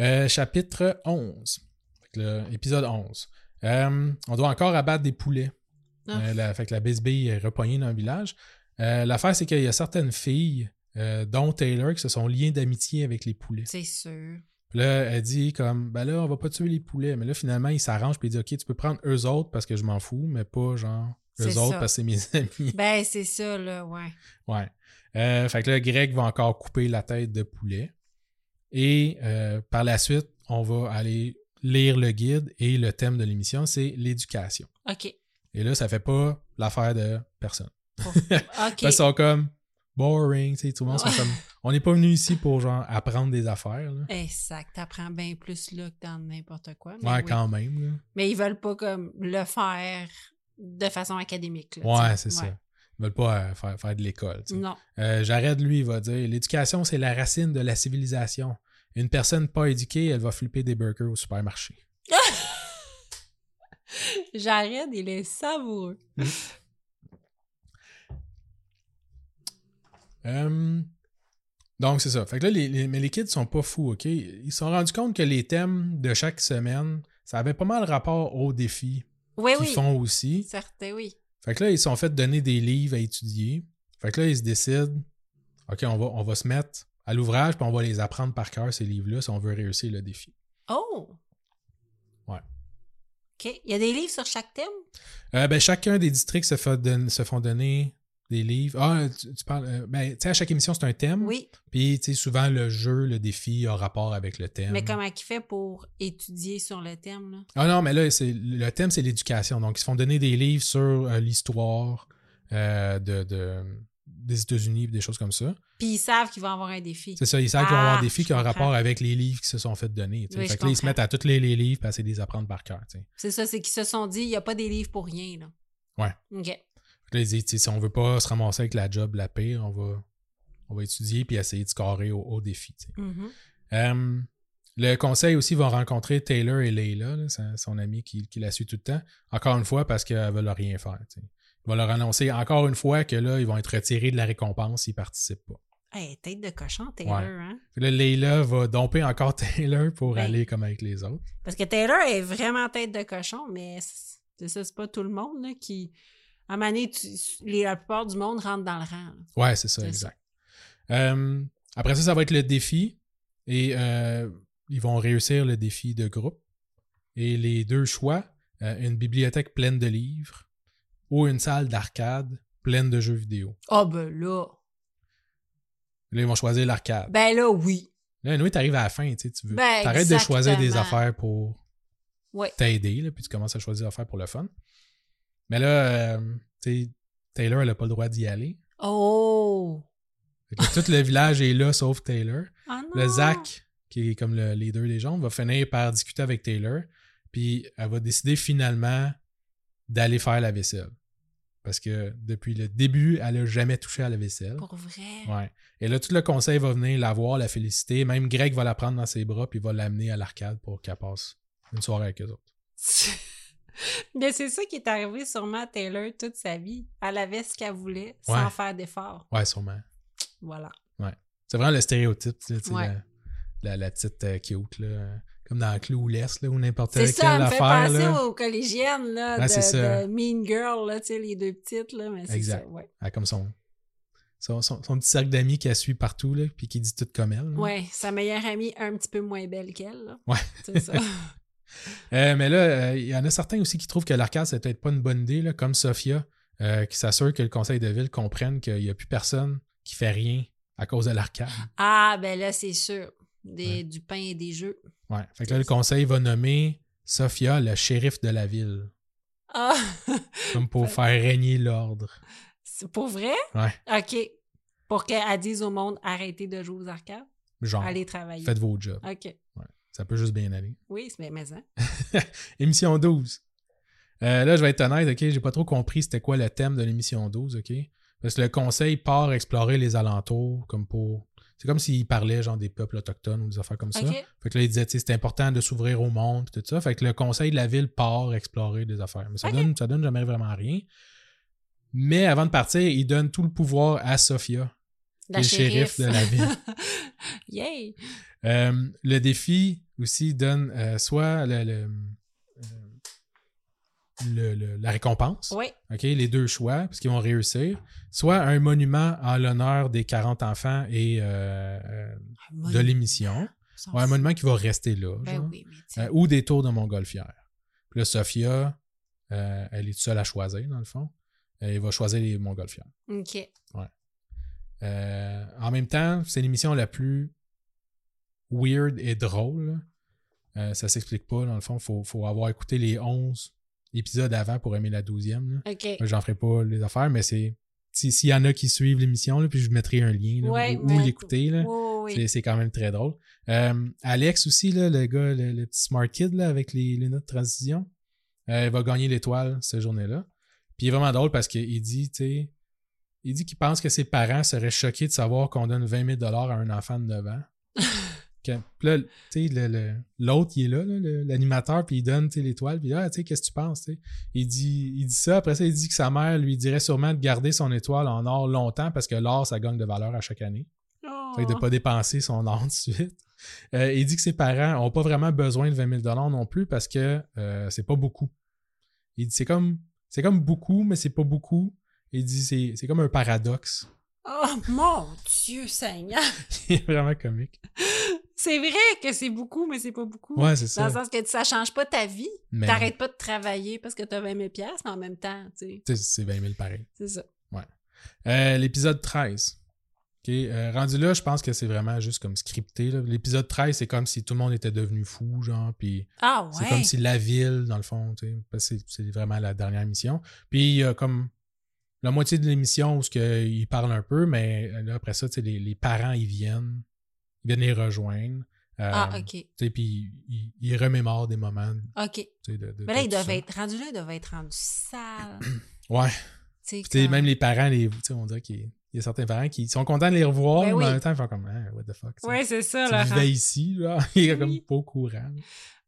Speaker 2: Euh, chapitre 11. Fait que le- épisode 11. Euh, on doit encore abattre des poulets.
Speaker 1: Ah.
Speaker 2: Euh, la, fait que la bisbille est repognée dans le village. Euh, L'affaire, c'est qu'il y a certaines filles, euh, dont Taylor, qui se sont liées d'amitié avec les poulets.
Speaker 1: Ah. C'est sûr.
Speaker 2: Puis là, elle dit comme, ben là, on va pas tuer les poulets. Mais là, finalement, ils s'arrangent puis ils disent, OK, tu peux prendre eux autres parce que je m'en fous, mais pas genre eux
Speaker 1: C'est
Speaker 2: autres
Speaker 1: ça.
Speaker 2: parce que c'est mes amis.
Speaker 1: Ben, c'est ça, là, ouais.
Speaker 2: Ouais. Euh, fait que là, Greg va encore couper la tête de poulet. Et euh, par la suite, on va aller lire le guide et le thème de l'émission, c'est l'éducation.
Speaker 1: OK.
Speaker 2: Et là, ça fait pas l'affaire de personne.
Speaker 1: OK.
Speaker 2: Ils sont comme boring, tu sais, tout le monde sont comme. On n'est pas venu ici pour genre apprendre des affaires. là.
Speaker 1: Exact. T'apprends bien plus là que dans n'importe quoi. Mais,
Speaker 2: Ouais,
Speaker 1: Ben oui.
Speaker 2: quand même. là.
Speaker 1: mais ils veulent pas comme le faire de façon académique. là,
Speaker 2: Ouais,
Speaker 1: tu
Speaker 2: c'est
Speaker 1: sais.
Speaker 2: ça.
Speaker 1: Ouais.
Speaker 2: Ils veulent pas euh, faire, faire de l'école. tu sais.
Speaker 1: Non.
Speaker 2: Euh, Jared, lui, il va dire L'éducation, c'est la racine de la civilisation. Une personne pas éduquée, elle va flipper des burgers au supermarché.
Speaker 1: J'arrête, il est savoureux.
Speaker 2: Euh, donc, c'est ça. Fait que là, les, les- mais les kids sont pas fous, OK? Ils se sont rendus compte que les thèmes de chaque semaine, ça avait pas mal rapport aux défis
Speaker 1: Oui,
Speaker 2: qu'ils
Speaker 1: Eh oui.
Speaker 2: font aussi.
Speaker 1: Certain, oui.
Speaker 2: Fait que là, ils se sont fait donner des livres à étudier. Fait que là, ils se décident, OK, on va, on va se mettre à l'ouvrage, puis on va les apprendre par cœur, ces livres-là, si on veut réussir le défi.
Speaker 1: Oh!
Speaker 2: Ouais.
Speaker 1: OK. Il y a des livres sur chaque thème?
Speaker 2: Euh, ben, chacun des districts se, fait don- se font donner des livres. Ah, tu, tu parles... euh, ben, tu sais, à chaque émission, c'est un thème.
Speaker 1: Oui.
Speaker 2: Puis, tu sais, souvent, le jeu, le défi a rapport avec le thème.
Speaker 1: Mais comment il fait pour étudier sur le thème, là?
Speaker 2: Ah non, mais là, c'est, le thème, c'est l'éducation. Donc, ils se font donner des livres sur euh, l'histoire euh, de, de- des États-Unis, des choses comme ça.
Speaker 1: Puis ils savent qu'ils vont avoir un défi.
Speaker 2: C'est ça, ils savent qu'ils vont avoir
Speaker 1: Ah,
Speaker 2: des filles
Speaker 1: je
Speaker 2: qui ont un
Speaker 1: comprends.
Speaker 2: rapport avec les livres qui se sont fait donner. tu sais.
Speaker 1: Oui,
Speaker 2: fait
Speaker 1: je
Speaker 2: que là, ils se
Speaker 1: comprends.
Speaker 2: mettent à tous les, les livres et essayer de les apprendre par cœur. tu sais.
Speaker 1: C'est ça, c'est qu'ils se sont dit, il n'y a pas des livres pour rien, là.
Speaker 2: Ouais.
Speaker 1: OK.
Speaker 2: Fait que là, ils disent, tu sais, si on veut pas se ramasser avec la job, la pire,
Speaker 1: Mm-hmm.
Speaker 2: on va, on va étudier puis essayer de scorer au, au défi. tu sais.
Speaker 1: Mhm.
Speaker 2: Euh, Le conseil aussi va rencontrer Taylor et Leila, là, sa- son amie qui, qui la suit tout le temps. Encore une fois, parce qu'elles veulent rien faire. tu sais. Il va leur annoncer encore une fois que là, ils vont être retirés de la récompense s'ils participent pas.
Speaker 1: Hey, tête de cochon, Taylor,
Speaker 2: Ouais.
Speaker 1: hein?
Speaker 2: Puis là, Leila va domper encore Taylor pour
Speaker 1: Ouais.
Speaker 2: aller comme avec les autres.
Speaker 1: Parce que Taylor est vraiment tête de cochon, mais c- c'est ça, c'est pas tout le monde là, qui. À un moment donné, tu- les- la plupart du monde rentre dans le rang. là.
Speaker 2: Ouais, c'est ça,
Speaker 1: C'est
Speaker 2: exact. Euh, après ça, ça va être le défi. Et euh, ils vont réussir le défi de groupe. Et les deux choix, euh, une bibliothèque pleine de livres ou une salle d'arcade pleine de jeux vidéo.
Speaker 1: Ah, ben là.
Speaker 2: Là, ils vont choisir l'arcade.
Speaker 1: Ben là, oui.
Speaker 2: Là, nous, t'arrives à la fin, tu sais, tu veux.
Speaker 1: Ben,
Speaker 2: T'arrêtes de choisir des
Speaker 1: exactement.
Speaker 2: affaires pour
Speaker 1: Ouais.
Speaker 2: t'aider, là, puis tu commences à choisir des affaires pour le fun. Mais là, euh, tu sais, Taylor, elle n'a pas le droit d'y aller.
Speaker 1: Oh!
Speaker 2: Fait que tout le village est là, sauf Taylor.
Speaker 1: Ah non!
Speaker 2: Le Zach, qui est comme le leader des gens, va finir par discuter avec Taylor. Puis elle va décider finalement d'aller faire la vaisselle. Parce que depuis le début, elle n'a jamais touché à la vaisselle.
Speaker 1: Pour vrai.
Speaker 2: Ouais. Et là, tout le conseil va venir la voir, la féliciter. Même Greg va la prendre dans ses bras puis va l'amener à l'arcade pour qu'elle passe une soirée avec eux autres.
Speaker 1: Mais c'est ça qui est arrivé sûrement à Taylor toute sa vie. Elle avait ce qu'elle voulait sans
Speaker 2: Ouais.
Speaker 1: faire d'effort.
Speaker 2: Ouais, sûrement.
Speaker 1: Voilà.
Speaker 2: C'est vraiment le stéréotype, tu sais, tu sais,
Speaker 1: Ouais.
Speaker 2: la, la- la petite euh, cute, là. Comme dans Clouless, là, ou n'importe
Speaker 1: C'est
Speaker 2: quelle
Speaker 1: ça, elle me fait
Speaker 2: affaire,
Speaker 1: penser
Speaker 2: là.
Speaker 1: aux collégiennes là,
Speaker 2: Ouais,
Speaker 1: de,
Speaker 2: c'est ça.
Speaker 1: de Mean Girl, là, tu sais, les deux petites. Là, mais c'est
Speaker 2: Exact.
Speaker 1: ça, ouais.
Speaker 2: Elle a Ah, comme son, son, son- son petit cercle d'amis qu'elle suit partout, là, puis qui dit tout comme elle. là.
Speaker 1: Ouais, sa meilleure amie un petit peu moins belle qu'elle. là.
Speaker 2: Mm. Ouais.
Speaker 1: C'est ça.
Speaker 2: Euh, mais là, euh, il y en a certains aussi qui trouvent que l'arcade, c'est peut-être pas une bonne idée, là, comme Sophia, euh, qui s'assure que le conseil de ville comprenne qu'il n'y a plus personne qui fait rien à cause de l'arcade.
Speaker 1: ah, ben là, c'est sûr. Des,
Speaker 2: Ouais.
Speaker 1: Du pain et des jeux.
Speaker 2: Ouais. Fait que là, le conseil va nommer Sophia le shérif de la ville,
Speaker 1: Ah!
Speaker 2: comme pour faire régner l'ordre.
Speaker 1: c'est pour vrai?
Speaker 2: Ouais.
Speaker 1: OK. Pour qu'elle dise au monde arrêtez de jouer aux arcades,
Speaker 2: Genre,
Speaker 1: allez travailler.
Speaker 2: faites vos jobs.
Speaker 1: OK.
Speaker 2: Ça peut juste bien aller.
Speaker 1: Oui, c'est mais hein.
Speaker 2: Émission 12. Euh, là, je vais être honnête, OK, j'ai pas trop compris c'était quoi le thème de l'émission 12, OK? Parce que le conseil part explorer les alentours comme pour. C'est comme s'il parlait genre des peuples autochtones ou des affaires comme ça.
Speaker 1: OK.
Speaker 2: Fait que là, il disait, tu sais, c'est important de s'ouvrir au monde pis tout ça. Fait que le conseil de la ville part explorer des affaires. Mais ça,
Speaker 1: Ok.
Speaker 2: donne, ça donne jamais vraiment rien. Mais avant de partir, il donne tout le pouvoir à Sophia.
Speaker 1: La
Speaker 2: le shérif de la ville.
Speaker 1: Yay!
Speaker 2: Euh, le défi aussi donne euh, soit le- le- euh, le- le- la récompense.
Speaker 1: Oui.
Speaker 2: OK, les deux choix, parce qu'ils vont réussir. Soit un monument en l'honneur des 40 enfants et euh, euh, de l'émission. Ouais, un monument qui va rester là.
Speaker 1: Ben
Speaker 2: genre.
Speaker 1: oui, mais tu sais.
Speaker 2: Euh, ou des tours de montgolfière. Puis là, Sophia, euh, elle est toute seule à choisir, dans le fond. Euh, Elle va choisir les montgolfières.
Speaker 1: OK.
Speaker 2: Euh, en même temps, c'est l'émission la plus weird et drôle. Euh, ça s'explique pas, dans le fond. Faut, faut avoir écouté les 11 épisodes avant pour aimer la 12e. là.
Speaker 1: OK.
Speaker 2: Moi, J'en ferai pas les affaires, mais c'est. si- S'il y en a qui suivent l'émission, là, puis je vous mettrai un lien là,
Speaker 1: Ouais,
Speaker 2: où, où
Speaker 1: ouais.
Speaker 2: l'écouter. là.
Speaker 1: Oui,
Speaker 2: C'est-
Speaker 1: oui.
Speaker 2: C'est quand même très drôle. Euh, Alex aussi, là, le gars, le, le petit smart kid là, avec les lunettes de transition, euh, il va gagner l'étoile cette journée-là. Puis il est vraiment drôle parce qu'il dit, tu sais, il dit qu'il pense que ses parents seraient choqués de savoir qu'on donne 20 000 à un enfant de 9 ans. Quand- puis là, tu sais, le- le- l'autre, il est là, là, le- l'animateur, puis il donne tu sais, l'étoile, puis ah, tu sais, qu'est-ce que tu penses, tu sais? Il dit, il dit ça, après ça, il dit que sa mère lui dirait sûrement de garder son étoile en or longtemps parce que l'or, ça gagne de valeur à chaque année. Fait que de ne
Speaker 1: Oh.
Speaker 2: pas dépenser son or tout de suite. Euh, il dit que ses parents n'ont pas vraiment besoin de 20 000 non plus parce que euh, c'est pas beaucoup. Il dit c'est comme c'est comme beaucoup, mais c'est pas beaucoup. Il dit c'est, c'est comme un paradoxe.
Speaker 1: Oh, mon Dieu Seigneur!
Speaker 2: C'est vraiment comique.
Speaker 1: C'est vrai que c'est beaucoup, mais c'est pas beaucoup.
Speaker 2: Ouais, c'est
Speaker 1: Dans le
Speaker 2: ça. Ben
Speaker 1: sens que ça change pas ta vie.
Speaker 2: Mais
Speaker 1: T'arrêtes pas de travailler parce que t'as 20 000 piastres, mais en même temps, tu sais,
Speaker 2: tu sais, c'est 20 000 pareil.
Speaker 1: c'est ça.
Speaker 2: Euh, l'épisode 13. OK, euh, rendu là, je pense que c'est vraiment juste comme scripté. là. L'épisode 13, c'est comme si tout le monde était devenu fou, genre, puis
Speaker 1: Ah ouais!
Speaker 2: C'est comme si la ville, dans le fond, tu sais, parce que c'est c'est vraiment la dernière émission. Puis il y a comme la moitié de l'émission où ce que ils parlent un peu, mais euh, là, après ça, tu sais, les, les parents, ils viennent. Ils viennent les rejoindre. Euh,
Speaker 1: Ah, OK.
Speaker 2: tu sais, Puis ils, ils remémorent des moments.
Speaker 1: OK.
Speaker 2: tu sais, De, de-
Speaker 1: Mais là,
Speaker 2: de
Speaker 1: ils
Speaker 2: tout
Speaker 1: doivent
Speaker 2: ça.
Speaker 1: être rendus là, ils doivent être rendus sales.
Speaker 2: Ouais.
Speaker 1: Tu sais,
Speaker 2: Puis tu sais,
Speaker 1: comme-
Speaker 2: même les parents, les, tu sais, on dirait qu'ils il y a certains parents qui sont contents de les revoir,
Speaker 1: Ben
Speaker 2: mais en
Speaker 1: oui.
Speaker 2: même temps, ils font comme, Hein, what the fuck. tu sais.
Speaker 1: Ouais, c'est ça,
Speaker 2: Tu
Speaker 1: Laurent.
Speaker 2: vivais ici, là. Il est comme
Speaker 1: Oui.
Speaker 2: pas au courant.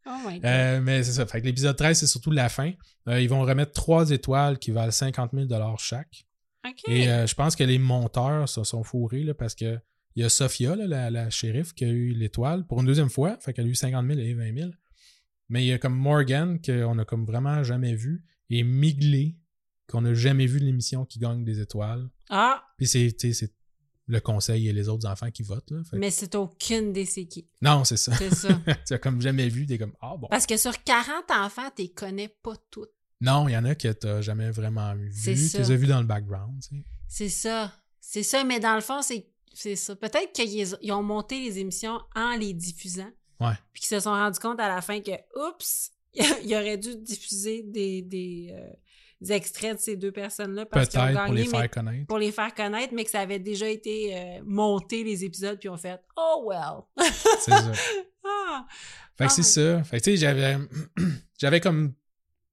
Speaker 1: Oh my God.
Speaker 2: Euh, mais c'est ça. Fait que l'épisode 13, c'est surtout la fin. Euh, ils vont remettre trois étoiles qui valent 50 000 chaque.
Speaker 1: OK.
Speaker 2: Et euh, je pense que les monteurs se sont fourrés là, parce que il y a Sophia, là, la, la shérif, qui a eu l'étoile pour une deuxième fois. Fait qu'elle a eu 50 000 et 20 000. Mais il y a comme Morgan, qu'on a comme vraiment jamais vu, et Migley, qu'on n'a jamais vu de l'émission, qui gagne des étoiles.
Speaker 1: Ah,
Speaker 2: Puis c'est tu sais, c'est le conseil et les autres enfants qui votent. Là. Fait que-
Speaker 1: mais c'est aucune des c'est qui.
Speaker 2: Non, c'est ça.
Speaker 1: C'est ça.
Speaker 2: tu as comme jamais vu, des comme Ah bon.
Speaker 1: Parce que sur 40 enfants, tu les connais pas toutes.
Speaker 2: Non, il y en a que t'as jamais vraiment vu. Tu
Speaker 1: C'est ça.
Speaker 2: les as vus dans le background. tu sais.
Speaker 1: C'est ça. C'est ça, mais dans le fond, c'est c'est ça. Peut-être qu'ils ils ont monté les émissions en les diffusant.
Speaker 2: Ouais.
Speaker 1: Puis qu'ils se sont rendus compte à la fin que, oups, ils auraient dû diffuser des, des, euh, des extraits de ces deux personnes-là parce qu'ils ont
Speaker 2: Peut-être pour
Speaker 1: gagné,
Speaker 2: les
Speaker 1: mais
Speaker 2: faire connaître.
Speaker 1: pour les faire connaître, mais que ça avait déjà été euh, monté les épisodes, puis on fait Oh well!
Speaker 2: C'est ça.
Speaker 1: Ah!
Speaker 2: Fait
Speaker 1: Ah,
Speaker 2: que c'est
Speaker 1: ouais.
Speaker 2: ça. Fait que tu sais, j'avais, j'avais comme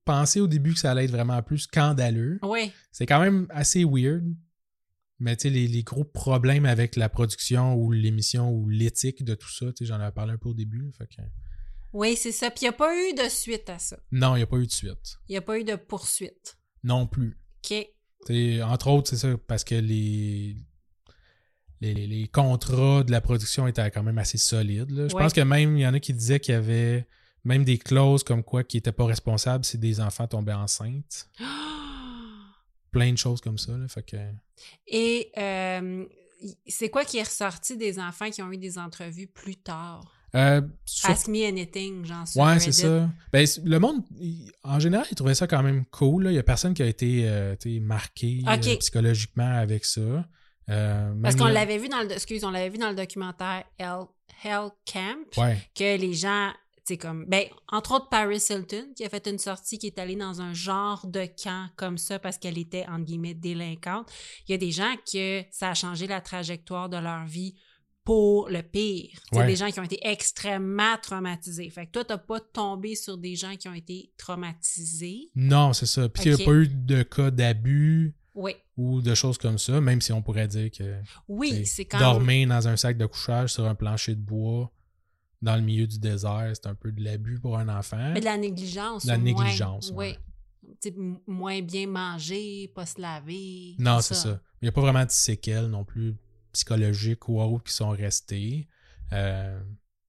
Speaker 2: pensé au début que ça allait être vraiment plus scandaleux.
Speaker 1: Oui,
Speaker 2: C'est quand même assez weird. Mais tu sais, les, les gros problèmes avec la production ou l'émission ou l'éthique de tout ça, tu sais, j'en avais parlé un peu au début. Fait que...
Speaker 1: oui, c'est ça. Puis il n'y a pas eu de suite à ça.
Speaker 2: Non, il n'y a pas eu de suite.
Speaker 1: Il n'y a pas eu de poursuite.
Speaker 2: Non plus.
Speaker 1: OK.
Speaker 2: T'sais, entre autres, c'est ça, parce que les, les, les- les contrats de la production étaient quand même assez solides. là. Je
Speaker 1: Ouais.
Speaker 2: pense que même, il y en a qui disaient qu'il y avait même des clauses comme quoi qui n'étaient pas responsables si des enfants tombaient enceintes. Plein de choses comme ça. là. Fait que,
Speaker 1: Et euh, y- c'est quoi qui est ressorti des enfants qui ont eu des entrevues plus tard?
Speaker 2: euh, sur-
Speaker 1: Ask me anything, j'en suis.
Speaker 2: ouais, c'est ça. Ben, c- le monde, il- en général, il trouvait ça quand même cool. là. Il n'y a personne qui a été euh, t'sais, marqué
Speaker 1: Ok.
Speaker 2: euh, psychologiquement avec ça. Euh, même
Speaker 1: Parce qu'on
Speaker 2: le-
Speaker 1: l'avait vu dans le excuse, on l'avait vu dans le documentaire Hell, Hell Camp
Speaker 2: Ouais.
Speaker 1: que les gens, tu sais, comme, ben, entre autres Paris Hilton, qui a fait une sortie qui est allée dans un genre de camp comme ça parce qu'elle était, entre guillemets, délinquante. Il y a des gens que ça a changé la trajectoire de leur vie pour le pire. Tu sais,
Speaker 2: Ouais.
Speaker 1: Des gens qui ont été extrêmement traumatisés. Fait que toi, t'as pas tombé sur des gens qui ont été traumatisés.
Speaker 2: Non, c'est ça. Puis il n'y
Speaker 1: Ok.
Speaker 2: a pas eu de cas d'abus.
Speaker 1: Oui.
Speaker 2: ou de choses comme ça, même si on pourrait dire que
Speaker 1: Oui,
Speaker 2: t'sais,
Speaker 1: c'est quand même.
Speaker 2: dormir hein? dans un sac de couchage sur un plancher de bois dans le milieu du désert, c'est un peu de l'abus pour un enfant.
Speaker 1: Mais de la négligence.
Speaker 2: De la
Speaker 1: au moins.
Speaker 2: négligence,
Speaker 1: Oui.
Speaker 2: ouais.
Speaker 1: Tu sais, m- moins bien manger, pas se laver.
Speaker 2: Non,
Speaker 1: tout
Speaker 2: c'est ça. Il n'y a pas vraiment de séquelles non plus psychologiques ou autres qui sont restées. Euh,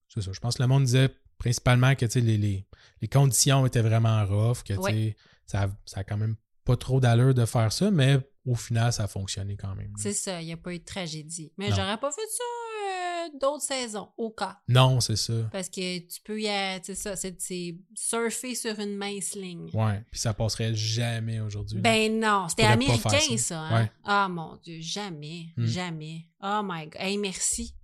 Speaker 2: c'est ça. Je pense que le monde disait principalement que t'sais, les, les, les conditions étaient vraiment rough, que
Speaker 1: Ouais.
Speaker 2: t'sais, ça, a- ça a quand même pas trop d'allure de faire ça, mais au final, ça a fonctionné quand même.
Speaker 1: C'est ça, il n'y a pas eu de tragédie. Mais
Speaker 2: Non.
Speaker 1: j'aurais pas fait ça euh, d'autres saisons, au cas.
Speaker 2: Non, c'est ça.
Speaker 1: Parce que tu peux y aller, tu sais ça, c'est c'est surfer sur une mince ligne.
Speaker 2: Ouais. Puis ça passerait jamais aujourd'hui.
Speaker 1: Ben non, c'était
Speaker 2: pourrais pas faire
Speaker 1: américain,
Speaker 2: ça.
Speaker 1: ça. hein?
Speaker 2: Ouais.
Speaker 1: Ah mon Dieu, jamais,
Speaker 2: Hmm.
Speaker 1: jamais. Oh my God. Hey, merci.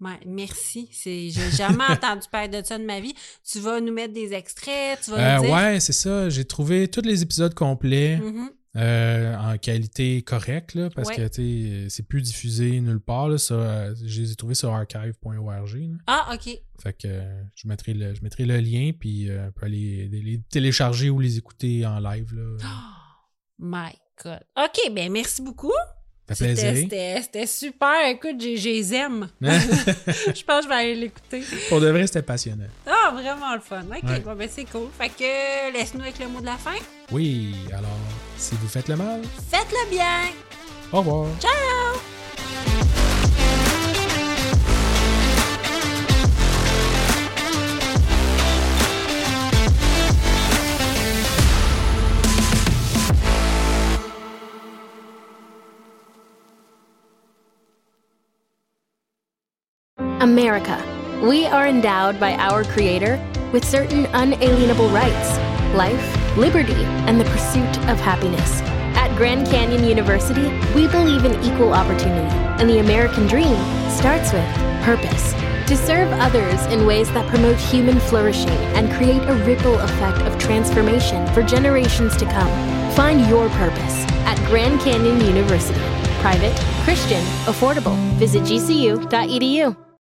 Speaker 1: Ouais, Merci. C'est- J'ai jamais entendu parler de ça de ma vie. Tu vas nous mettre des extraits, tu vas
Speaker 2: Euh,
Speaker 1: nous dire.
Speaker 2: ouais, c'est ça. J'ai trouvé tous les épisodes complets
Speaker 1: Mhm.
Speaker 2: euh, en qualité correcte, là, parce
Speaker 1: Ouais.
Speaker 2: que tu sais, euh, c'est plus diffusé nulle part. Là, ça, euh, je les ai trouvés sur archive.org. là.
Speaker 1: Ah, OK.
Speaker 2: Fait que euh, je, mettrai le, je mettrai le lien, puis euh, on peut aller les, les télécharger ou les écouter en live. Là.
Speaker 1: Ah, My God. OK, ben merci beaucoup.
Speaker 2: Ça fait
Speaker 1: C'était-
Speaker 2: plaisir.
Speaker 1: C'était c'était super. Écoute, j'ai- j'ai les aime. je pense que je vais aller l'écouter.
Speaker 2: Pour de vrai, c'était passionnant.
Speaker 1: Ah, vraiment le fun. OK,
Speaker 2: Ouais.
Speaker 1: bon, ben c'est cool. Fait que laisse-nous avec le mot de la fin.
Speaker 2: Oui, alors, si vous faites le mal,
Speaker 1: Faites-le bien.
Speaker 2: au revoir.
Speaker 1: Ciao!
Speaker 3: America. We are endowed by our Creator with certain unalienable rights life, liberty, and the pursuit of happiness. At Grand Canyon University, we believe in equal opportunity, and the American dream starts with purpose. To serve others in ways that promote human flourishing and create a ripple effect of transformation for generations to come. Find your purpose at Grand Canyon University. Private, Christian, affordable. Visit gcu.edu.